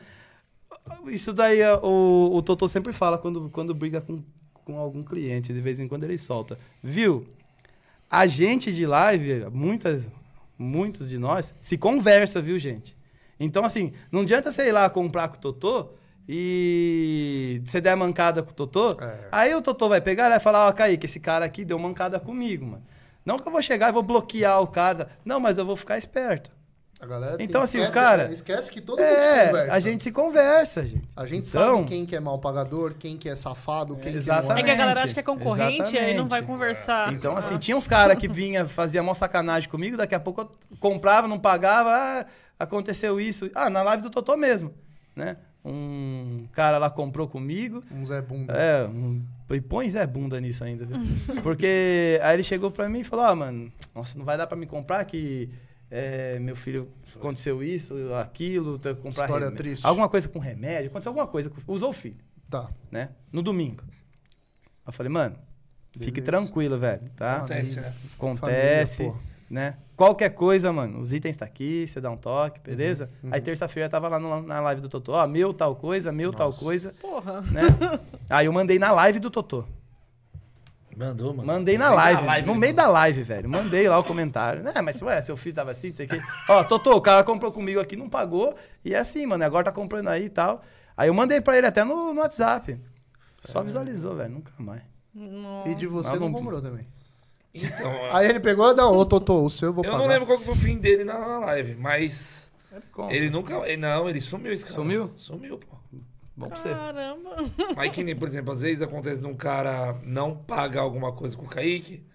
S3: Isso daí é o, o Totô sempre fala quando, quando briga com, com algum cliente. De vez em quando ele solta. Viu? A gente de live, muitas, muitos de nós, se conversa, viu, gente? Então, assim, não adianta, sei lá, comprar com o Totô e você der mancada com o Totô.
S1: É.
S3: Aí o Totô vai pegar e vai falar, ó, Kaique, esse cara aqui deu mancada comigo, mano. Não que eu vou chegar e vou bloquear o cara. Não, mas eu vou ficar esperto.
S1: A galera tem-
S3: Então, assim, o
S1: esquece, né?
S3: cara-
S1: Esquece que todo mundo se
S3: É,
S1: conversa.
S3: a gente se conversa, gente.
S1: A gente
S3: Então-
S1: sabe quem que é mal pagador, quem que é safado, quem que não
S3: Exatamente.
S2: É que a galera acha que é concorrente, aí não
S3: Exatamente.
S2: vai conversar.
S3: Então, assim,
S2: Ah,
S3: tinha uns caras que vinha, fazia mó sacanagem comigo, daqui a pouco eu comprava, não pagava, ah, aconteceu isso. Ah, na live do Totô mesmo, né? Um cara lá comprou comigo,
S1: é. Um Zé Bunda.
S3: é, um, e põe Zé Bunda nisso ainda, viu? Porque aí ele chegou pra mim e falou, ah, mano, nossa, não vai dar pra me comprar que é, meu filho aconteceu isso, aquilo, ter que comprar
S1: História
S3: remédio.
S1: triste.
S3: Alguma coisa com remédio, aconteceu alguma coisa, com- usou o filho
S1: Tá.
S3: né? No domingo. Eu falei, mano, fique
S1: Beleza.
S3: tranquilo, velho, tá?
S4: Acontece, né?
S3: Acontece,
S1: Família,
S3: né? Qualquer coisa, mano, os itens tá aqui, você dá um toque, beleza? Aí terça-feira tava lá no- na live do Totô, ó, meu tal coisa, meu tal coisa,
S2: Porra.
S3: né? Aí eu mandei na live do Totô.
S4: Mandou, mano.
S3: Mandei na live, né? no meio da live, velho. Mandei lá o comentário. Né, mas ué, seu filho tava assim, não sei o quê. Ó, Totô, o cara comprou comigo aqui, não pagou. E é assim, mano, agora tá comprando aí e tal. Aí eu mandei pra ele até no, no WhatsApp. Só visualizou, velho, nunca mais.
S1: E de você
S3: Mas
S1: Ah, não
S3: não-
S1: comprou também.
S4: Então,
S1: Aí ele pegou, não, ô Totô, o seu eu vou
S4: eu
S1: pagar.
S4: não lembro qual que foi o fim dele na na live, mas.
S3: Como?
S4: Ele nunca. ele- Não, ele sumiu esse cara.
S3: Sumiu?
S4: Sumiu, pô.
S3: Bom pra você.
S2: Caramba.
S4: Aí que nem, por exemplo, às vezes acontece de um cara não pagar alguma coisa com o Kaique.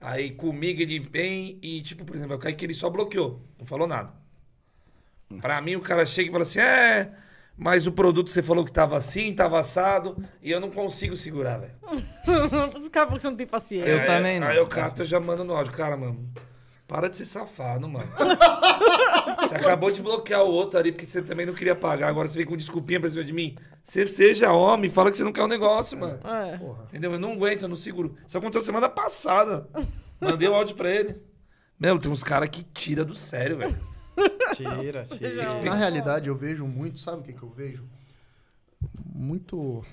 S4: Aí comigo ele vem e, tipo, por exemplo, o Kaique ele só bloqueou, não falou nada. Pra mim o cara chega e fala assim: é, mas o produto você falou que tava assim, tava assado, e eu não consigo segurar, velho.
S2: Os caras falam que você não tem paciência.
S3: Eu
S4: Aí-
S3: também não.
S4: É, Aí eu cato, eu já mando no áudio. Cara, mano, para de ser safado, mano. você acabou de bloquear o outro ali porque você também não queria pagar. Agora você vem com desculpinha pra cima de mim. Você seja homem, fala que você não quer o negócio, mano.
S2: É.
S4: Entendeu? Eu não aguento, eu não seguro. Isso aconteceu semana passada. Mandei o áudio pra ele. Meu, tem uns caras que tira do sério, velho.
S3: Tira, tira.
S1: Na realidade, eu vejo muito, sabe o que, que eu vejo? Muito.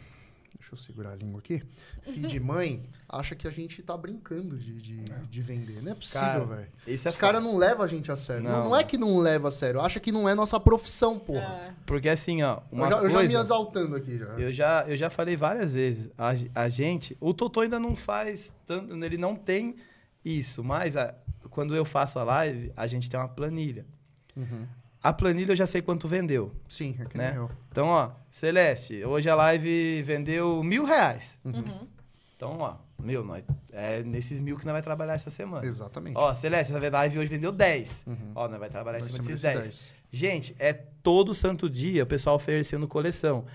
S1: Deixa eu segurar a língua aqui. Filho de mãe acha que a gente tá brincando de, de, de vender. Não é
S3: Cara,
S1: possível, velho.
S3: Isso é
S1: Os caras
S3: foda.
S1: não levam a gente a sério. Não.
S3: Não.
S1: não é que não leva a sério, acha que não é nossa profissão,
S4: É.
S1: porra.
S3: Porque assim, ó, uma
S1: eu, já, eu já
S3: coisa...
S1: me exaltando aqui já.
S3: Eu já, eu já falei várias vezes. A, ge- a gente. O Totô ainda não faz tanto. Ele não tem isso. Mas a- quando eu faço a live, a gente tem uma planilha. A planilha eu já sei quanto vendeu.
S1: Uhum. Sim, é que
S3: Né?
S1: nem eu.
S3: Então, ó, Celeste, hoje a live vendeu mil reais.
S1: Uhum.
S3: Então, ó, meu, nós, é nesses mil que nós vai trabalhar essa semana.
S1: Exatamente. Uhum.
S3: Ó, Celeste, essa live hoje vendeu 10. Ó, nós vai trabalhar em
S1: Nós
S3: cima
S1: temos
S3: desses
S1: esses
S3: 10. Gente, é todo santo dia o pessoal oferecendo coleção.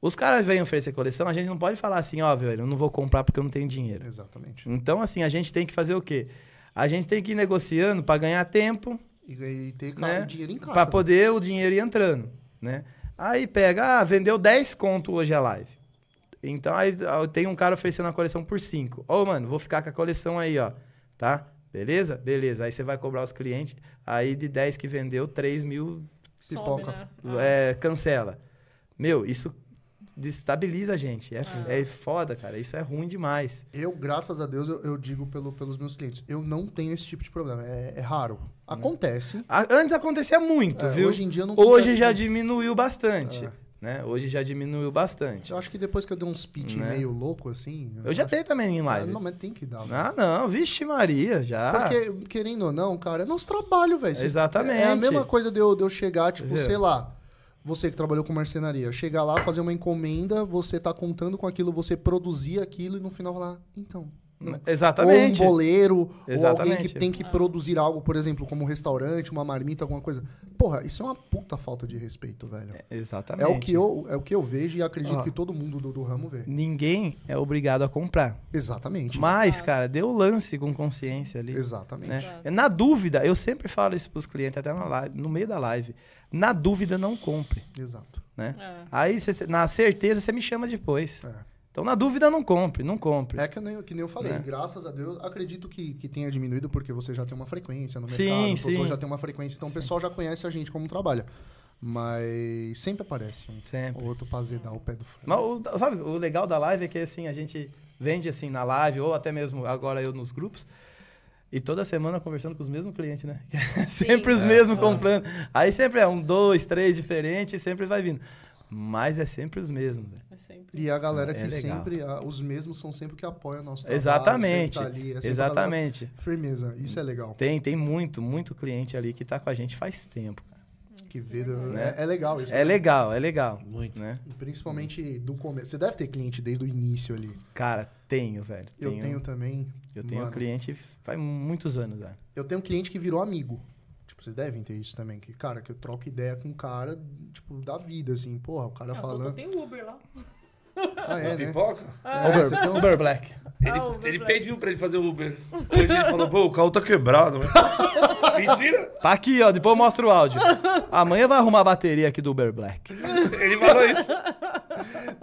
S3: Os caras vêm oferecer coleção, a gente não pode falar assim, ó, velho, eu não vou comprar porque eu não tenho dinheiro.
S1: Exatamente.
S3: Então, assim, a gente tem que fazer o quê? A gente tem que ir negociando para ganhar tempo,
S1: E, e ter ca-
S3: né?
S1: dinheiro em casa.
S3: Pra poder o dinheiro ir entrando, né? Aí pega, ah, vendeu 10 conto hoje a live. Então aí ah, tem um cara oferecendo a coleção por 5. Ô, mano, vou ficar com a coleção aí, ó. Tá? Beleza? Beleza. Aí você vai cobrar os clientes. Aí de 10 que vendeu, 3 mil
S1: Pipoca.
S2: Some, né?
S3: é, cancela. Meu, isso destabiliza a gente. É,
S1: Ah.
S3: f- é foda, cara. Isso é ruim demais.
S1: Eu, graças a Deus, eu, eu digo pelo- pelos meus clientes, eu não tenho esse tipo de problema. É, é raro. Acontece.
S3: A- antes acontecia muito,
S1: É,
S3: Né? viu?
S1: Hoje em dia não
S3: Hoje
S1: acontece Ah.
S3: já
S1: tanto.
S3: diminuiu bastante. Né? Hoje já diminuiu bastante.
S1: Eu acho que depois que eu dei uns pitch
S3: Né?
S1: meio louco, assim.
S3: Eu já
S1: acho-
S3: dei também em
S1: Ah,
S3: live.
S1: Não, mas tem que dar. velho.
S3: Ah, não, vixe Maria, já.
S1: Porque, querendo ou não, cara, é nosso trabalho, velho. Cês-
S3: Exatamente.
S1: É a mesma coisa de eu, de eu chegar, tipo,
S3: Entendeu?
S1: sei lá. Você que trabalhou com marcenaria, chegar lá, fazer uma encomenda, você tá contando com aquilo, você produzir aquilo e no final falar, então,
S3: Exatamente.
S1: Ou um boleiro, ou alguém
S3: Exatamente.
S1: que tem que produzir algo, por exemplo, como um restaurante, uma marmita, alguma coisa. Porra, isso é uma puta falta de respeito, velho. É
S3: Exatamente. Ah.
S1: o que eu, é o que eu vejo e acredito
S3: Ó.
S1: que todo mundo do, do ramo vê.
S3: Ninguém é obrigado a comprar.
S1: Exatamente.
S3: Mas, cara, dê o lance com consciência ali. né?
S1: Ah. Exatamente.
S3: Na dúvida, eu sempre falo isso pros clientes, até na live, no meio da live. Na dúvida, não compre.
S1: Exato.
S3: né?
S2: É.
S3: Aí, cê- na certeza, você me chama depois.
S1: É.
S3: Então, na dúvida, não compre, não compre.
S1: É que nem, que nem eu falei,
S3: Né?
S1: graças a Deus, acredito que, que tenha diminuído porque você já tem uma frequência no
S3: Sim,
S1: mercado, o Totô
S3: sim.
S1: já tem uma frequência, então o pessoal já conhece a gente como trabalha. Mas sempre aparece um
S3: Sempre.
S1: ou outro pra azedar o pé do freio.
S3: Mas, o, sabe, o legal da live é que, assim, a gente vende, assim, na live, ou até mesmo agora eu nos grupos, e toda semana conversando com os mesmos clientes, né? sempre
S1: É.
S3: os mesmos comprando. Aí sempre é um, dois, três diferentes, sempre vai vindo. Mas é sempre os mesmos, velho.
S2: É sempre.
S1: E a galera
S3: É
S1: que
S3: legal.
S1: sempre, ah, os mesmos são sempre que apoiam o nosso trabalho.
S3: Exatamente.
S1: sempre tá ali, é sempre a galera
S3: Exatamente.
S1: Firmeza, isso é legal.
S3: Tem, tem muito, muito cliente ali que tá com a gente faz tempo. cara.
S1: Que vê, do-
S3: Né?
S1: é, é legal isso.
S3: É legal, é legal.
S4: Muito.
S3: Né?
S1: Principalmente do começo. Você deve ter cliente desde o início ali.
S3: Cara, tenho, velho.
S1: Eu tenho também.
S3: Eu tenho um
S1: mano,
S3: cliente faz muitos anos, velho.
S1: Eu tenho cliente que virou amigo. Tipo, vocês devem ter isso também. Que, cara, que eu troco ideia com o cara, tipo, da vida, assim. Porra, o cara
S2: Ah, o Totô
S1: falando.
S2: tem o Uber lá.
S1: Ah, é, né?
S4: Pipoca?
S3: Ah,
S1: É, você tem um-
S3: Uber Black.
S4: Ele,
S2: o Uber
S4: ele
S2: Black.
S4: pediu pra ele fazer o Uber. Hoje ele falou, pô, o carro tá quebrado. né? Mentira!
S3: Tá aqui, ó. Depois eu mostro o áudio. Amanhã vai arrumar a bateria aqui do Uber Black.
S4: Ele falou isso.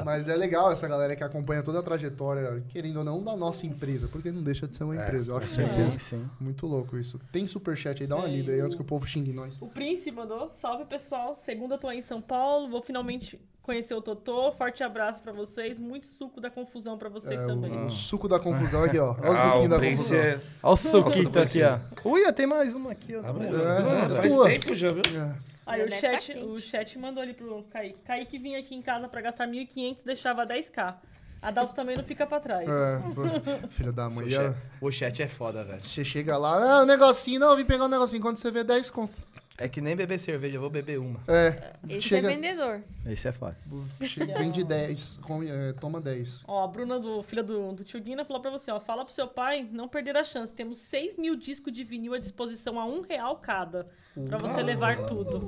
S1: Mas é legal essa galera que acompanha toda a trajetória, querendo ou não, da nossa empresa. Porque não deixa de ser uma empresa. Eu acho que é
S3: sim.
S1: muito louco isso. Tem superchat aí, dá uma
S2: Tem.
S1: lida aí antes que o povo xingue nós.
S2: O Prince mandou. Salve, pessoal. Segunda eu tô aí em São Paulo. Vou finalmente conhecer o Totô. Forte abraço pra vocês. Muito suco da confusão pra vocês
S1: É,
S2: também.
S1: o, o suco da confusão aqui, ó. Olha o
S4: Ah,
S1: suquinho
S4: o
S1: da
S4: Prince
S1: confusão.
S4: é...
S3: Ó o suquito
S4: Todo
S3: aqui, ó. Ui, tem mais uma aqui, ó.
S4: Ah, mas-
S1: É,
S4: Mano, faz
S1: tua.
S4: tempo já, viu?
S1: É.
S2: Aí
S6: Já
S2: o
S6: deve tá
S2: chat,
S6: quente.
S2: o chat mandou ali pro Kaique. Kaique vinha aqui em casa pra gastar 1.500, deixava 10k. Adalto também não fica pra trás.
S1: É, filho da
S3: O
S1: mãe.
S3: chat,
S1: ela-
S3: o chat é foda, velho.
S1: Você chega lá, ah, um negocinho, não, eu vim pegar um negocinho. Quando você vê 10 conto.
S3: É que nem beber cerveja, eu vou beber uma.
S1: É,
S6: Esse
S1: chega,
S6: é vendedor.
S3: Esse é foda.
S1: che- vende 10, come- é, toma 10.
S2: Ó, a Bruna, do, filha do, do tio Guina, falou pra você, ó. Fala pro seu pai não perder a chance. Temos 6 mil discos de vinil à disposição a um real cada. Pra você levar tudo.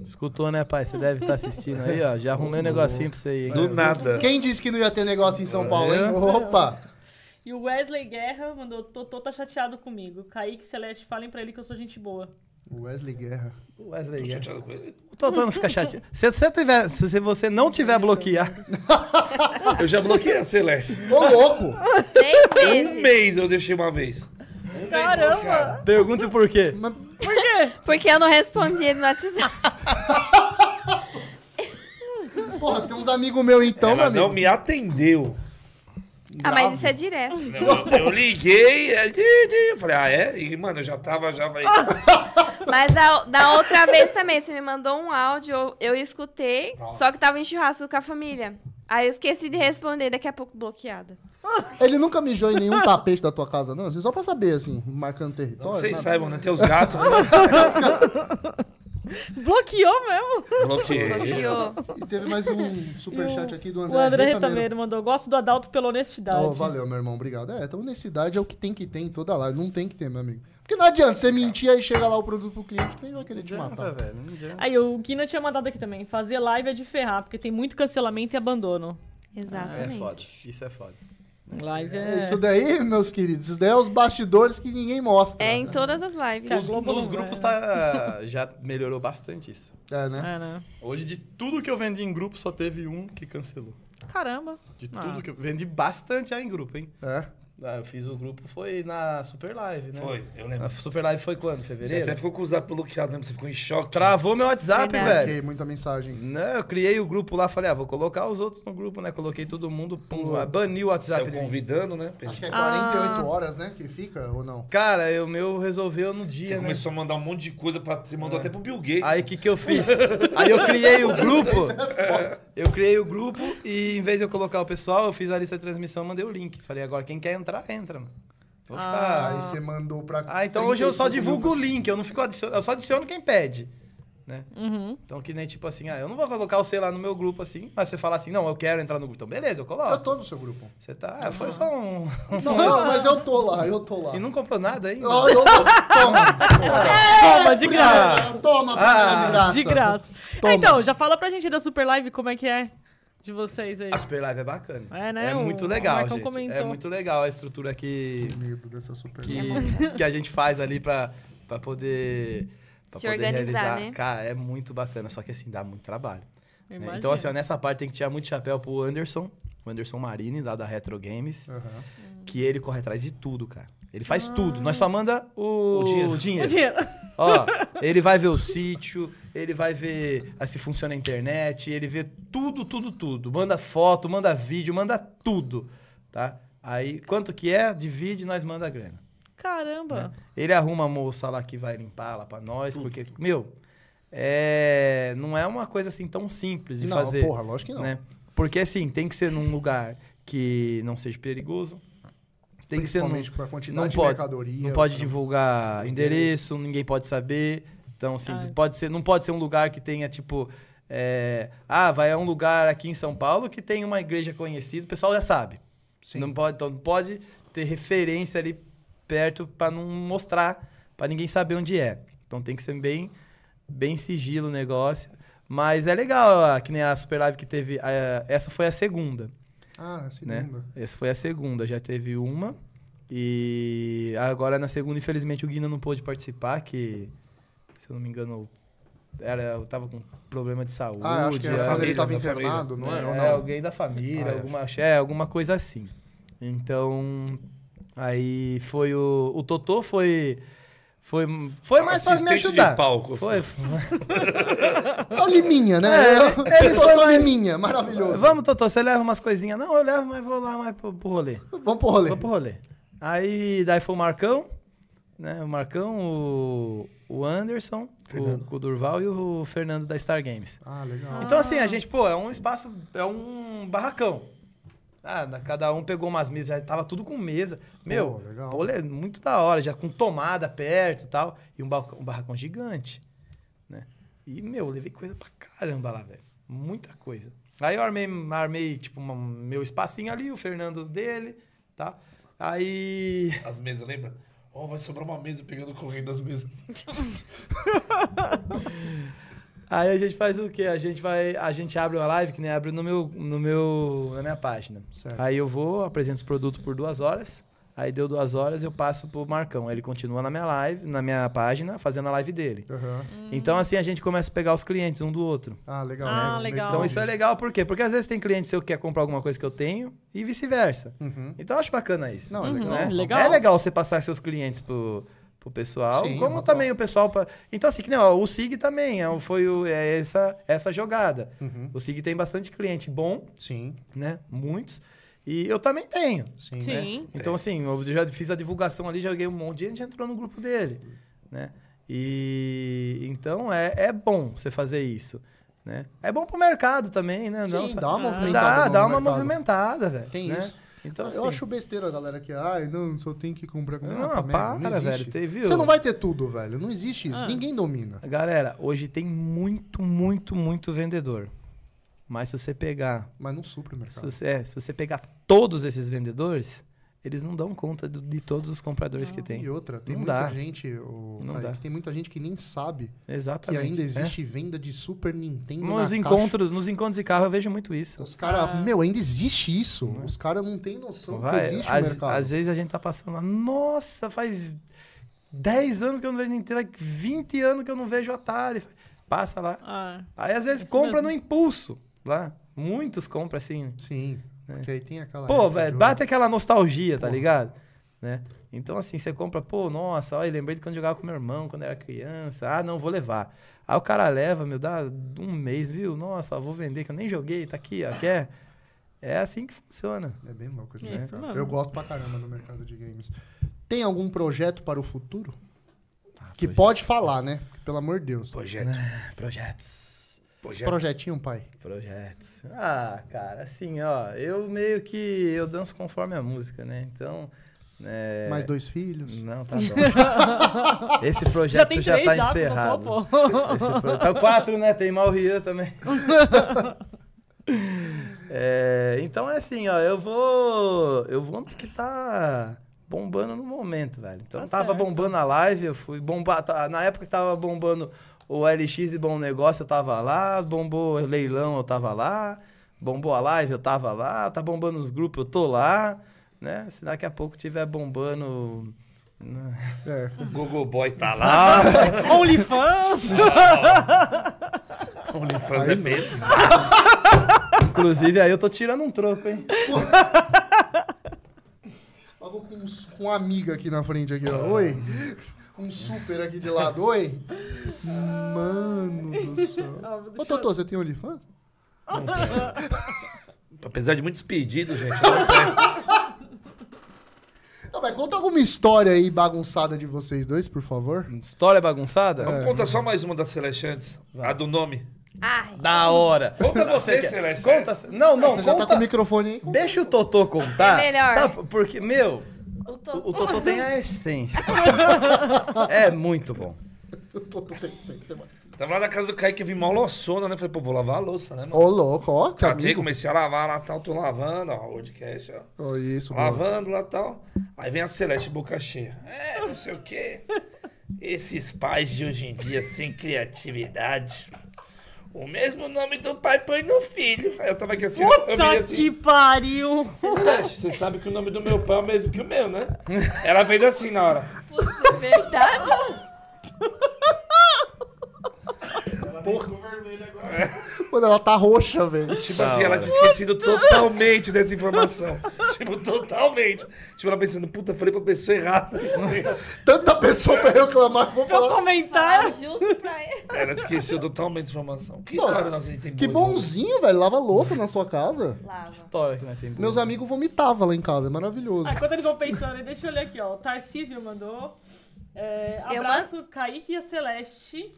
S3: Escutou, né, pai? Você deve estar assistindo aí, ó. Já arrumei um negocinho pra você aí.
S4: Do nada.
S1: Quem disse que não ia ter negócio em São Paulo,
S4: É.
S1: hein? Opa!
S2: E o Wesley Guerra mandou, Totô tá chateado comigo. Kaique Celeste, falem pra ele que eu sou gente boa.
S1: Wesley Guerra.
S3: Wesley, é.
S4: Tô chateado com ele.
S3: O Totó não fica chateado. Se você, tiver, se você não tiver bloqueado,
S4: Eu já bloqueei a Celeste.
S1: Ô, louco!
S6: Três
S4: Um
S6: vezes.
S4: mês eu deixei uma vez. Um Mês bloqueado.
S3: pergunte o porquê.
S6: Porque eu não respondi ele no WhatsApp.
S1: Porra, tem uns amigos meus então, meu
S4: Ela não
S1: amigo.
S4: me atendeu.
S6: Ah, mas isso é direto.
S4: Eu, eu liguei, é, de- de- eu falei, ah, é? E, mano, eu já tava, já vai.
S6: Mas da, da outra vez também, você me mandou um áudio, eu, eu escutei, só que tava em churrasco com a família. Aí eu esqueci de responder, daqui a pouco bloqueada.
S1: Ele nunca mijou em nenhum tapete da tua casa, não? Assim, só pra saber, assim, marcando território.
S4: Vocês
S1: nada.
S4: saibam, né? Tem os gatos, né?
S2: Bloqueou mesmo.
S3: É.
S4: Bloqueei.
S6: Criou.
S1: E teve mais um superchat aqui do André.
S2: o André
S1: Retameiro.
S2: Retameiro mandou, gosto do Adalto pela honestidade.
S1: Oh, valeu, meu irmão, obrigado. É, então honestidade é o que tem que ter em toda live. Não tem que ter, meu amigo. Porque não adianta você mentir aí chega lá o produto pro cliente, quem vai querer te matar?
S2: Aí o Guina tinha mandado aqui também. Fazer live é de ferrar, porque tem muito cancelamento e abandono.
S6: Exatamente.
S3: É foda. Isso é foda.
S2: Live é.
S1: Isso daí, meus queridos, isso daí é os bastidores que ninguém mostra.
S6: É em todas as lives.
S2: Os- Tá, Globo
S3: Nos
S2: não né?
S3: grupos
S2: vai,
S3: tá, já melhorou bastante isso.
S1: É, né?
S2: É, né?
S3: Hoje, de tudo que eu vendi em grupo, só teve um que cancelou.
S8: Caramba.
S3: De
S2: Ah.
S3: tudo que eu vendi bastante já em grupo, hein?
S1: É.
S3: Ah, eu fiz o grupo, foi na Super Live, né?
S4: Foi, eu
S3: A
S4: lembro.
S3: Super Live foi quando?
S4: Você
S3: Fevereiro?
S4: até ficou com o zap bloqueado, lembra? Você ficou em choque.
S3: Travou meu WhatsApp,
S2: É.
S6: Verdade.
S3: velho.
S1: Ok, muita mensagem.
S3: Né, eu criei o grupo lá, falei, ah, vou colocar os outros no grupo, né? Coloquei todo mundo, pum, lá, bani o WhatsApp.
S4: Saiu
S3: dele.
S4: convidando, né?
S1: Acho que
S4: Você
S1: é
S2: Ah.
S1: 48 horas, né? Que fica ou não?
S3: Cara, eu- o meu resolveu no dia, né?
S4: começou a mandar um monte de coisa pra. Você mandou até pro Bill Gates.
S3: Aí o que, que eu fiz? Aí eu criei o grupo.
S1: é
S3: Eu criei o grupo e em vez de eu colocar o pessoal, eu fiz a lista de transmissão, mandei o link. Falei, agora quem quer entrar, entra, mano. Vou ficar.
S2: Ah.
S1: Aí você mandou pra.
S3: Ah, então hoje eu só
S1: 35 mil
S3: divulgo o link, eu não fico adicionando, eu só adiciono quem pede. né?
S2: Uhum.
S3: Então, que nem tipo assim, ah, eu não vou colocar o sei lá no meu grupo assim, mas você fala assim, não, eu quero entrar no grupo. Então, beleza, eu coloco.
S1: Eu tô no seu grupo.
S3: Você tá. Ah, foi só um.
S1: Não, não, mas eu tô lá, eu tô lá.
S3: E não comprou nada ainda.
S1: Ah, eu- toma.
S2: Toma, de graça.
S1: Toma, toma,
S3: Ah.
S1: pra- é de É, graça.
S2: De graça.
S1: Toma.
S2: Então, já fala pra gente da Super Live como é que é de vocês aí.
S3: A Super Live é bacana.
S2: É, né?
S3: É
S2: O-
S3: muito
S2: o
S3: legal,
S2: Marcão
S3: gente. É
S2: comentou.
S3: muito legal a estrutura que,
S1: Medo dessa super.
S6: É
S3: que, que a gente faz ali pra, pra poder. Pra
S6: Se
S3: poder
S6: organizar,
S3: realizar.
S6: né?
S3: Cara, é muito bacana. Só que assim, dá muito trabalho. né?
S2: Imagina.
S3: Então, assim, ó, nessa parte tem que tirar muito chapéu pro Anderson, o Anderson Marini, lá da Retro Games,
S1: Aham.
S3: que ele corre atrás de tudo, cara. Ele
S6: Ah.
S3: faz tudo. Nós só manda o, dinheiro.
S2: O dinheiro.
S3: Ó, ele vai ver o sítio, ele vai ver ah, se funciona a internet, ele vê tudo, tudo, tudo. Manda foto, manda vídeo, manda tudo, tá? Aí, quanto que é, divide, nós manda a grana.
S2: Caramba.
S1: É.
S3: Ele arruma a moça lá que vai limpar lá pra nós, porque, meu, é, não é uma coisa assim tão simples de
S1: Não,
S3: fazer.
S1: porra, lógico que não.
S3: Né? Porque, assim, tem que ser num lugar que não seja perigoso, tem que ser num,
S1: Principalmente pra quantidade
S3: não
S1: de
S3: pode,
S1: mercadoria. né?
S3: não pode
S1: pra-
S3: divulgar endereço, ninguém pode saber. Então, assim,
S2: Ah.
S3: pode ser, não pode ser um lugar que tenha, tipo... é, ah, vai a um lugar aqui em São Paulo que tem uma igreja conhecida, o pessoal já sabe.
S1: Sim.
S3: Não pode, então, não pode ter referência ali perto para não mostrar, para ninguém saber onde é. Então tem que ser bem, bem sigilo o negócio. Mas é legal, ó, que nem a Super Live que teve. a- essa foi a segunda
S1: Ah,
S3: né?
S1: segunda.
S3: Essa foi a segunda, já teve uma. E agora na segunda, infelizmente, o Guina não pôde participar, que, se eu não me engano, era, eu tava com problema de saúde.
S1: Ah, acho que
S3: era-
S1: era quando ele
S4: família,
S1: tava
S4: da família.
S1: internado, não é? Ou
S3: é,
S1: não? Ah,
S3: alguém da família, alguma, é, alguma coisa assim. Então, aí foi o... O Totô foi... Foi, foi mais fácil me
S4: Assistente de
S3: ajudar.
S4: palco.
S3: Foi,
S1: É o Liminha, né?
S3: É, ele- ele
S1: Eu tô
S3: foi
S1: com
S3: mais-
S1: Liminha, maravilhoso.
S3: Vamos, Totô, você leva umas coisinhas? Não, eu levo, mas vou lá mais pro, pro rolê.
S1: Vamos pro rolê.
S3: Vamos pro rolê. Aí daí foi o Marcão, né? O Marcão, o, o Anderson, o, o Durval e o Fernando da Star Games.
S1: Ah, legal.
S3: Então, assim, a gente, pô, é um espaço, é um barracão. Ah, na- cada um pegou umas mesas, aí tava tudo com mesa. Meu,
S1: legal.
S3: pô, le- muito da hora, já com tomada perto e tal. E um, balcão- um barracão gigante, né? E, meu, eu levei coisa pra caramba lá, velho. Muita coisa. Aí eu armei, armei tipo, uma- meu espacinho ali, o Fernando dele, tá? Aí...
S4: As mesas, lembra? Ó, vai sobrar uma mesa pegando o correio das mesas.
S3: Aí a gente faz o quê? A gente vai, a gente abre uma live que nem abre no meu, no meu, na minha página.
S1: Certo.
S3: Aí eu vou, apresento os produtos por duas horas. Aí deu duas horas, eu passo pro Marcão. Aí Ele continua na minha live, na minha página, fazendo a live dele.
S1: Aham.
S3: Então assim a gente começa a pegar os clientes um do outro.
S1: Ah, legal.
S2: Ah,
S1: né?
S2: legal.
S3: Então isso é legal por quê? Porque às vezes tem cliente seu que quer comprar alguma coisa que eu tenho e vice-versa.
S1: Uhum.
S3: Então eu acho bacana isso.
S1: Não, é legal.
S3: né?
S2: Legal.
S3: É legal você passar seus clientes pro, pro pessoal,
S1: Sim, é
S3: como
S1: uma
S3: também o pessoal... pra- Então, assim, que nem, ó, o SIG também é, o- foi o- é essa, essa jogada.
S1: Uhum.
S3: O SIG tem bastante cliente bom,
S1: Sim,
S3: né? Muitos. E eu também tenho.
S1: sim.
S2: Sim.
S3: Então, assim, eu já fiz a divulgação ali, joguei um monte de gente entrou no grupo dele, né? E então é, é bom você fazer isso, né? É bom pro mercado também, né?
S1: Sim,
S3: Não,
S1: dá uma movimentada.
S3: dá,
S1: no
S3: dá uma
S1: mercado. né?
S3: movimentada, velho.
S1: Tem
S3: né?
S1: isso.
S3: Então, assim,
S1: Eu acho besteira a galera que, ai, não, só tem que comprar com
S3: Não,
S1: Ah, tá
S3: para,
S1: merda, não existe.
S3: velho, tem- viu? Ah.
S1: Você não vai ter tudo, velho. Não existe isso. Ninguém domina.
S3: Galera, hoje tem muito, muito, muito vendedor. Mas se você pegar,
S1: Mas não supre o
S3: se
S1: mercado.
S3: você, é, se você pegar todos esses vendedores, eles não dão conta do- de todos os compradores que tem.
S1: Ah, E outra, tem
S3: Não
S1: muita
S3: dá.
S1: gente, o
S3: Não
S1: Kaique,
S3: dá.
S1: tem muita gente que nem sabe que
S3: Exatamente.
S1: ainda
S3: né?
S1: existe venda de Super Nintendo
S3: Nos
S1: na caixa.
S3: encontros, nos encontros de carro eu vejo muito isso.
S1: Os caras, meu, ainda existe isso. Os caras não têm noção
S3: é? Vai,
S1: que existe
S3: às,
S1: o mercado.
S3: às vezes a gente tá passando lá, nossa, faz 10 anos que eu não vejo Nintendo, like, 20 anos que eu não vejo Atari. Passa lá.
S2: Ah,
S3: Aí às vezes
S2: Isso
S3: compra
S2: mesmo.
S3: no impulso lá. Muitos compram assim, né?
S1: Sim. Porque aí tem aquela.
S3: Pô,
S1: época
S3: velho,
S1: de
S3: bate aquela nostalgia, tá ligado? Né? Então, assim, você compra, pô, nossa, olha, lembrei de quando eu jogava com meu irmão, quando era criança. Ah, não, vou levar. Aí o cara leva, meu, dá um mês, viu? Nossa, ó, vou vender, que eu nem joguei, tá aqui, ó, quer? É assim que funciona.
S1: ouro. É bem louco isso,
S2: É
S1: né?
S2: isso mesmo.
S1: Eu gosto pra caramba no mercado de games. Tem algum projeto para o futuro? que
S3: Ah, projeto.
S1: pode falar, né? Pelo amor de Deus.
S4: Projeto.
S3: né? Projetos.
S4: Projeto.
S1: Projetinho, pai.
S3: Projetos. Ah, cara, assim, ó, eu meio que eu danço conforme a música, né? Então, É,
S1: Mais dois filhos.
S3: Não, tá bom. Esse projeto já, tá encerrado.
S2: não topo.
S3: Esse pro- Tá quatro, né? Tem mal Rian também. É, então é assim, ó, eu vou. Eu vou porque tá bombando no momento, velho. Então
S2: Tá
S3: tava
S2: certo.
S3: bombando a live, eu fui bombar. tá- na época que tava bombando o LX e Bom Negócio, eu tava lá, bombou o leilão, eu tava lá, bombou a live, eu tava lá, tá bombando os grupos, eu tô lá, né? Se daqui a pouco tiver bombando. né?
S1: É.
S4: Gogoboy tá lá.
S3: Ah,
S2: OnlyFans.
S4: OnlyFans é peso.
S3: inclusive aí eu tô tirando um troco, hein?
S1: Falou com, um su- com uma amiga aqui na frente, aqui, ó. Oi. Um super aqui de lado. Oi. Mano do céu. Ô, Totô, você tem OnlyFans?
S4: Apesar de muitos pedidos, gente, eu não tenho.
S1: Não, mas conta alguma história aí bagunçada de vocês dois, por favor.
S3: História bagunçada?
S4: Vamos contar só mais uma da Celeste antes. A do nome.
S6: Ai,
S3: Da hora.
S4: Conta
S3: Não,
S4: você,
S3: quer-
S4: Celeste.
S3: Conta. Não, não,
S1: Você já
S3: conta.
S1: tá com o microfone aí?
S3: Deixa o Totô contar.
S6: É melhor.
S3: Sabe, porque, meu,
S6: o
S3: o, o
S6: Totô.
S3: Totô tem a essência. é muito bom.
S1: Eu tô, tô tem licença, mano.
S4: Tava lá na casa do Kaique, eu vi mal louçona, né? Falei, pô, vou lavar a louça, né, mano?
S1: Ô, louco, ó. Que
S4: Catei,
S1: amigo.
S4: comecei a lavar lá, tal, tô lavando, ó, podcast, ó.
S1: Ó, isso, mano.
S4: Lavando lá, tal. Aí vem a Celeste boca cheia. É, não sei o quê. Esses pais de hoje em dia sem criatividade. O mesmo nome do pai põe no filho. Aí eu tava aqui assim, eu vi
S2: Puta
S4: assim.
S2: que pariu.
S4: Celeste, você sabe que o nome do meu pai é o mesmo que o meu, né? Ela fez assim na hora.
S6: Puta, verdade.
S1: Mano, ela tá roxa, velho.
S4: Tipo assim, ela tinha esquecido totalmente dessa informação. tipo, totalmente. Tipo, ela pensando, puta, falei pra pessoa errada.
S1: Tanta pessoa pra reclamar, vou
S2: Meu
S1: falar.
S6: Fala
S2: comentário.
S6: justo pra ele.
S1: Tá
S4: ela esqueceu totalmente dessa informação. Que
S1: Pô,
S4: história nossa a gente tem
S1: Que
S4: boa de-
S1: bonzinho, velho. Lava louça na sua casa.
S6: Lava.
S3: História que nós temos.
S1: Meus amigos vomitavam lá em casa, é maravilhoso.
S2: Ah, Enquanto eles vão pensando, deixa eu olhar aqui, ó. O Tarcísio mandou. É,
S6: Eu
S2: abraço, Kaique e a Celeste.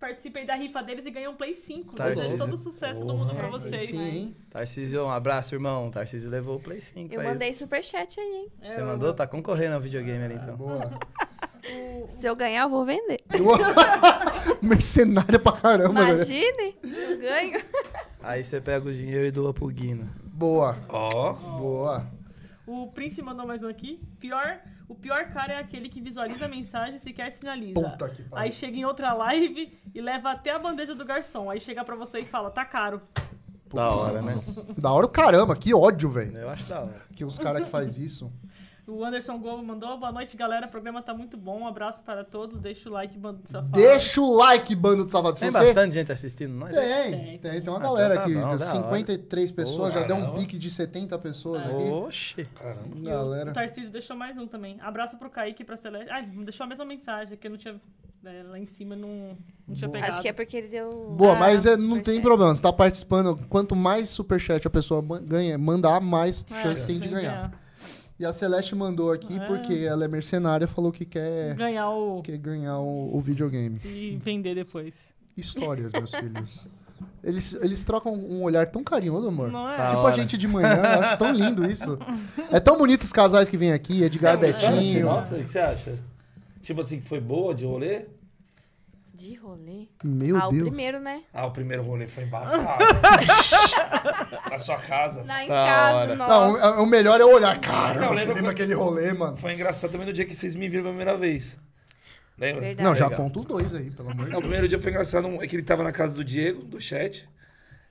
S2: Participem da rifa deles e ganham um Play 5.
S3: Tarcísio.
S2: Desejo todo o sucesso do mundo pra vocês.
S1: Sim.
S3: Tarcísio, um abraço, irmão. Tarcísio levou o Play 5
S6: Eu
S3: aí.
S6: mandei superchat aí, hein?
S2: É,
S3: Você
S2: eu-
S3: mandou? Tá concorrendo ao videogame ali, então.
S1: Boa.
S6: Se eu ganhar, eu vou vender.
S1: Mercenária pra caramba, velho.
S6: Imagine, eu ganho.
S3: Aí você pega o dinheiro e doa pro Guina.
S1: Boa,
S4: Ó,
S1: boa.
S2: O Prince mandou mais um aqui. Pior, o pior cara é aquele que visualiza a mensagem e sequer sinaliza.
S1: Puta que
S2: Aí
S1: pariu.
S2: chega em outra live e leva até a bandeja do garçom. Aí chega pra você e fala, tá caro.
S3: Da hora, né?
S1: Da hora o caramba, que ódio, velho.
S3: Eu acho da hora.
S1: Que os caras que faz isso.
S2: O Anderson Gobo mandou, boa noite, galera. O programa tá muito bom. Um abraço para todos. Deixa o like, bando de safado.
S1: Deixa o like, bando de safado. Se
S3: Tem
S1: você-
S3: bastante gente assistindo nós. né?
S1: Tem, tem. Tem uma
S3: então
S1: galera
S3: tá
S1: aqui.
S3: bom, da
S1: 53 pessoas,
S4: Pô,
S1: já deu um
S4: caramba.
S1: pique de 70 pessoas aqui.
S3: Oxi.
S4: caramba.
S2: O
S1: Galera.
S2: Tarcísio deixou mais um também. Abraço pro Kaique e pra Celeste. Ah, ele deixou a mesma mensagem, que eu não tinha. é, lá em cima não, não tinha pegado.
S6: Acho que é porque ele deu.
S1: Boa,
S6: Ah,
S1: mas é, não tem
S6: superchat.
S1: problema. Você tá participando. Quanto mais superchat a pessoa man- ganha, mandar, mais
S2: É,
S1: chance tem de ganhar. E a Celeste mandou aqui
S2: É.
S1: porque ela é mercenária, falou que
S2: ganhar.
S1: quer,
S2: Ganhar o.
S1: quer ganhar o, o videogame.
S2: E vender depois.
S1: Histórias, meus filhos. Eles, eles trocam um olhar tão carinhoso, amor.
S2: Não é?
S3: Tá.
S1: Tipo a
S3: hora.
S1: gente de manhã, eu acho tão lindo isso. É tão bonito os casais que vêm aqui, Edgar Betinho.
S4: nossa, o que você acha? Tipo assim, que foi boa de rolê?
S6: De rolê.
S1: Meu
S6: ah, o
S1: Deus.
S6: primeiro, né?
S4: Ah, o primeiro rolê foi embaçado. na sua casa.
S6: Lá em
S3: Da hora.
S6: casa,
S1: Não,
S6: nossa.
S1: o- o melhor é olhar. Cara,
S4: Não,
S1: você
S4: lembra
S1: lembra
S4: quando-
S1: aquele rolê, mano?
S4: Foi engraçado também no dia que vocês me viram pela primeira vez. Lembra?
S6: Verdade.
S1: Não, já
S3: legal.
S1: conta os dois aí, pelo amor de
S4: Não,
S1: Deus.
S4: o primeiro dia foi engraçado, um- é que ele tava na casa do Diego, do chat.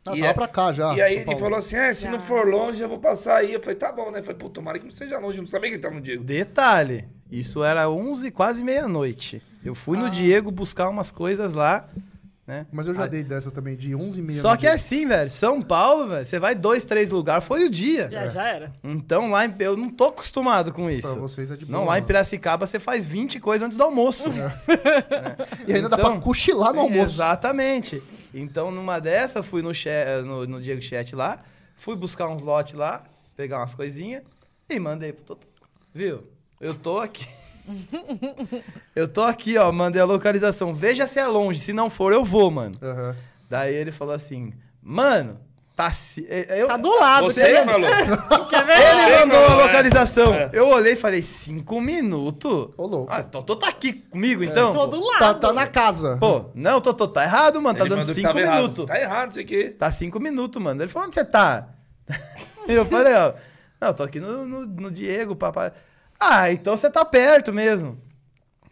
S1: Não,
S4: e
S1: tava
S4: é-
S1: pra cá já.
S4: e aí
S1: Ah, São
S4: ele
S1: Paulo.
S4: falou assim: é, se
S6: Já.
S4: não for longe, eu vou passar aí. Eu falei, tá bom, né? Eu falei, pô, tomara que não seja longe, eu não sabia que ele tava no Diego.
S3: Detalhe, isso era 11, quase meia-noite. Eu fui
S1: Ah.
S3: no Diego buscar umas coisas lá, né?
S1: Mas eu já
S3: Ah,
S1: dei dessas também, de 11 e meia.
S3: Só que é assim, velho, São Paulo, velho, você vai dois, três lugares, foi o dia.
S2: Já, já era.
S3: Então lá, em- eu não tô acostumado com
S1: É. Pra
S3: isso.
S1: vocês é de boa. É.
S3: Não, lá em
S1: mano.
S3: Piracicaba você faz 20 coisas antes do almoço.
S1: E ainda dá
S3: Então-
S1: pra cochilar no almoço.
S3: Exatamente. Então, numa dessa, eu fui no, che- no, no Diego Chat lá, fui buscar uns lotes lá, pegar umas coisinhas e mandei pro Totó. Viu? Eu tô aqui. eu tô aqui, ó, mandei a localização. Veja se é longe. Se não for, eu vou, mano.
S1: Aham.
S3: Daí ele falou assim, mano, Tassi. é- Eu,
S2: Tá do lado.
S4: Você
S2: quer ver?
S4: falou.
S2: Quer ver?
S3: Ele mandou a
S4: É.
S3: localização.
S4: É.
S3: Eu olhei e falei, cinco minutos?
S1: Ô, louco.
S3: Ah, Totô tá aqui comigo, então?
S2: Tô do lado.
S1: Tá, tá na casa.
S3: Pô, não, Totô, tá errado, mano. Tá
S4: Ele
S3: dando
S4: mandou que
S3: cinco
S4: tava errado.
S3: minutos.
S4: Tá errado isso aqui.
S3: Tá cinco minutos, mano. Ele falou, onde você tá? E eu falei, ó, não, tô aqui no, no, no Diego, papai. Ah, então você tá perto mesmo.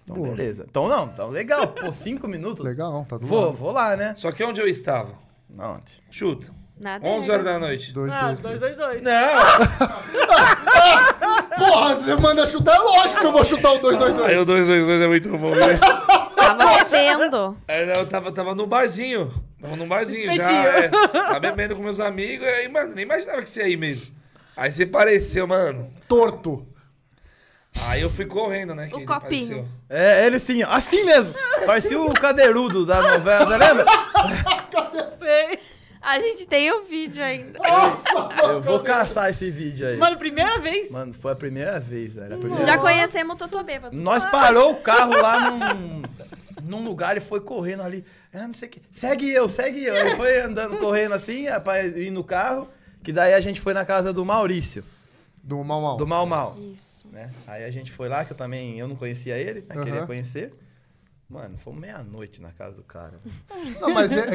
S3: Então,
S1: Boa.
S3: beleza. Então, não, então, legal. Pô, cinco minutos.
S1: Legal, tá do
S3: Vou,
S1: lado.
S3: vou lá, né?
S4: Só que onde eu estava?
S3: Onde?
S4: Chuta.
S6: Nada.
S4: 11 horas da noite.
S1: Dois,
S2: Ah,
S1: dois,
S2: dois, dois, dois.
S4: Não!
S1: Porra, você manda chutar? É lógico que eu vou chutar o 222.
S4: Aí o 222 é muito bom, né?
S6: Tava bebendo.
S4: Aí É, eu tava, tava no barzinho. Tava num barzinho já.
S2: Espetinho.
S4: É, tava bebendo com meus amigos. Aí, mano, nem imaginava que você ia aí mesmo. Aí você apareceu, mano.
S1: É Torto.
S4: Aí eu fui correndo, né? que ele
S6: copinho.
S4: apareceu.
S3: É, ele sim, ó, assim mesmo. Parecia o cadeirudo da novela, você lembra?
S2: Sei.
S6: A gente tem o vídeo ainda.
S1: Oh,
S3: Eu vou caçar esse vídeo aí.
S2: Mano, primeira vez.
S3: Mano, foi a primeira vez, velho. a primeira
S6: Já conhecemos o Totô Bêbado.
S3: Nós parou o carro lá num, num lugar, ele foi correndo ali. Ah, não sei o que. Segue eu, segue eu. Ele foi andando, correndo assim, é, pra ir no carro. Que daí a gente foi na casa do Maurício,
S1: Do mal, mal.
S3: do Mal Mal.
S6: Isso.
S3: Né? Aí a gente foi lá, que eu também eu não conhecia ele, né? queria
S1: Aham.
S3: conhecer. Mano, foi meia-noite na casa do cara.
S1: Não, mas é,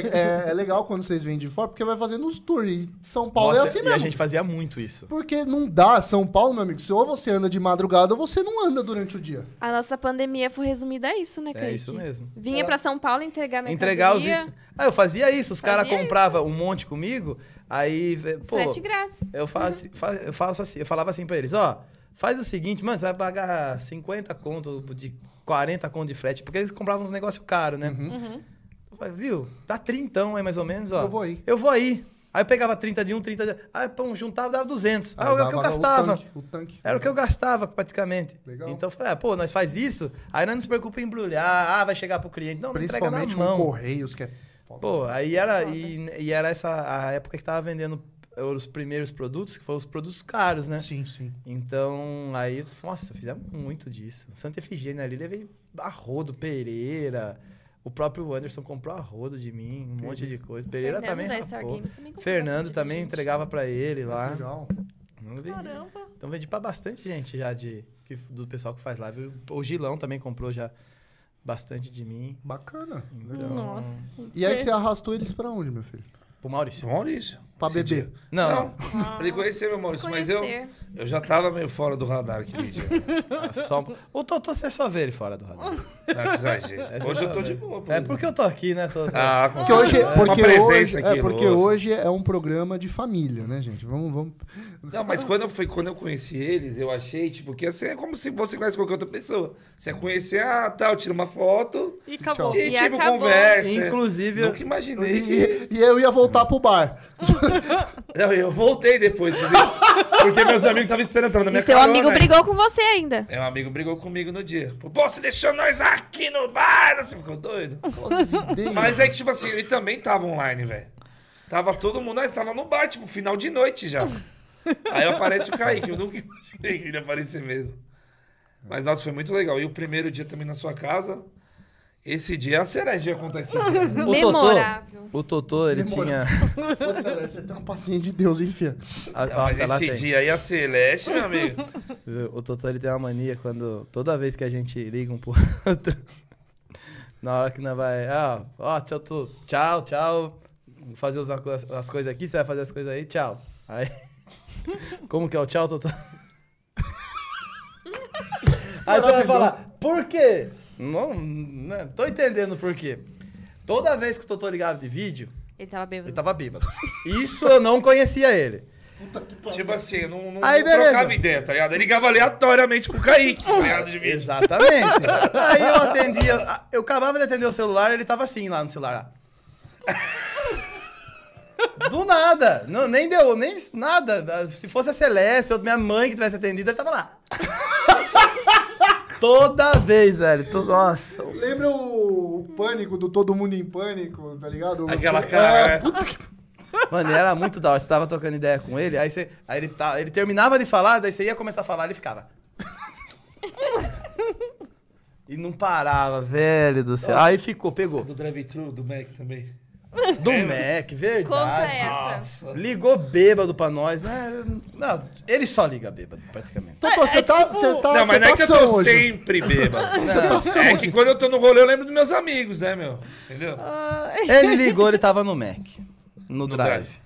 S1: é- é legal quando vocês vêm de fora, porque vai fazendo os tours. E São Paulo é
S3: Nossa,
S1: assim
S3: e
S1: mesmo.
S3: a gente fazia muito isso.
S1: Porque não dá. São Paulo, meu amigo, se ou você anda de madrugada ou você não anda durante o dia.
S6: A nossa pandemia foi resumida a isso, né,
S3: É
S6: Kaique?
S3: isso mesmo.
S6: Vinha pra São Paulo entregar minha
S3: Entregar os itens. Ah, eu fazia isso, os caras
S6: Fazia
S3: compravam um monte comigo, aí, ve- pô.
S6: Frete grátis.
S3: Eu, faço, fa- eu, faço assim, eu falava assim pra eles, ó, faz o seguinte, mano, você vai pagar 50 conto de 40 conto de frete, porque eles compravam uns negócios caros, né? Eu falei, viu? Dá 30 aí mais ou menos, ó.
S1: Uhum. Eu vou aí.
S3: Eu vou aí. Aí eu pegava 30 de um, 30 de Aí, pum, juntava, dava 200. Aí,
S1: Aí
S3: é o
S1: dava
S3: que eu
S1: o
S3: gastava.
S1: tanque, O tanque.
S3: Era o que eu gastava praticamente.
S1: Legal.
S3: Então eu falei, ah, pô, nós faz isso, aí nós não se preocupa em embrulhar, ah, vai chegar pro cliente. Não, não entrega na
S1: Principalmente
S3: mão.
S1: com Correios, que é.
S3: Pô, aí era, e, e era essa a época que tava vendendo os primeiros produtos, que foram os produtos caros, né?
S1: Sim, sim.
S3: Então, aí, eu- nossa, fizemos muito disso. Santa Efigênia ali, levei arrodo, Pereira. O próprio Anderson comprou arrodo de mim, um monte de coisa. Pereira
S6: Fernando
S3: também.
S6: da Star
S3: rapou.
S6: Games também comprou
S3: Fernando
S6: bastante
S3: também
S6: gente.
S3: entregava pra ele lá.
S1: Legal.
S3: Não vendi. Então vendi pra bastante gente já de, que- do pessoal que faz live. O Gilão também comprou já bastante de mim.
S1: Bacana.
S3: Então,
S2: Nossa.
S1: E aí você arrastou eles pra onde, meu filho?
S3: pro Maurício.
S4: Seu Maurício.
S1: Pra
S4: Esse
S1: beber.
S4: dia.
S3: Não,
S4: Não, pra ele conhecer meu Maurício, mas eu,
S6: Conhecer.
S4: eu já tava meio fora do radar aquele dia.
S3: é só. O Totô, você só vê ele fora do radar.
S4: Não, que exagero. Hoje eu tô de boa, por
S3: É
S4: exemplo.
S3: porque eu tô aqui, né, Totô?
S4: Ah, com
S1: Porque hoje,
S4: certeza.
S1: porque,
S4: Uma
S1: hoje,
S4: presença
S1: é,
S4: aqui,
S1: porque
S4: nossa.
S1: hoje é um programa de família, né, gente? Vamos, vamos.
S4: Não, mas quando eu, fui, quando eu conheci eles, eu achei, tipo, que assim é como se você conhece qualquer outra pessoa. Você conhecer, ah, tal, tira uma foto
S2: E acabou.
S4: e,
S6: E
S4: tipo,
S6: acabou.
S4: conversa.
S3: Inclusive, eu-
S4: Nunca imaginei que...
S1: E, e eu ia voltar pro bar.
S4: Não, eu voltei depois, inclusive, porque meus amigos estavam esperando, estavam na minha
S6: E seu
S4: carona,
S6: amigo
S4: né?
S6: brigou com você ainda.
S4: Meu amigo brigou comigo no dia. Pô, você deixou nós aqui no bar! Você ficou doido? Mas é que, tipo assim, ele também tava online, velho. Tava todo mundo, nós tava no bar, tipo, final de noite já. Aí aparece o Kaique, eu nunca imaginei que ele ia aparecer mesmo. Mas, nossa, foi muito legal. E o primeiro dia também na sua casa. Esse dia é a Cereja ia contar esse dia.
S3: O
S6: Memorável.
S3: Totô, o Totô, ele
S1: Memorável.
S3: tinha.
S1: Você, você tem um passinho de Deus, hein, filha?
S3: a-
S4: Não,
S3: Nossa, ela
S4: mas esse
S3: tem.
S4: dia aí a Celeste, meu amigo.
S3: Viu? O Totô, ele tem uma mania quando. Toda vez que a gente liga um pro outro. Na hora que nós vai. Ah, ó, tchau, tu- tchau, tchau. Vou fazer os- as, coisas aqui, você vai fazer as coisas aí, tchau. Aí. Como que é o tchau, Totô? Aí você vai falar, por quê? Não, não tô entendendo por quê. Toda vez que o Totô ligava de vídeo,
S6: Ele tava bêbado.
S3: Ele tava bêbado. Isso eu não conhecia ele.
S4: Tipo assim, eu não, não,
S3: Aí,
S4: não
S3: beleza.
S4: trocava ideia, tá ligado? Ele ligava aleatoriamente pro Kaique, tá ligado? De vídeo.
S3: Exatamente. Aí eu atendia. Eu acabava de atender o celular ele tava assim lá no celular. ó. Do nada. Não, nem deu, nem nada. Se fosse a Celeste ou minha mãe que tivesse atendido, ele tava lá. Toda vez, velho. To- Nossa.
S1: Lembra o, o pânico do Todo Mundo em Pânico, tá ligado?
S4: Aquela cara.
S3: Mano, e era muito da hora. Você tava trocando ideia com ele, aí, você, aí ele, tá, ele terminava de falar, daí você ia começar a falar, ele ficava. e não parava, velho do céu. Aí ficou, pegou.
S4: Do drive-thru do Mac também.
S3: Do
S4: É,
S3: Mac, verdade.
S6: Conta essa.
S3: Ligou bêbado pra nós. Ah, não, ele só liga bêbado, praticamente.
S1: Totô, você tá, você tá,
S4: Não,
S1: você
S4: mas não
S1: tá
S4: é que eu tô
S1: são hoje.
S4: sempre bêbado.
S1: Você tá são
S4: É
S1: hoje.
S4: que quando eu tô no rolê, eu lembro dos meus amigos, né, meu? Entendeu?
S3: Ele ligou, ele tava no Mac, no,
S4: No
S3: drive,
S4: drive.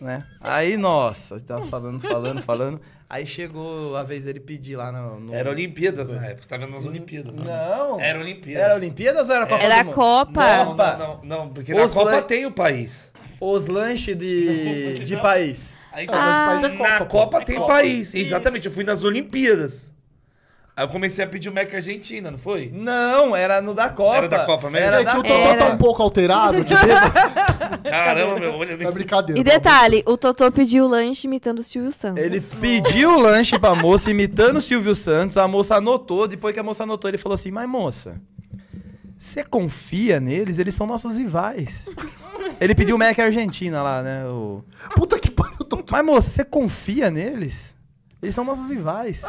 S3: né? Aí, nossa, tava falando, falando, falando. Aí chegou a vez dele pedir lá no... no-
S4: Era Olimpíadas na época, tava nas Olimpíadas. né?
S3: Não.
S4: Era Olimpíadas.
S3: Era Olimpíadas ou era Copa
S6: Era
S3: do
S6: a
S3: Mundo?
S4: Não,
S6: Copa.
S3: Copa.
S4: não, não, não, porque
S3: Os
S4: na Copa
S3: lan-
S4: tem o país.
S3: Os lanches de, de país.
S4: Aí,
S1: Ah, mas é
S4: na
S1: Copa, pô.
S4: Copa tem país. Exatamente, eu fui nas Olimpíadas. Aí eu comecei a pedir o Mac Argentina, não foi?
S3: Não, era no da Copa.
S4: Era da Copa mesmo?
S3: Era
S1: É
S3: da
S1: que o
S3: Copa.
S1: Totó tá um pouco alterado de bêbado.
S4: Caramba, meu olho
S1: É
S4: nem...
S1: brincadeira.
S6: E detalhe, o Totô pediu o lanche imitando o Silvio Santos.
S3: Ele pediu o lanche pra moça, imitando o Silvio Santos. A moça anotou. Depois que a moça anotou, ele falou assim: Mas moça, você confia neles? Eles são nossos rivais. Ele pediu o Mac Argentina lá, né? o-
S1: Puta que pariu, Totó.
S3: Mas moça, você confia neles? Eles são nossos rivais.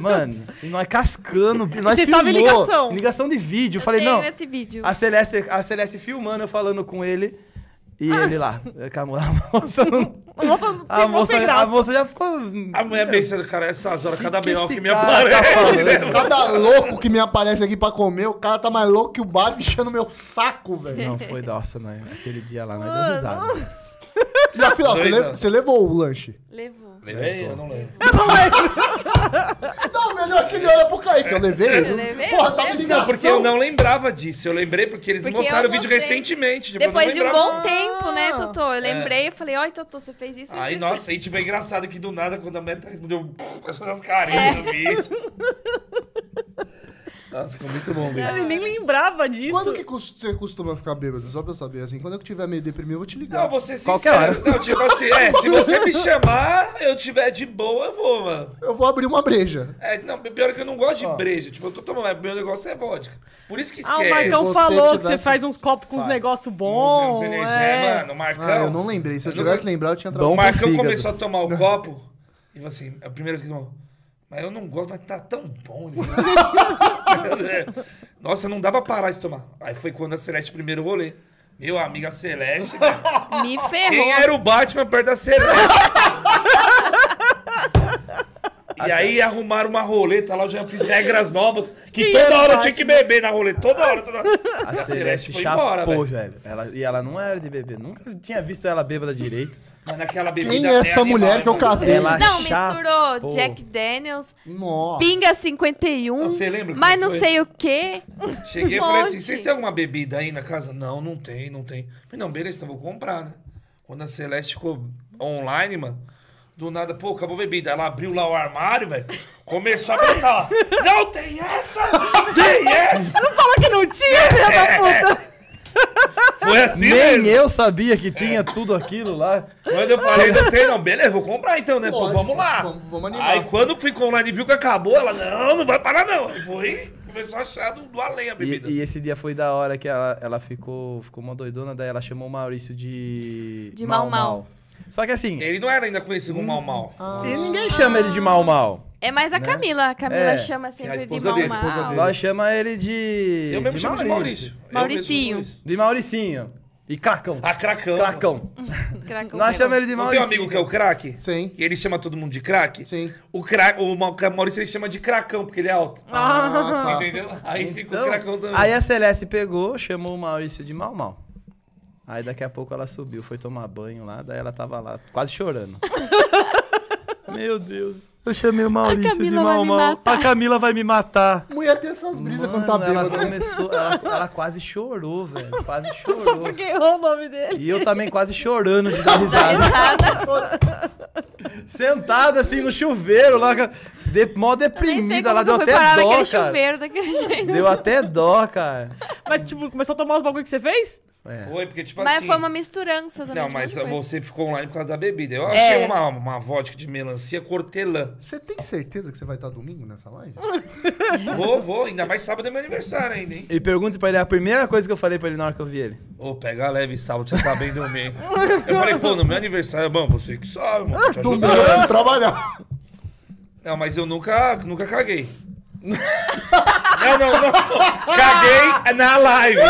S3: Mano, e nós cascando, e nós
S2: Vocês
S3: filmou,
S2: estavam em ligação. né,
S3: ligação de vídeo. Eu
S6: Eu
S3: falei,
S6: tenho
S3: não,
S6: esse vídeo.
S3: a Celeste, a Celeste filmando, eu falando com ele. E ele lá, com a mo- a moça não.
S2: A moça,
S3: A moça,
S2: sem graça.
S3: a moça já ficou.
S4: A mulher pensando, cara, essas horas, cada
S3: que
S4: melhor
S3: esse
S4: que me
S3: cara
S4: aparece.
S3: tá
S4: né?
S3: falando?
S1: Cada louco que me aparece aqui pra comer, o cara tá mais louco que o bar enchendo meu saco, velho.
S3: Não, foi nossa, né? Aquele dia lá, nós deu risada.
S1: E afinal, você,
S4: Dois
S1: le-
S4: anos.
S1: você levou o lanche?
S6: Levou.
S4: Levei, eu não lembro.
S1: Não, melhor que ele olha pro Kaique. Eu levei.
S6: Eu levei,
S1: Porra, tá
S6: eu
S1: tava
S6: levei.
S1: ligado.
S4: Não, porque eu não lembrava disso. Eu lembrei porque eles
S6: Porque
S4: mostraram
S6: eu
S4: o vídeo
S6: mostrei.
S4: recentemente. tipo, eu não
S6: Depois de um
S4: lembrava É.
S6: bom tempo, né, Totô? Eu lembrei, eu falei, ó, Totô, você fez isso,
S4: Aí,
S6: isso,
S4: nossa, aí, tipo, é engraçado que do nada, quando a meta respondeu, pff, essas as carinhas
S6: É.
S4: do vídeo. Nossa, ficou muito bom, velho.
S2: Ele nem lembrava disso.
S1: Quando que cos- você costuma ficar bêbado? Só pra eu saber, assim. Quando eu tiver meio deprimido, eu vou te ligar.
S4: Não, você sincero.
S3: Qualquer hora.
S4: Não, tipo assim, é, se você me chamar, eu tiver de boa, eu vou, mano.
S1: Eu vou abrir uma breja.
S4: É, não, pior é que eu não gosto de breja. Tipo, eu tô tomando, mas meu negócio é vodka. Por isso que
S2: Ah,
S4: esquece.
S2: o Marcão
S1: você
S2: falou que você
S1: tivesse-
S2: faz uns copos com uns
S3: Faz.
S2: negócios
S4: Os-
S2: bons.
S4: os energia,
S2: é.
S4: né, mano, o Marcão.
S1: Ah, eu não lembrei. Se eu
S4: Eu não-
S1: tivesse lembrado, eu tinha
S4: O
S1: trabalhado.
S4: Marcão
S3: fígado.
S4: começou a tomar o copo e falou assim, é a primeira vez que tomou. Mas eu não gosto, mas tá tão bom. Ele falou. Nossa, não dá pra parar de tomar. Aí foi quando a Celeste primeiro rolê. Meu amigo, a
S2: É
S4: Celeste. cara.
S6: me
S4: Quem é
S6: ferrou.
S4: era o Batman perto da Celeste? E aí arrumaram uma roleta lá, eu já fiz regras novas, que
S2: Quem
S4: toda
S2: era o
S4: hora eu
S2: Batman?
S4: tinha que beber na roleta, toda hora, toda hora.
S3: A Celeste
S4: foi
S3: chapou,
S4: embora, né? velho.
S3: velho. Ela, e ela não era de bebê. Nunca tinha visto ela bêbada direito.
S4: Mas naquela bebida
S1: Quem é essa
S4: animal, né?
S1: mulher que eu
S4: irmão.
S1: casei?
S3: Ela-
S4: é
S6: Não,
S3: Chato.
S6: misturou
S3: Pô.
S6: Jack Daniels,
S1: Nossa.
S6: Pinga 51,
S4: Você lembra
S6: mas
S4: como
S6: não
S4: foi?
S6: sei o quê.
S4: Cheguei e falei assim:
S6: Monte.
S4: vocês têm alguma bebida aí na casa? Não, não tem, não tem. Falei, não, beleza, então vou comprar, né? Quando a Celeste ficou online, mano, do nada, pô, acabou a bebida. Ela abriu lá o armário, velho. Começou a gritar, ó, não tem essa! Tem essa! É,
S2: Não falou que não tinha, filha da puta.
S4: Foi assim
S3: Nem
S4: mesmo. É.
S3: eu sabia que tinha tudo aquilo lá.
S4: Quando eu falei, não tem, não, beleza, vou comprar então, né? Pô,
S1: Lógico,
S4: vamos lá.
S1: vamos- vamos animar.
S4: Aí quando ficou online e viu que acabou, ela, não, não vai parar não. Aí foi, começou a achar do, do além a bebida.
S3: E, e esse dia foi da hora que ela, ela ficou, ficou uma doidona, daí ela chamou o Maurício de.
S6: De Mau Mau.
S3: Só que assim,
S4: Ele não era ainda conhecido como Mal Mal.
S6: Ah.
S3: e ninguém chama ele de Mal Mal.
S6: É mais
S4: Né?
S6: a Camila. A Camila
S3: É,
S6: chama sempre de
S4: esposa
S6: mal
S4: dele, a
S6: mal.
S1: esposa dele.
S3: Nós chama ele de.
S4: eu mesmo chamo de Maurício. Eu mesmo chamo de
S6: Mauricinho.
S4: Maurício.
S3: De Mauricinho. E Cracão.
S4: Ah, cracão.
S3: Cracão.
S6: Cracão
S3: Nós
S6: pegou.
S3: chamamos ele de
S4: Não tem
S3: Maurício.
S4: um amigo que é o craque?
S1: Sim.
S4: E ele chama todo mundo de craque?
S1: Sim.
S4: O, cra... o Ma- Maurício ele chama de cracão, porque ele é alto.
S1: Ah, tá.
S4: Entendeu? Aí fica o
S3: Então,
S4: cracão também.
S3: Aí a Celeste pegou, chamou o Maurício de mal mal. Aí daqui a pouco ela subiu, foi tomar banho lá, daí ela tava lá, quase chorando. Meu Deus, eu chamei o Maurício de
S6: Camila vai
S3: mal
S6: me
S3: mal.
S6: matar.
S3: A Camila vai me matar.
S1: Mulher tem essas brisas quando tá
S3: Mano, ela
S1: bêbado. né?
S3: começou, ela, ela quase chorou, velho. Quase chorou.
S2: Porque errou o nome dele.
S3: E eu também quase chorando de dar risada. Sentada assim no chuveiro, lá, de, mó
S6: Nem sei
S3: deprimida,
S6: como
S3: ela
S6: que eu
S3: deu
S6: fui
S3: até
S6: parar naquele
S3: dó, cara. assim.
S6: chuveiro daquele jeito.
S3: Deu até dó, cara.
S2: Mas, tipo, começou a tomar os bagulho que você fez?
S4: Foi, porque tipo
S6: Mas
S4: assim...
S6: foi uma misturança também.
S4: Não,
S6: de um
S4: mas
S6: monte de coisa.
S4: você ficou online por causa da bebida. Eu
S6: É.
S4: achei uma, uma vodka de melancia cortelã.
S1: Você tem certeza que você vai estar domingo nessa live?
S4: Vou, vou. Ainda mais sábado é meu aniversário ainda, hein?
S3: E pergunte pra ele, é a primeira coisa que eu falei pra ele na hora que eu vi ele.
S4: Ô, pega leve sábado, você tá bem dormindo. Eu falei, pô, no meu aniversário, bom, você que sabe, mano. Te
S1: Domingo
S4: ajudar.
S1: eu preciso trabalhar.
S4: Não, mas eu nunca, nunca caguei. não, não, não. Caguei na live.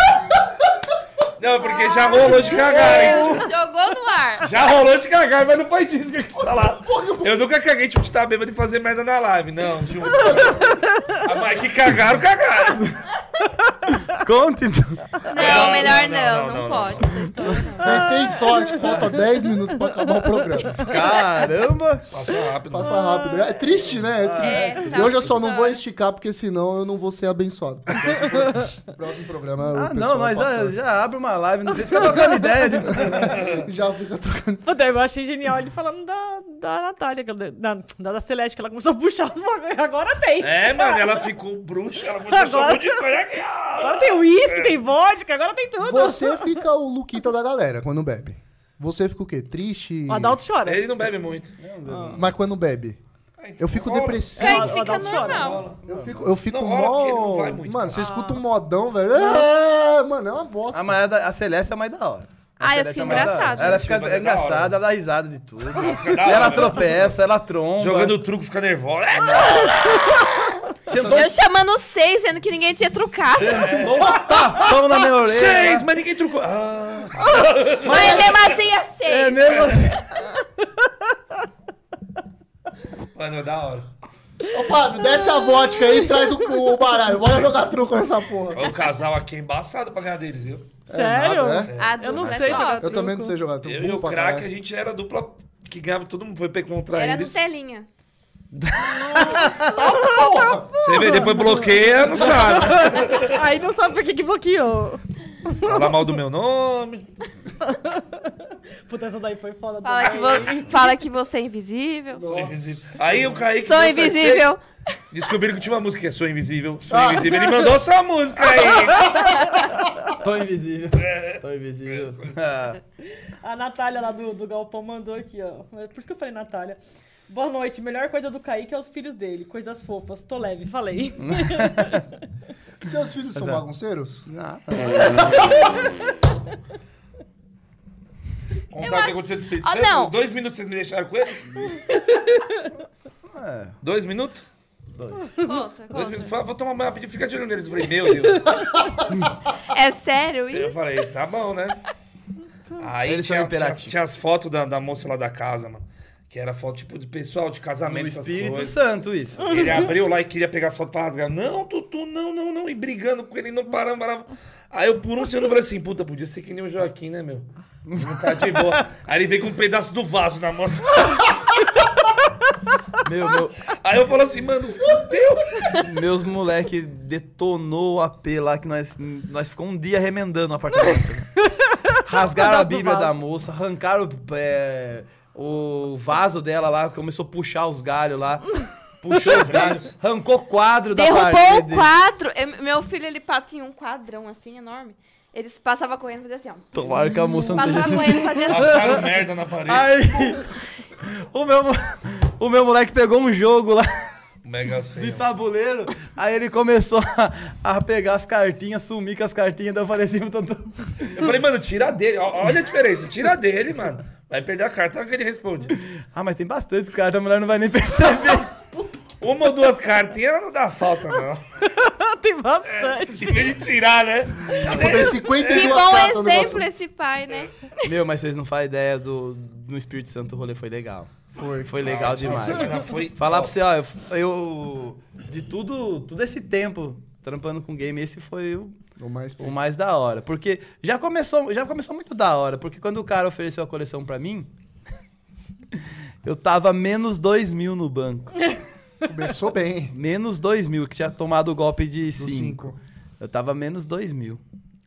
S4: Não, porque já rolou de cagar, hein?
S6: Jogou no ar.
S4: Já rolou de cagar, mas não faz isso que a gente falar. tá Eu nunca caguei, tipo, de estar bêbado e fazer merda na live. Não, junto. Ah, mas que cagaram, cagaram.
S3: Conta então.
S6: Não, melhor não, não, pode. essa história não.
S1: Vocês têm sorte que falta 10 minutos pra acabar o programa.
S3: Caramba!
S4: Passa rápido.
S1: Passa rápido. É triste, né? É
S6: É,
S1: triste.
S6: tá
S1: e hoje eu só não
S6: ficando.
S1: vou esticar, porque senão eu não vou ser abençoado. Próximo pro- Próximo programa. o
S3: Ah,
S1: pessoal
S3: não, nós já,
S4: né?
S1: pastor.
S3: já abre uma live, não sei se fica trocando ideia. De...
S1: Já fica trocando.
S2: Puta, eu achei genial ele falando da, da Natália, que eu- da, da, da Celeste, que ela começou a puxar os bagulhos. Agora tem.
S4: É, mano, ela ficou bruxa, ela começou a
S2: Agora-
S4: só de coisa aqui.
S2: Agora tem uísque, tem vodka, agora tem tudo.
S1: Você fica o Luquita da galera quando bebe. Você fica o quê? Triste?
S2: O Adalto chora.
S4: Ele não bebe muito.
S1: Mas quando bebe?
S4: Ah, então
S1: Eu fico
S4: rola.
S1: depressivo.
S6: Aí
S2: Ela
S6: fica
S2: dá um choro,
S6: normal.
S1: Eu fico, eu fico
S4: Não rola porque ele não
S1: mó.
S4: vai muito,
S1: mano,
S4: cara.
S1: você escuta um modão, velho. É, mano, é uma bosta.
S3: A, Maia da- a Celeste é a mais da hora. A
S6: Ah, eu
S3: Celeste
S6: fico
S3: é a mais da hora.
S6: engraçada.
S3: Ela
S4: Fica mais
S3: fica
S4: é da hora.
S3: engraçada, ela dá risada de tudo.
S4: Fica da hora,
S3: Ela
S4: né?
S3: tropeça, ela tromba.
S4: Jogando o truco, fica nervosa. É,
S6: Eu chamando seis, sendo que ninguém tinha trucado.
S3: Toma na minha orelha.
S4: Seis, mas ninguém trucou. Ah,
S6: Mas mesmo assim é
S3: É
S6: seis.
S3: mesmo?
S4: mano, é da hora.
S1: Ô, Fábio, desce a vodka aí e traz o, o baralho. Bora jogar truco nessa porra.
S4: O casal aqui é embaçado pra ganhar deles, viu?
S2: Sério?
S6: A
S2: Eu não
S6: dupla é
S2: sei
S6: top.
S2: jogar
S1: Eu também não sei jogar truco.
S4: Eu e
S1: Bom
S4: o
S1: pra
S4: craque, a
S1: caralho.
S4: gente era a dupla que ganhava todo mundo, foi pra contra
S6: Era do
S4: eles.
S6: Celinha.
S4: Você vê, depois bloqueia, não sabe.
S2: Aí não sabe por que que bloqueou.
S4: Fala mal do meu nome.
S2: Puta, essa daí foi foda.
S6: Fala que, vo- fala que você é invisível.
S4: Sou invisível. Aí o Kaique.
S6: Sou
S4: do 77,
S6: invisível.
S4: Descobriram que tinha uma música que é Sou Invisível. Sou
S1: Ah.
S4: Invisível. Ele mandou sua música aí.
S3: Tô invisível.
S4: É.
S3: Tô invisível. Ah,
S2: A Natália lá do, do Galpão mandou aqui, ó. É Por isso que eu falei Natália. Boa noite. Melhor coisa do Kaique é os filhos dele. Coisas fofas. Tô leve, falei.
S1: Seus filhos são
S4: é.
S1: bagunceiros?
S4: Contar o que
S6: acho-
S4: aconteceu no Espírito
S6: Ah,
S4: Santo.
S6: não.
S4: Dois minutos vocês me deixaram com eles?
S1: É.
S4: Dois minutos?
S6: Conta,
S4: Dois
S6: conta.
S4: minutos. Falei, vou tomar banho rapidinho, fica de olho neles. Eu falei, meu Deus.
S6: É sério
S4: Eu
S6: isso?
S4: falei, tá bom, né? Aí
S3: Eles são
S4: tinha, tinha,
S3: imperativos.
S4: tinha as fotos da, da moça lá da casa, mano. Que era foto, tipo, de pessoal, de casamento,
S3: O
S4: essas
S3: Espírito
S4: coisas.
S3: Santo, isso.
S4: Ele abriu lá e queria pegar as fotos pra rasgar. Não, Tutu, não, não, não. E brigando com ele, não parava, parava. Aí eu, por um segundo, falei assim, puta, podia ser que nem o Joaquim, né, meu? Não tá de boa. Aí ele veio com um pedaço do vaso na mão. assim.
S3: Meu, meu,
S4: Aí eu falo assim, mano, fudeu.
S3: Meus moleque detonou o AP lá que nós, nós ficamos um dia remendando o apartamento. Rasgaram a
S2: Pedaço do
S3: bíblia
S2: vaso.
S3: da moça, arrancaram é, o vaso dela lá, começou a puxar os galhos lá. Puxou os galhos, arrancou o quadro da
S6: Derrubou
S3: parede.
S6: o quadro. Eu- meu filho, ele pa- tinha um quadrão assim, enorme. Ele passava correndo e fazia assim, ó.
S3: Tomara que a moça não esteja
S6: Passava correndo e
S3: assistindo.
S6: fazia assim.
S4: Passaram merda na parede.
S3: Aí, o meu, mo- o meu moleque pegou um jogo lá.
S4: Mega
S3: de
S4: senha.
S3: tabuleiro. Aí ele começou a, a pegar as cartinhas, sumir com as cartinhas. Daí eu falei assim, tanto...
S4: Eu falei, mano, tira dele. Ó, Olha a diferença. Tira dele, mano. Vai perder a carta. Olha o que ele responde.
S3: ah, mas tem bastante carta, a mulher não vai nem perceber.
S4: Uma ou duas cartinhas não dá falta, não.
S2: Tem bastante.
S4: Em vez de tirar, né?
S1: Pô, Tem 52
S6: Que bom
S1: cartas no
S6: exemplo
S1: negócio.
S6: esse pai, né?
S3: Meu, mas vocês não fazem ideia do. No Espírito Santo o rolê foi legal.
S1: Foi.
S3: Foi legal demais.
S4: Semana foi.
S3: Falar pra você, ó, eu, eu- De tudo, tudo esse tempo trampando com game, esse foi o,
S1: O mais
S3: o mais da hora. Porque já começou, já começou muito da hora. Porque quando o cara ofereceu a coleção pra mim, eu tava menos 2 mil no banco.
S1: começou bem.
S3: Menos 2 mil, que tinha tomado o golpe de
S1: Do
S3: 5.
S1: cinco.
S3: Eu tava menos 2 mil.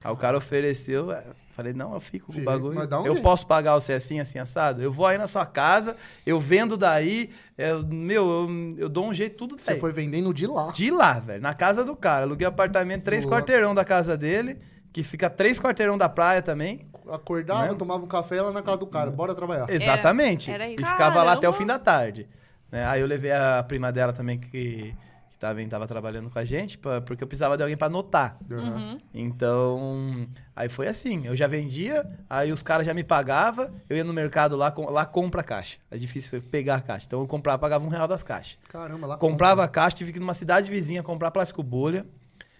S3: Aí o cara ofereceu, eh, falei, não, eu fico com o
S1: Filho,
S3: bagulho.
S1: mas dá um
S3: eu
S1: jeito.
S3: posso pagar você assim, assim, assado? Eu vou aí na sua casa, eu vendo daí, eu- meu, eu, eu dou um jeito tudo
S1: Você
S3: daí.
S1: foi vendendo de lá.
S3: De lá, velho, na casa do cara. Aluguei um apartamento, três
S1: Boa.
S3: quarteirão da casa dele, que fica três quarteirão da praia também.
S1: Acordava, tomava um café lá na casa do cara. Bora trabalhar.
S3: Exatamente.
S6: era um isso.
S3: E ficava lá até o
S2: Caramba.
S3: fim da tarde. né? Aí eu levei a prima dela também, que, que tava, tava trabalhando com a gente, pra- porque eu precisava de alguém pra anotar.
S1: Uhum.
S3: Então, aí foi assim. Eu já vendia, aí os caras já me pagavam, eu ia no mercado lá, com- lá compra a caixa. É difícil eu pegar a caixa. Então eu comprava, pagava um real das caixas.
S1: Caramba, lá.
S3: Comprava a caixa, tive que ir numa cidade vizinha comprar plástico bolha.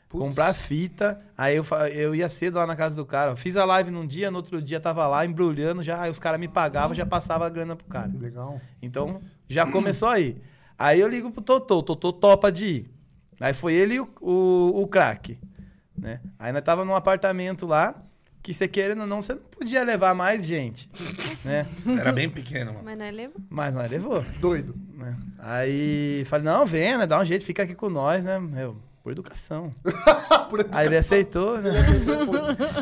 S1: Putz.
S3: Comprar fita. Aí eu, fa- eu ia cedo lá na casa do cara. Fiz a live num dia, no outro dia tava lá embrulhando já. Aí os caras me pagavam, já passava a grana pro cara.
S1: Legal.
S3: Então, já começou aí. Aí eu ligo pro Totô, o Totô topa de ir. Aí foi ele e o, o, o craque, né? Aí nós tava num apartamento lá, que você querendo ou não, você não podia levar mais gente, né?
S4: Era bem pequeno, mano.
S6: Mas não é lembro.
S3: Mas nós levou,
S1: Doido.
S3: né? Aí falei, não, vem, né? Dá um jeito, fica aqui com nós, né? Meu, por educação.
S1: Por
S3: Aí ele aceitou, né?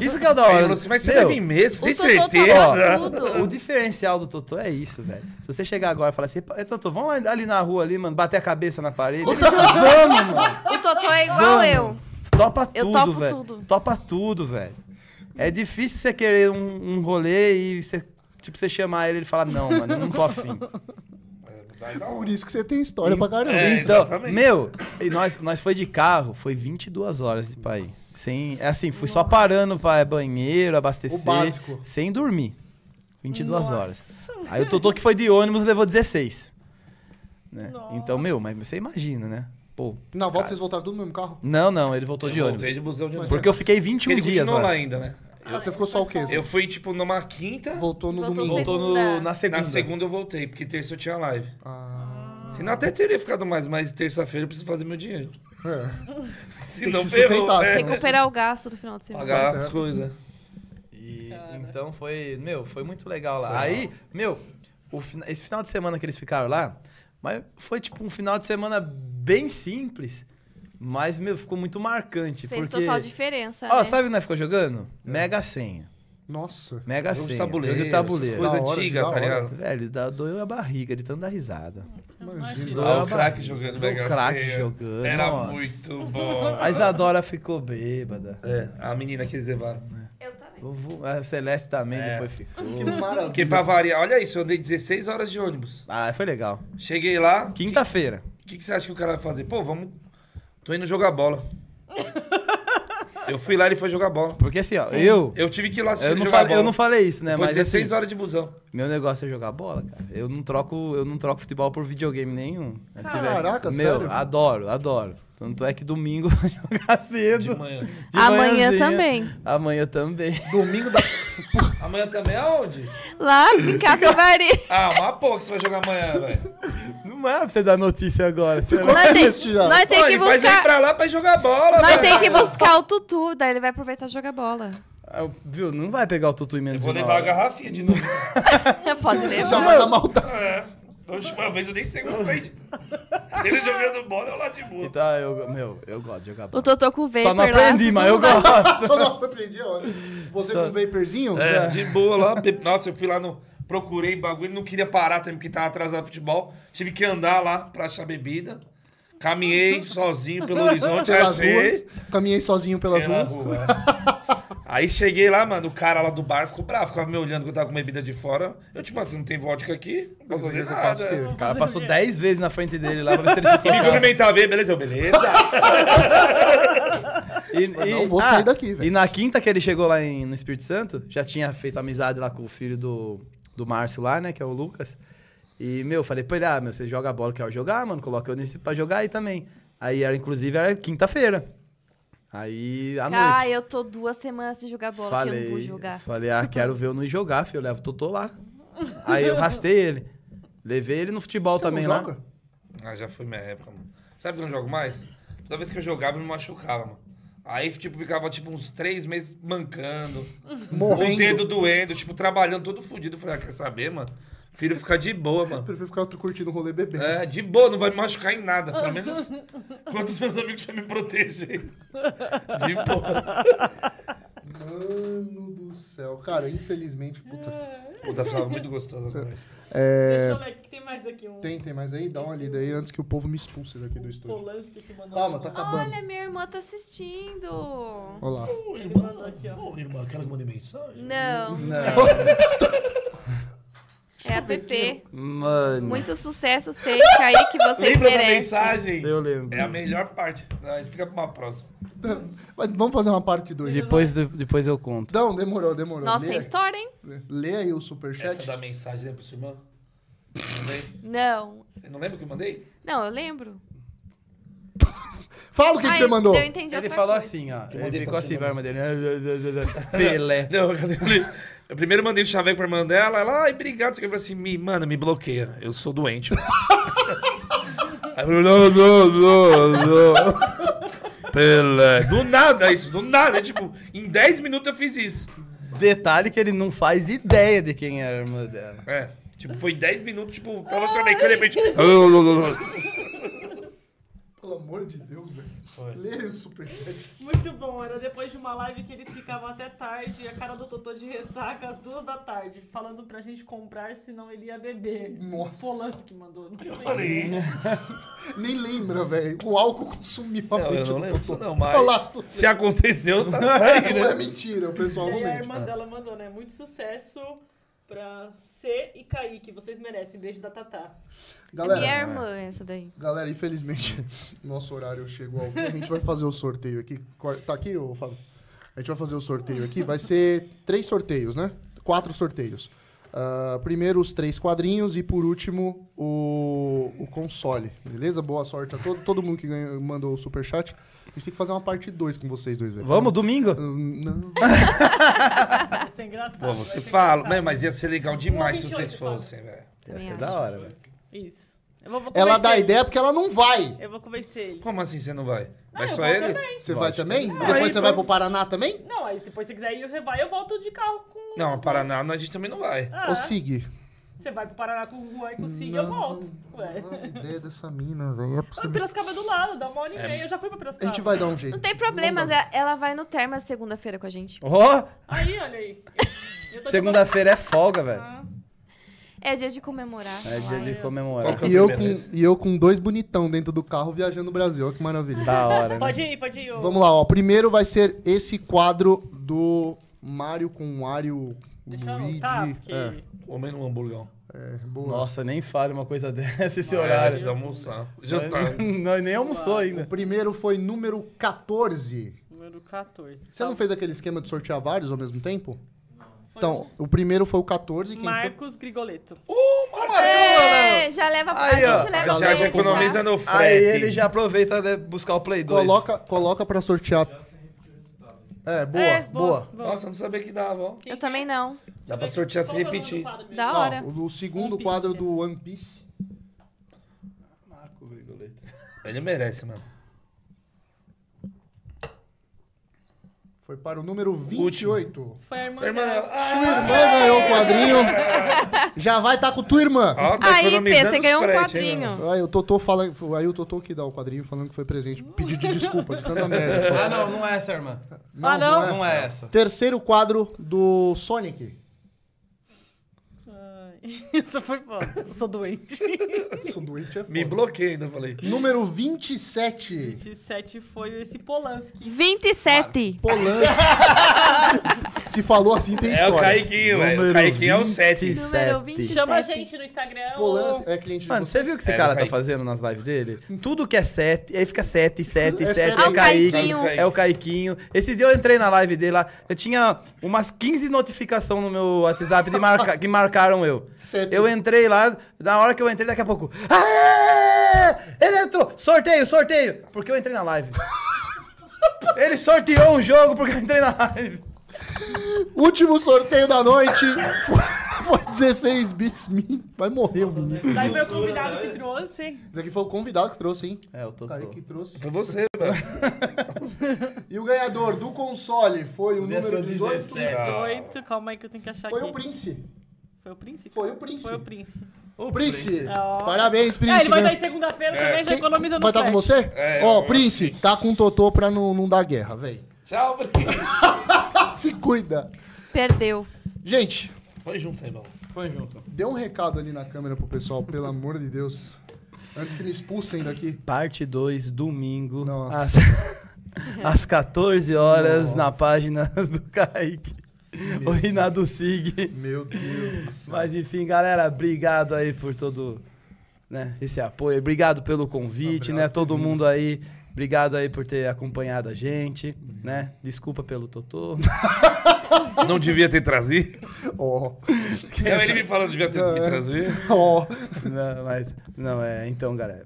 S3: Isso que é o da hora.
S4: Aí ele falou assim, mas você
S3: Meu,
S4: vai vir mesmo,
S6: O
S4: tem
S6: Totô tava
S4: certeza?
S6: tudo.
S3: o diferencial do Totô é isso, velho. Se você chegar agora e falar assim, "Ei, Totô, vamos lá ali na rua ali, mano, bater a cabeça na parede. Ele fala, vamos, mano.
S6: O Totô é igual
S3: Vamos.
S6: eu.
S3: Topa
S6: Eu
S3: tudo,
S6: topo
S3: velho.
S6: tudo.
S3: Topa tudo, velho. É difícil você querer um, um rolê e você, tipo, você chamar ele e ele falar, não, mano, eu não tô afim.
S1: Por isso que você tem história pra caramba.
S4: É,
S3: Então,
S4: exatamente.
S3: meu, e nós, nós foi de carro, foi 22 horas de país. Sem, é assim, fui só parando pra banheiro, abastecer,
S1: O básico.
S3: sem dormir. 22 horas. Aí o Totô que foi de ônibus levou 16. né? Então, meu, mas você imagina, né? Pô,
S1: Na volta vocês voltaram tudo no mesmo carro?
S3: não, não, ele voltou de
S4: Eu
S3: ônibus.
S4: voltei de busão de novo.
S3: Porque eu fiquei
S4: Porque
S3: 21
S4: ele
S3: dias
S4: continuou
S3: lá.
S4: lá ainda, né?
S1: Você ficou só o quê?
S4: Eu fui, tipo, numa quinta,
S1: Voltou no
S6: Voltou
S1: domingo.
S6: sexta.
S3: Voltou no- na segunda.
S4: na segunda eu voltei, porque terça eu tinha live.
S1: Ah,
S4: Senão até teria ficado mais, mas terça-feira eu preciso fazer meu dinheiro.
S1: é.
S4: Se não
S1: que
S4: ferrou,
S1: sustentar,
S4: é,
S6: assim.
S1: senão-
S6: Recuperar o gasto do final de semana.
S4: pagar
S1: Tá
S4: as
S1: certo.
S4: coisas.
S3: E, então foi, meu, foi muito legal lá. Aí, meu, o fina- esse final de semana que eles ficaram lá, mas foi tipo um final de semana bem simples, mas meu, ficou muito marcante,
S6: Fez
S3: porque
S6: total diferença.
S3: Ó,
S6: né?
S3: sabe o que nós ficou jogando? Mega senha.
S1: Noisa.
S3: Mega
S4: É. Jogo de
S3: senha.
S4: tabuleiro,
S3: jogo de
S4: essas
S3: tabuleiro.
S1: Da hora,
S4: coisas antigas,
S1: da
S4: tá
S1: hora.
S4: ligado?
S3: Velho, dá- doeu a barriga de tanto dar risada.
S1: Imagina.
S3: Doeu
S4: Ah,
S3: a
S4: o craque
S3: barriga.
S4: jogando
S3: Do
S4: Mega
S3: craque
S4: Sena.
S3: jogando,
S4: Era
S3: nossa.
S4: muito bom.
S3: A Isadora ficou bêbada.
S4: É, a menina que eles levaram.
S3: É.
S6: Eu também.
S3: Vovô- A Celeste também
S4: É.
S3: depois ficou.
S1: Que maravilha.
S4: Porque pra variar, olha isso, eu andei 16 horas de ônibus.
S3: Ah, foi legal.
S4: Cheguei lá, o que,
S3: Quinta-feira.
S4: que, que você acha que o cara vai fazer? Pô, vamos. Tô indo jogar bola. eu fui lá, ele foi jogar bola.
S3: Porque assim, ó, eu.
S4: Eu tive que ir lá assistir
S3: Eu
S4: ele
S3: não,
S4: jogar
S3: falei,
S4: bola.
S3: eu não falei isso, né?
S4: Foi
S3: Mas
S4: 16
S3: assim,
S4: horas de busão.
S3: Meu negócio é jogar bola, cara. Eu não troco, eu não troco futebol por videogame nenhum. Se tiver-
S1: Caraca,
S3: meu,
S1: sério?
S3: adoro, adoro. Tanto é que domingo eu vou jogar cedo. De
S4: manhã.
S6: Amanhã
S3: manhãzinha.
S6: também.
S3: Amanhã também.
S1: Domingo da.
S4: Amanhã também é aonde?
S6: Lá em Capivari.
S4: Ah, uma pouco você vai jogar amanhã, velho.
S3: Não é pra você dar notícia agora. Você não...
S6: nós
S1: triste já.
S6: tem, nós tem
S4: Pô,
S6: que
S4: ele faz ele
S6: buscar.
S4: pra lá pra ir jogar bola,
S6: Nós
S4: velho.
S6: tem que buscar o Tutu, daí ele vai aproveitar e jogar bola.
S3: Ah, Viu, não vai pegar o tutu em menos
S4: Vou
S3: de uma
S4: levar a
S3: hora.
S4: garrafinha de novo.
S6: Pode levar.
S1: Já vai na maldade.
S4: Da última vez eu nem sei como sair. de- Ele jogando bola, eu lá de boa.
S3: Então, eu, meu, eu gosto de jogar
S6: O
S3: bola.
S6: Totô com o Vapor
S3: Só não
S6: lá,
S3: aprendi,
S6: tudo
S3: mas eu
S6: lá.
S3: gosto.
S1: Só não aprendi a hora. Você
S3: Só-
S1: com vaporzinho?
S4: É, de boa lá. be- Nossa, eu fui lá no. Procurei bagulho, não queria parar também, porque tava atrasado pro futebol. Tive que andar lá pra achar bebida. Caminhei sozinho pelo horizonte,
S1: Pelas
S4: achei.
S1: ruas. Caminhei sozinho pelas
S4: Pela
S1: ruas.
S4: rua. Aí cheguei lá, mano, o cara lá do bar ficou bravo, ficava me olhando que eu tava com bebida de fora. Eu te mando, você não tem vodka aqui? Não posso fazer
S1: Eu faço o
S4: nada.
S1: quê?
S3: O cara passou 10 vezes na frente dele lá pra ver se ele se
S4: E me
S3: tocava.
S4: cumprimentava, e aí, beleza? Eu, beleza.
S3: E, e- ah,
S1: não vou sair daqui, velho.
S3: E na quinta que ele chegou lá em- no Espírito Santo, já tinha feito amizade lá com o filho do, do Márcio lá, né? Que é o Lucas. E, meu, eu falei pra ele, ah, meu, você joga bola, quer jogar, mano? Coloca eu nesse pra jogar aí também. Aí era, inclusive, era quinta-feira. Aí, à noite.
S6: Ah, eu tô duas semanas sem jogar bola, que eu não vou jogar.
S3: Falei, ah, quero ver eu não ir jogar, filho. Eu levo o Totô lá. Aí eu rastei ele. Levei ele no futebol
S1: Você não
S3: também
S1: joga?
S3: lá.
S4: Ah, já foi minha época, mano. Sabe que eu não jogo mais? Toda vez que eu jogava, eu me machucava, mano. Aí, tipo, ficava, tipo, uns três meses mancando. O
S1: Morrendo.
S4: dedo doendo, tipo, trabalhando todo fudido. Eu Falei, ah, quer saber, mano? Filho, ficar de boa, mano.
S1: Prefiro ficar curtindo o rolê bebê.
S4: É, de boa, não vai me machucar em nada. Pelo menos enquanto os meus amigos já me protegem. De boa.
S6: É.
S1: Mano do céu. Cara, infelizmente, puta.
S4: Puta, tava muito gostosa a conversa.
S2: Deixa eu ver o que tem mais aqui. Um
S1: Tem, tem mais aí? Dá uma lida aí antes que o povo me expulse daqui do estúdio.
S2: Polanski que mandou.
S1: Calma, tá acabando.
S6: Olha, minha irmã tá assistindo.
S1: Olha lá.
S4: Ô, irmã, ô, irmã, aquela que mandei mensagem.
S6: Não. É a PP.
S3: Mano,
S6: Muito sucesso, sei, Kaique, que vocês
S4: Lembra da
S6: merecem.
S4: mensagem?
S3: eu lembro.
S4: É a melhor parte. Mas fica pra uma próxima.
S1: Mas vamos fazer uma parte 2.
S3: Depois, depois eu conto.
S1: Então, demorou, demorou.
S6: Nossa,
S1: Lê
S6: tem
S1: aí.
S6: história, hein?
S1: Lê aí o
S4: Essa
S1: superchat.
S4: da mensagem, né, lembra pra sua irmã? Mandei.
S6: Não.
S4: Você não lembra o que eu mandei?
S6: Não, eu lembro.
S1: Fala o que, que
S6: Ah,
S1: você
S6: eu-
S1: mandou.
S6: Eu entendi
S3: Ele
S6: outra
S3: falou
S6: coisa.
S3: assim, ó.
S9: mandei
S3: Ele ficou
S9: pra
S3: assim
S9: cima,
S3: pra irmã dele. Pelé.
S4: Não, eu, falei- eu primeiro mandei o chaveco pra irmã dela, ela, ai, obrigado. Você falou assim, me, mano, me bloqueia, eu sou doente. Aí eu falei, não, não, não, não. Pelé. É, Do nada isso, do nada. É tipo, em 10 minutos eu fiz isso.
S3: Detalhe que ele não faz ideia de quem é a irmã dela.
S4: É. Tipo, foi 10 minutos, tipo, tava chamecando de repente. "Não, não, não, não."
S1: Pelo amor de Deus, velho. Lê o superchat.
S2: Muito bom, era depois de uma live que eles ficavam até tarde e a cara do Totô de ressaca às duas da tarde, falando pra gente comprar, senão ele ia beber.
S1: Nossa.
S2: Polanski mandou. Não sei.
S1: Nem lembra, velho. O álcool consumiu a
S4: Não, eu
S1: mente
S4: não
S1: do
S4: lembro disso,
S1: Totó.
S4: não,
S1: Olha lá,
S4: mas.
S1: Totó.
S4: Se aconteceu, tá aí,
S1: Não
S4: né?
S1: é mentira, o pessoal
S2: E aí a
S1: realmente.
S2: irmã dela mandou, né? Muito sucesso pra C e Kaique, vocês merecem. Beijo da Tatá.
S6: É minha
S1: Galera,
S6: irmã essa daí.
S1: galera, infelizmente, nosso horário chegou ao fim. A gente vai fazer o sorteio aqui. Cor- Tá aqui, ô Fábio? A gente vai fazer o sorteio aqui. Vai ser três sorteios, né? Quatro sorteios. Ah, primeiro os três quadrinhos e por último o, o console, beleza? Boa sorte a todo, todo mundo que ganhou, mandou o superchat. A gente tem que fazer uma parte 2 com vocês dois, velho.
S3: Vamos, domingo?
S1: Hum, Não.
S2: Vai ser engraçado.
S4: Pô, você
S2: vai ser
S4: fala.
S2: engraçado.
S4: Não, mas ia ser legal demais se
S2: 28
S4: vocês
S2: fala.
S4: fossem, velho.
S3: Ia
S6: Também
S3: ser
S6: acho.
S3: é da hora, velho.
S2: Isso. Eu vou, vou
S1: Ela
S2: convencer
S1: dá
S2: ele.
S1: ideia porque ela não vai.
S2: Eu vou convencer ele.
S4: Como assim você não vai? Vai
S2: eu
S4: só
S2: vou
S4: ele?
S2: também.
S1: Você vai também?
S2: Ah,
S4: que-
S1: E depois
S4: Aí,
S1: você vai pro
S4: pronto.
S1: Paraná também?
S2: Não, aí depois se quiser ir, você vai, eu volto de carro com.
S4: Não, a Paraná não, a gente também não vai.
S2: Ah,
S1: Ô, Sig.
S2: Você vai pro Paraná com o Juan e com o Cid, eu volto. Ué.
S1: As ideias dessa mina, velho. É pra você-
S2: Ah, Piracicaba é do lado, dá uma hora e meia. Eu já fui pra
S1: A
S2: Piracicaba.
S1: gente vai dar um jeito.
S6: Não tem problema,
S1: Não dá.
S6: ela- ela vai no Termas segunda-feira com a gente.
S3: Ó,
S2: Aí, olha aí. Eu tô de
S3: segunda-feira é folga, velho.
S6: Ah, É dia de comemorar.
S3: É dia de
S4: Qual
S3: comemorar.
S4: que é o
S1: E eu,
S4: primeiro desse?
S1: com, e eu com dois bonitão dentro do carro viajando o Brasil. Olha que maravilha.
S2: Tá.
S3: Da hora, né?
S2: Pode ir, pode ir. ô.
S1: Vamos lá, ó. Primeiro vai ser esse quadro do Mario com Wario
S2: Deixa eu
S1: Luigi.
S2: anotar, porque...
S1: É,
S4: Comendo um hamburgão.
S1: é, boa.
S3: Nossa, nem fale uma coisa dessa esse
S4: Horário
S3: horário.
S4: precisa almoçar. Jantar.
S3: Nós, nós nem almoçou
S1: O
S3: ainda.
S1: primeiro foi número 14.
S2: Número 14.
S1: Você não fez aquele esquema de sortear vários ao mesmo tempo?
S2: Tá. Foi
S1: Então, o primeiro foi o 14. Quem foi?
S2: Marcos Grigoleto.
S3: Ah,
S6: É, já leva
S3: né? Aí,
S6: a
S3: ó,
S6: gente leva pra
S4: Já, já
S6: ele, tá?
S4: economiza no frete.
S3: Aí ele já aproveita de buscar o Play 2.
S1: Coloca, coloca pra sortear. É, boa,
S2: É,
S1: boa.
S2: boa.
S4: Nossa, não sabia que dava, ó.
S6: Eu também não.
S4: Dá pra sortear
S2: Qual
S4: se
S2: que é o nome do
S4: repetir.
S2: quadro mesmo?
S6: Da
S1: Ó,
S6: hora.
S1: o segundo
S2: One Piece.
S1: quadro do One Piece.
S4: Ele merece, mano.
S1: Foi para o número 28.
S2: Foi a irmã,
S4: Irmã,
S2: dela.
S1: Sua
S4: ah,
S1: irmã ganhou o quadrinho. Já vai estar com tua irmã.
S4: ó, tá
S6: Aí, Pê,
S4: economizando
S6: você
S4: os
S6: ganhou um
S4: frete, hein, mano?
S6: quadrinho.
S1: Aí o Totô falando. Aí o Totô que dá o quadrinho falando que foi presente. Pediu de desculpa de tanta merda.
S3: Ah, não, não é essa, irmã.
S1: Não,
S2: Ah, não?
S1: é.
S3: Não é essa.
S1: Terceiro quadro do Sonic.
S2: Ai, Isso foi foda. Eu sou doente.
S1: Isso doente é foda.
S4: Me bloqueei ainda, falei.
S1: Número 27.
S2: 27 foi esse Polanski.
S6: 27.
S1: Polanski. Se falou assim, tem
S4: É o
S1: história.
S4: Kaiquinho, velho. O Kaiquinho é o 7.
S6: Número 27.
S2: Chama a gente no Instagram.
S1: Polanski é cliente de
S3: Mano,
S1: você.
S3: você viu o que esse
S4: É,
S3: cara
S4: o
S3: tá
S4: Kaique.
S3: fazendo nas lives dele? Tudo que é 7, aí fica 7, 7,
S1: É
S3: 7,
S1: sete.
S3: é
S1: Ah,
S3: o
S1: o
S3: Kaique.
S6: Kaiquinho.
S3: É o Caiquinho. Esse dia eu entrei na live dele lá, eu tinha umas 15 notificações no meu WhatsApp de marca- que marcaram eu.
S1: Sete.
S3: Eu entrei lá, na hora que eu entrei, daqui a pouco. Aê! Ele entrou! Sorteio, sorteio! Porque eu entrei na live. Ele sorteou um jogo porque eu entrei na live.
S1: Último sorteio da noite. Foi, foi 16 bits. min. Vai morrer o menino.
S2: Daí foi o convidado que trouxe.
S1: Esse aqui foi o convidado que trouxe, hein?
S3: É, eu tô.
S1: O Kaique trouxe.
S4: Foi você, velho.
S1: E o ganhador do console foi o número 18.
S2: 18, calma aí que eu tenho que achar
S1: Ah. Foi
S2: aqui.
S1: o Prince.
S2: Foi o príncipe?
S1: Foi o Prince.
S2: Foi o príncipe.
S1: O Prince.
S2: É, Ó.
S1: Parabéns, Prince.
S2: É, ele vai
S1: né?
S2: dar em segunda-feira também, já
S1: Quem-
S2: economiza no
S1: Vai estar com
S2: frete.
S1: você?
S4: É,
S1: Ó,
S4: eu-
S1: Prince, tá com o Totô pra não, não dar guerra, velho.
S4: Tchau, porque.
S1: Se cuida.
S6: Perdeu.
S1: Gente,
S4: Foi junto aí, mano.
S3: Foi junto.
S1: dê um recado ali na câmera pro pessoal, pelo amor de Deus. Antes que me expulsem daqui.
S3: Parte 2, domingo,
S1: Nossa.
S3: Às, às 14 horas, na página do Kaique. O Rinaldo Sig.
S1: Meu Deus.
S3: Mas enfim, galera, obrigado aí por todo né, esse apoio. Obrigado pelo convite, né? Todo mundo aí. Obrigado aí por ter acompanhado a gente,
S1: Uhum.
S3: né? Desculpa pelo Totô.
S4: Não devia ter trazido.
S1: Ó,
S4: Não, ele me falou que devia ter me trazido.
S1: ó.
S3: né, não, mas, não, é, então, galera.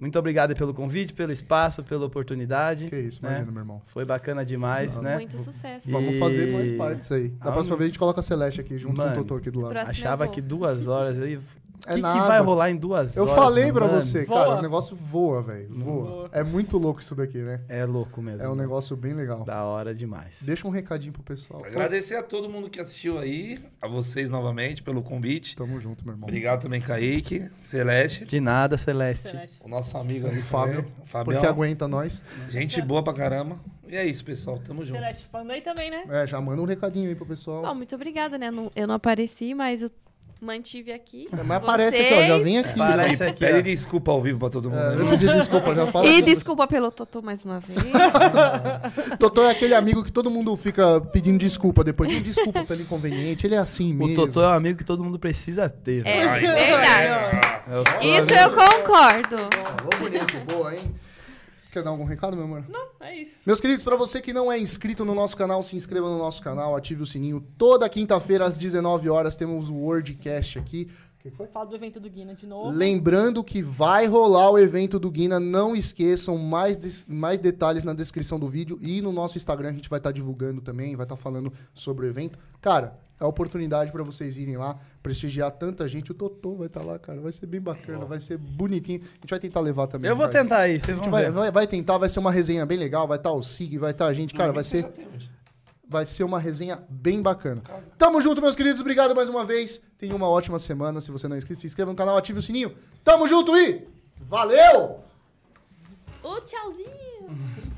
S3: Muito obrigado pelo convite, pelo espaço, pela oportunidade.
S1: Que isso,
S3: né?
S1: imagina, meu irmão.
S3: Foi bacana demais, né?
S8: Muito sucesso.
S1: Vamos
S3: E-
S1: fazer mais partes aí. Da
S3: Ah,
S1: próxima
S3: um-
S1: vez a gente coloca a Celeste aqui, junto
S3: Mano.
S1: com o Totô aqui do lado.
S6: Próximo
S3: Achava
S6: eu vou.
S3: que duas horas aí. O
S1: É
S3: que, que
S1: nada.
S3: vai rolar em duas
S1: Eu
S3: horas? né?
S1: falei pra
S3: mano?
S1: você,
S2: Voa.
S1: cara, o negócio voa, velho. Voa. É muito louco isso daqui, né?
S3: É louco mesmo.
S1: É um negócio bem legal.
S3: Da hora demais.
S1: Deixa um recadinho pro pessoal.
S4: Agradecer a todo mundo que assistiu aí, a vocês novamente pelo convite.
S1: Tamo junto, meu irmão.
S4: Obrigado também, Kaique, Celeste,
S3: De nada, Celeste.
S2: Celeste.
S4: o nosso amigo aí,
S1: Fábio,
S4: também,
S1: Porque
S4: é, Fabião.
S1: aguenta nós.
S4: Gente boa pra caramba. E é isso, pessoal. Tamo junto.
S2: Celeste Pandei também, né?
S1: É, já manda um recadinho aí pro pessoal.
S6: Bom, muito obrigada, né? Não- Eu não apareci, mas eu mantive aqui.
S1: Mas aparece aqui, ó, já vem aqui.
S3: Parece aqui.
S4: Pede
S3: ó.
S4: desculpa ao vivo pra todo mundo.
S1: É,
S4: né?
S1: eu pedi desculpa, já falo.
S6: E desculpa pelo Totô mais uma vez.
S1: Totô é aquele amigo que todo mundo fica pedindo desculpa depois. Pedindo desculpa pelo inconveniente, ele é assim
S3: O
S1: mesmo.
S3: Totô é um amigo que todo mundo precisa ter.
S6: É
S4: Ai,
S6: verdade.
S4: é.
S3: Eu-
S6: Isso eu concordo.
S1: Falou bonito, boa, hein? Quer dar algum recado, meu amor?
S2: É isso.
S1: Meus queridos, pra você que não é inscrito no nosso canal, se inscreva no nosso canal, ative o sininho. Toda quinta-feira, às 19 horas, temos o WordCast aqui. O que foi?
S2: Fala do evento do Guina de novo.
S1: Lembrando que vai rolar o evento do Guina, não esqueçam, mais, des- mais detalhes na descrição do vídeo e no nosso Instagram a gente vai estar divulgando também, vai estar falando sobre o evento. Cara, é a oportunidade para vocês irem lá, prestigiar tanta gente. O Totô vai estar lá, cara, vai ser bem bacana, vai ser bonitinho. A gente vai tentar levar também.
S3: Eu vou
S1: vai.
S3: tentar aí, vocês
S1: A gente
S3: vão
S1: vai,
S3: ver.
S1: vai- vai tentar, vai ser uma resenha bem legal, vai estar o Sig, vai estar a gente, cara, vai ser, vai ser uma resenha bem bacana. Tamo junto, meus queridos, obrigado mais uma vez, tenha uma ótima semana, se você não é inscrito, se inscreva no canal, ative o sininho, tamo junto e valeu!
S6: O tchauzinho.